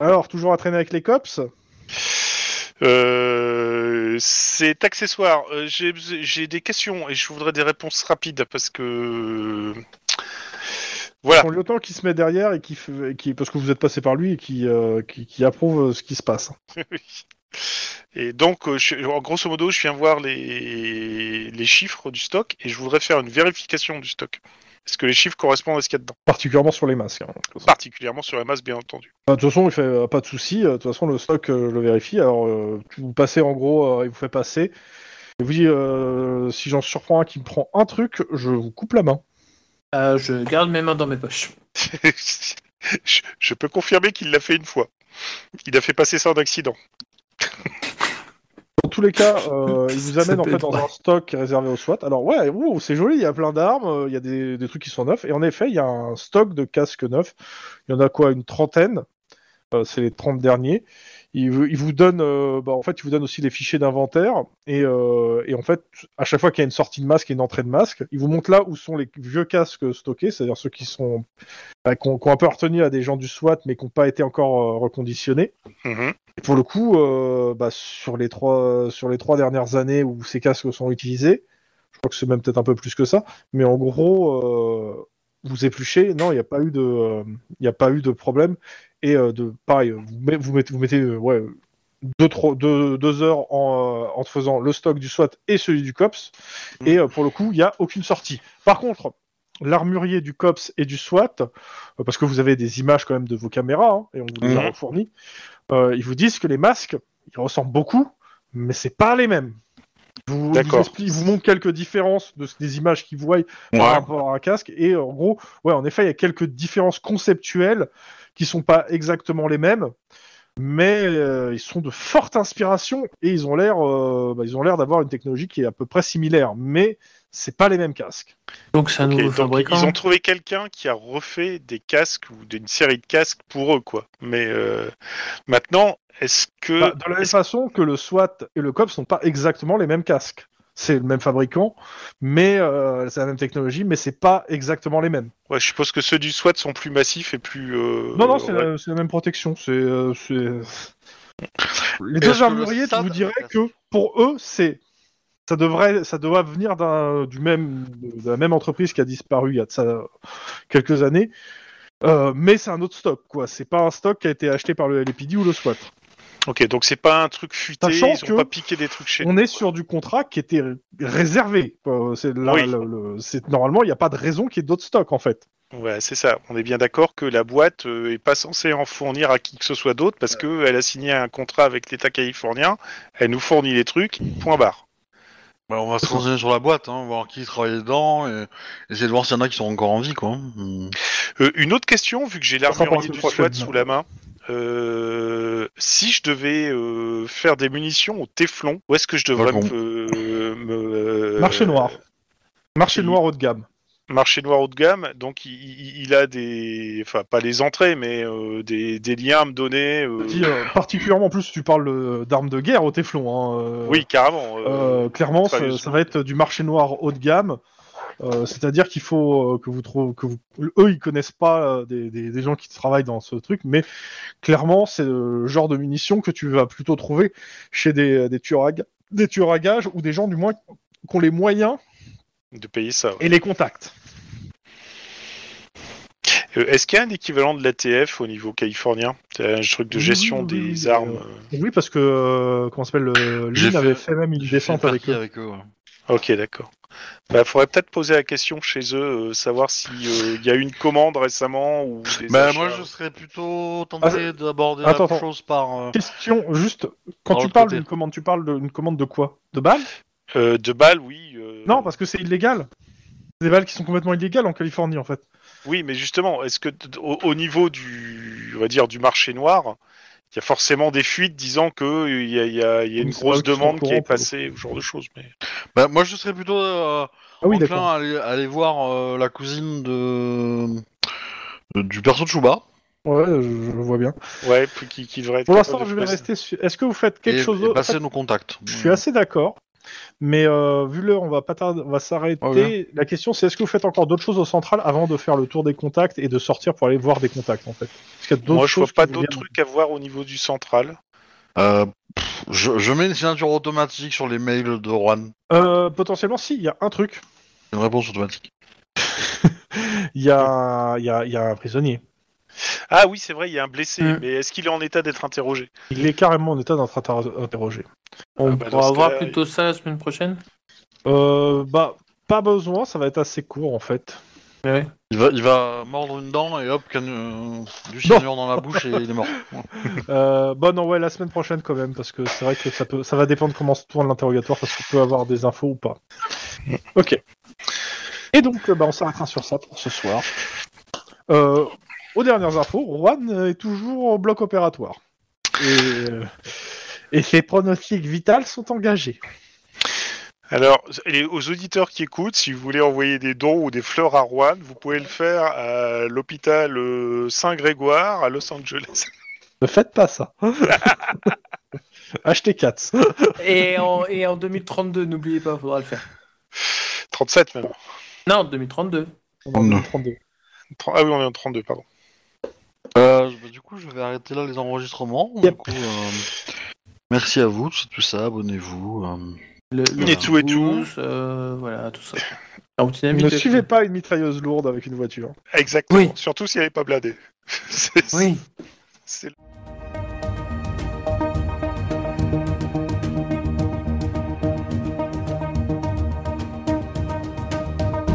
A: Alors, toujours à traîner avec les cops
D: Euh, C'est accessoire. Euh, J'ai j'ai des questions et je voudrais des réponses rapides parce que. Voilà.
A: Son lieutenant qui se met derrière et qui, fait- et qui parce que vous êtes passé par lui et qui, euh, qui, qui approuve euh, ce qui se passe.
D: Et donc, euh, je- en grosso modo, je viens voir les, les chiffres du stock et je voudrais faire une vérification du stock. Est-ce que les chiffres correspondent à ce qu'il y a dedans
A: Particulièrement sur les masques. hein.
D: Bah. Particulièrement sur la masse, bien entendu.
A: Bah, De toute façon, il fait euh, pas de souci. euh, De toute façon, le stock, euh, je le vérifie. Alors, euh, tu- vous passez en gros, euh, il vous fait passer. Et vous dit euh, Si j'en surprends un qui me prend un truc, je vous coupe la main.
C: Euh, je garde mes mains dans mes poches.
D: <laughs> je, je peux confirmer qu'il l'a fait une fois. Il a fait passer ça en accident.
A: Dans tous les cas, euh, il vous
C: Ça
A: amène en
C: peut
A: fait
C: être
A: dans
C: vrai.
A: un stock réservé au SWAT. Alors ouais, wow, c'est joli, il y a plein d'armes, euh, il y a des, des trucs qui sont neufs. Et en effet, il y a un stock de casques neufs. Il y en a quoi, une trentaine Euh, C'est les 30 derniers. Il, vous- il vous donne, euh, bah, en fait, il vous donne aussi les fichiers d'inventaire. Et, euh, et en fait, à chaque fois qu'il y a une sortie de masque et une entrée de masque, il vous montre là où sont les vieux casques stockés, c'est-à-dire ceux qui sont, bah, qui ont, qui ont un peu retenu à des gens du SWAT, mais qui n'ont pas été encore euh, reconditionnés.
D: Mhm.
A: Et pour le coup, euh, bah, sur, les trois, sur les trois dernières années où ces casques sont utilisés, je crois que c'est même peut-être un peu plus que ça, mais en gros, euh, vous épluchez, non, il n'y a, pas eu de, euh, il n'y a pas eu de problème. Et euh, de, pareil, vous, met- vous mettez, vous mettez euh, ouais, deux, trois- deux- deux heures en, euh, en faisant le stock du SWAT et celui du COPS, et euh, pour le coup, il n'y a aucune sortie. Par contre, l'armurier du COPS et du SWAT, euh, parce que vous avez des images quand même de vos caméras, hein, et on vous les
D: Mhm.
A: a fournies, ils vous disent que les masques, ils ressemblent beaucoup, mais c'est pas les mêmes. Ils Vous, ils vous,
D: D'accord.
A: expliquent- ils vous montrent quelques différences de, ce- des images qu'ils voient par rapport à un casque, et euh, en gros, ouais, en effet, il y a quelques différences conceptuelles qui sont pas exactement les mêmes. mais euh, ils sont de forte inspiration et ils ont l'air, euh, bah, ils ont l'air d'avoir une technologie qui est à peu près similaire, mais c'est pas les mêmes casques.
C: Donc c'est un
D: Ok,
C: nouveau
D: donc,
C: fabricant.
D: ils ont trouvé quelqu'un qui a refait des casques ou d'une série de casques pour eux, quoi. Mais euh, maintenant, Euh, est-ce que
A: Bah, de la même façon que le SWAT et le COP sont pas exactement les mêmes casques. C'est le même fabricant, mais euh, c'est la même technologie, mais c'est pas exactement les mêmes.
D: ouais, je suppose que ceux du SWAT sont plus massifs et plus euh,
A: Non, non, c'est
D: ouais.
A: la, c'est la même protection. C'est, euh, c'est- Les
B: Est-ce que
A: deux
B: le
A: armuriers, tu
B: SAD-
A: vous dirais que pour eux, c'est ça devrait, ça doit venir d'un, du même, de la même entreprise qui a disparu il y a de ça quelques années. Euh, mais c'est un autre stock, quoi. C'est pas un stock qui a été acheté par le LPD ou le SWAT.
D: Ok, donc c'est pas un truc fuité,
A: Sachant
D: ils
A: que
D: ont pas piqué des trucs chez
A: On
D: nous,
A: est
D: quoi.
A: sur du contrat qui était réservé. Euh, c'est là,
D: Oui.
A: le- le- c'est- normalement, il n'y a pas de raison qu'il y ait d'autres stocks, en fait.
D: Ouais, c'est ça. On est bien d'accord que la boîte euh, est pas censée en fournir à qui que ce soit d'autre parce que elle a signé un contrat avec l'État californien. Elle nous fournit les trucs. Point barre.
B: Bah, on va se renseigner sur la boîte, hein, voir qui travaille dedans et essayer de voir s'il y en a qui sont encore en vie, quoi. Hmm.
D: Euh, une autre question, vu que j'ai
A: sera pour la
D: l'armurier
A: semaine
D: du
A: prochaine.
D: SWAT sous la main. Euh, si je devais euh, faire des munitions au Teflon, où est-ce que je devrais
B: Wagon.
D: me, euh, me-
A: Marché noir. Marché
D: oui.
A: noir haut de gamme.
D: marché noir haut de gamme, donc il, il- il a des, enfin pas les entrées, mais euh, des, des liens à me donner. euh,
A: Dis, euh, particulièrement en plus tu parles euh, d'armes de guerre au Teflon. hein, euh,
D: oui, carrément. euh,
A: euh, clairement, ça,
D: sérieusement.
A: ça va être du marché noir haut de gamme. Euh, C'est-à-dire qu'il faut euh, que vous trouvez que vous, eux ils connaissent pas euh, des, des- des gens qui travaillent dans ce truc, mais clairement c'est le genre de munitions que tu vas plutôt trouver chez des, des tueurs à ga- des tueurs à gages ou des gens du moins qui ont les moyens
D: de payer ça. ouais.
A: et les contacts.
D: Euh, Est-ce qu'il y a un équivalent de l'ATF au niveau californien C'est un truc de
A: Oui,
D: gestion
A: oui, oui,
D: des
A: oui,
D: armes.
A: euh, Oui, parce que euh, comment s'appelle euh,
B: J'ai
A: Lynn
B: fait-
A: avait fait même une
B: J'ai fait une
A: descente avec
B: partie
A: euh, eux.
B: avec eux. ouais.
D: Euh, Ok, d'accord. Bah, faudrait peut-être poser la question chez eux, euh, savoir s'il y a eu une commande récemment ou des
B: Bah,
D: achats.
B: moi, je serais plutôt tenté d'aborder
A: Ah, attends,
B: la
A: attends.
B: chose par. euh,
A: Question juste quand
B: Par
A: tu
B: l'autre
A: parles
B: côté.
A: d'une commande, tu parles d'une commande de quoi De balles
D: Euh, de balles, oui. euh,
A: Non, parce que c'est illégal. C'est Des balles qui sont complètement illégales en Californie en fait.
D: Oui, mais justement, est-ce que t- au, au niveau du, on va dire, du marché noir, il y a forcément des fuites disant que il y a, il y a- il y a
A: Mais
D: une
A: c'est
D: grosse
A: pas eux qui sont
D: demande
A: au
D: qui
A: courant,
D: est
A: pour le
D: passée, ce genre de choses. Mais
B: Bah, moi, je serais plutôt euh,
A: Ah oui,
B: enclin
A: d'accord.
B: à aller, à aller voir euh, la cousine de... de- du perso de Chouba.
A: Ouais, je, je vois bien.
D: ouais, puis qui, qui devrait. être
A: Pour
D: capable
A: l'instant,
D: de
A: je vais
D: passer.
A: rester. su- Est-ce que vous faites quelque
B: et,
A: chose
B: et bah,
A: d'autre En
B: passer
A: fait,
B: nos contacts.
A: Je suis assez d'accord, mais euh, vu l'heure, on va pas tarder- on va s'arrêter.
B: Ouais, ouais.
A: La question, c'est est-ce que vous faites encore d'autres choses au central avant de faire le tour des contacts et de sortir pour aller voir des contacts en fait Parce qu'il y a d'autres
D: Moi, je vois
A: choses
D: pas
A: qui
D: d'autres
A: vous viennent.
D: trucs à voir au niveau du central.
B: Euh, pff, je, je mets une signature automatique sur les mails de Juan.
A: Euh, potentiellement, si. Il y a un truc.
B: Une réponse automatique.
A: Il y a, un- il y a- il y a un prisonnier.
D: Ah oui, c'est vrai, il y a un blessé,
C: Mm.
D: mais est-ce qu'il est en état d'être interrogé
A: Il est carrément en état d'être inter- interrogé.
C: On
D: Ah bah, dans
C: pourra
D: ce
C: voir
D: cas-là,
C: plutôt ça la semaine prochaine.
A: Euh, bah, pas besoin. Ça va être assez court en fait.
D: <laughs>
C: Ouais.
B: Il va, il va mordre une dent et hop, canne- euh, du cyanure dans la bouche et il est mort.
A: Euh, bon, non, ouais, la semaine prochaine quand même, parce que c'est vrai que ça peut, ça va dépendre comment se tourne l'interrogatoire, parce qu'on peut avoir des infos
D: <laughs>
A: ou pas. Ok. Et donc, euh, bah, on s'arrêtera sur ça pour <laughs> ce soir. Euh, aux dernières infos, Juan est toujours au bloc opératoire. Et, euh, et ses pronostics vitales sont engagés.
D: Alors, et aux auditeurs qui écoutent, si vous voulez envoyer des dons ou des fleurs à Rouen, vous pouvez le faire à l'hôpital euh, Saint-Grégoire à Los Angeles. <laughs>
A: Ne faites pas ça. <laughs>
D: <laughs>
A: Achetez 4.
C: Et en, et en 2032, n'oubliez pas, faudra le faire.
D: 37 même.
C: Non, en 2032.
D: Tren- Ah oui, on est en 32, pardon.
B: Euh, bah, du coup, je vais arrêter là les enregistrements. Du
A: Yep.
B: coup, euh, merci à vous, c'est tout ça. Abonnez-vous. euh.
C: Le, le
D: Et tout, et tout.
C: pouce, euh, voilà, tout ça. En petit ami
A: Ne
C: de-
A: suivez pas une mitrailleuse lourde avec une voiture.
D: Exactement.
C: Oui.
D: Surtout si elle n'est pas bladée. <laughs> C'est-
C: Oui.
D: c'est-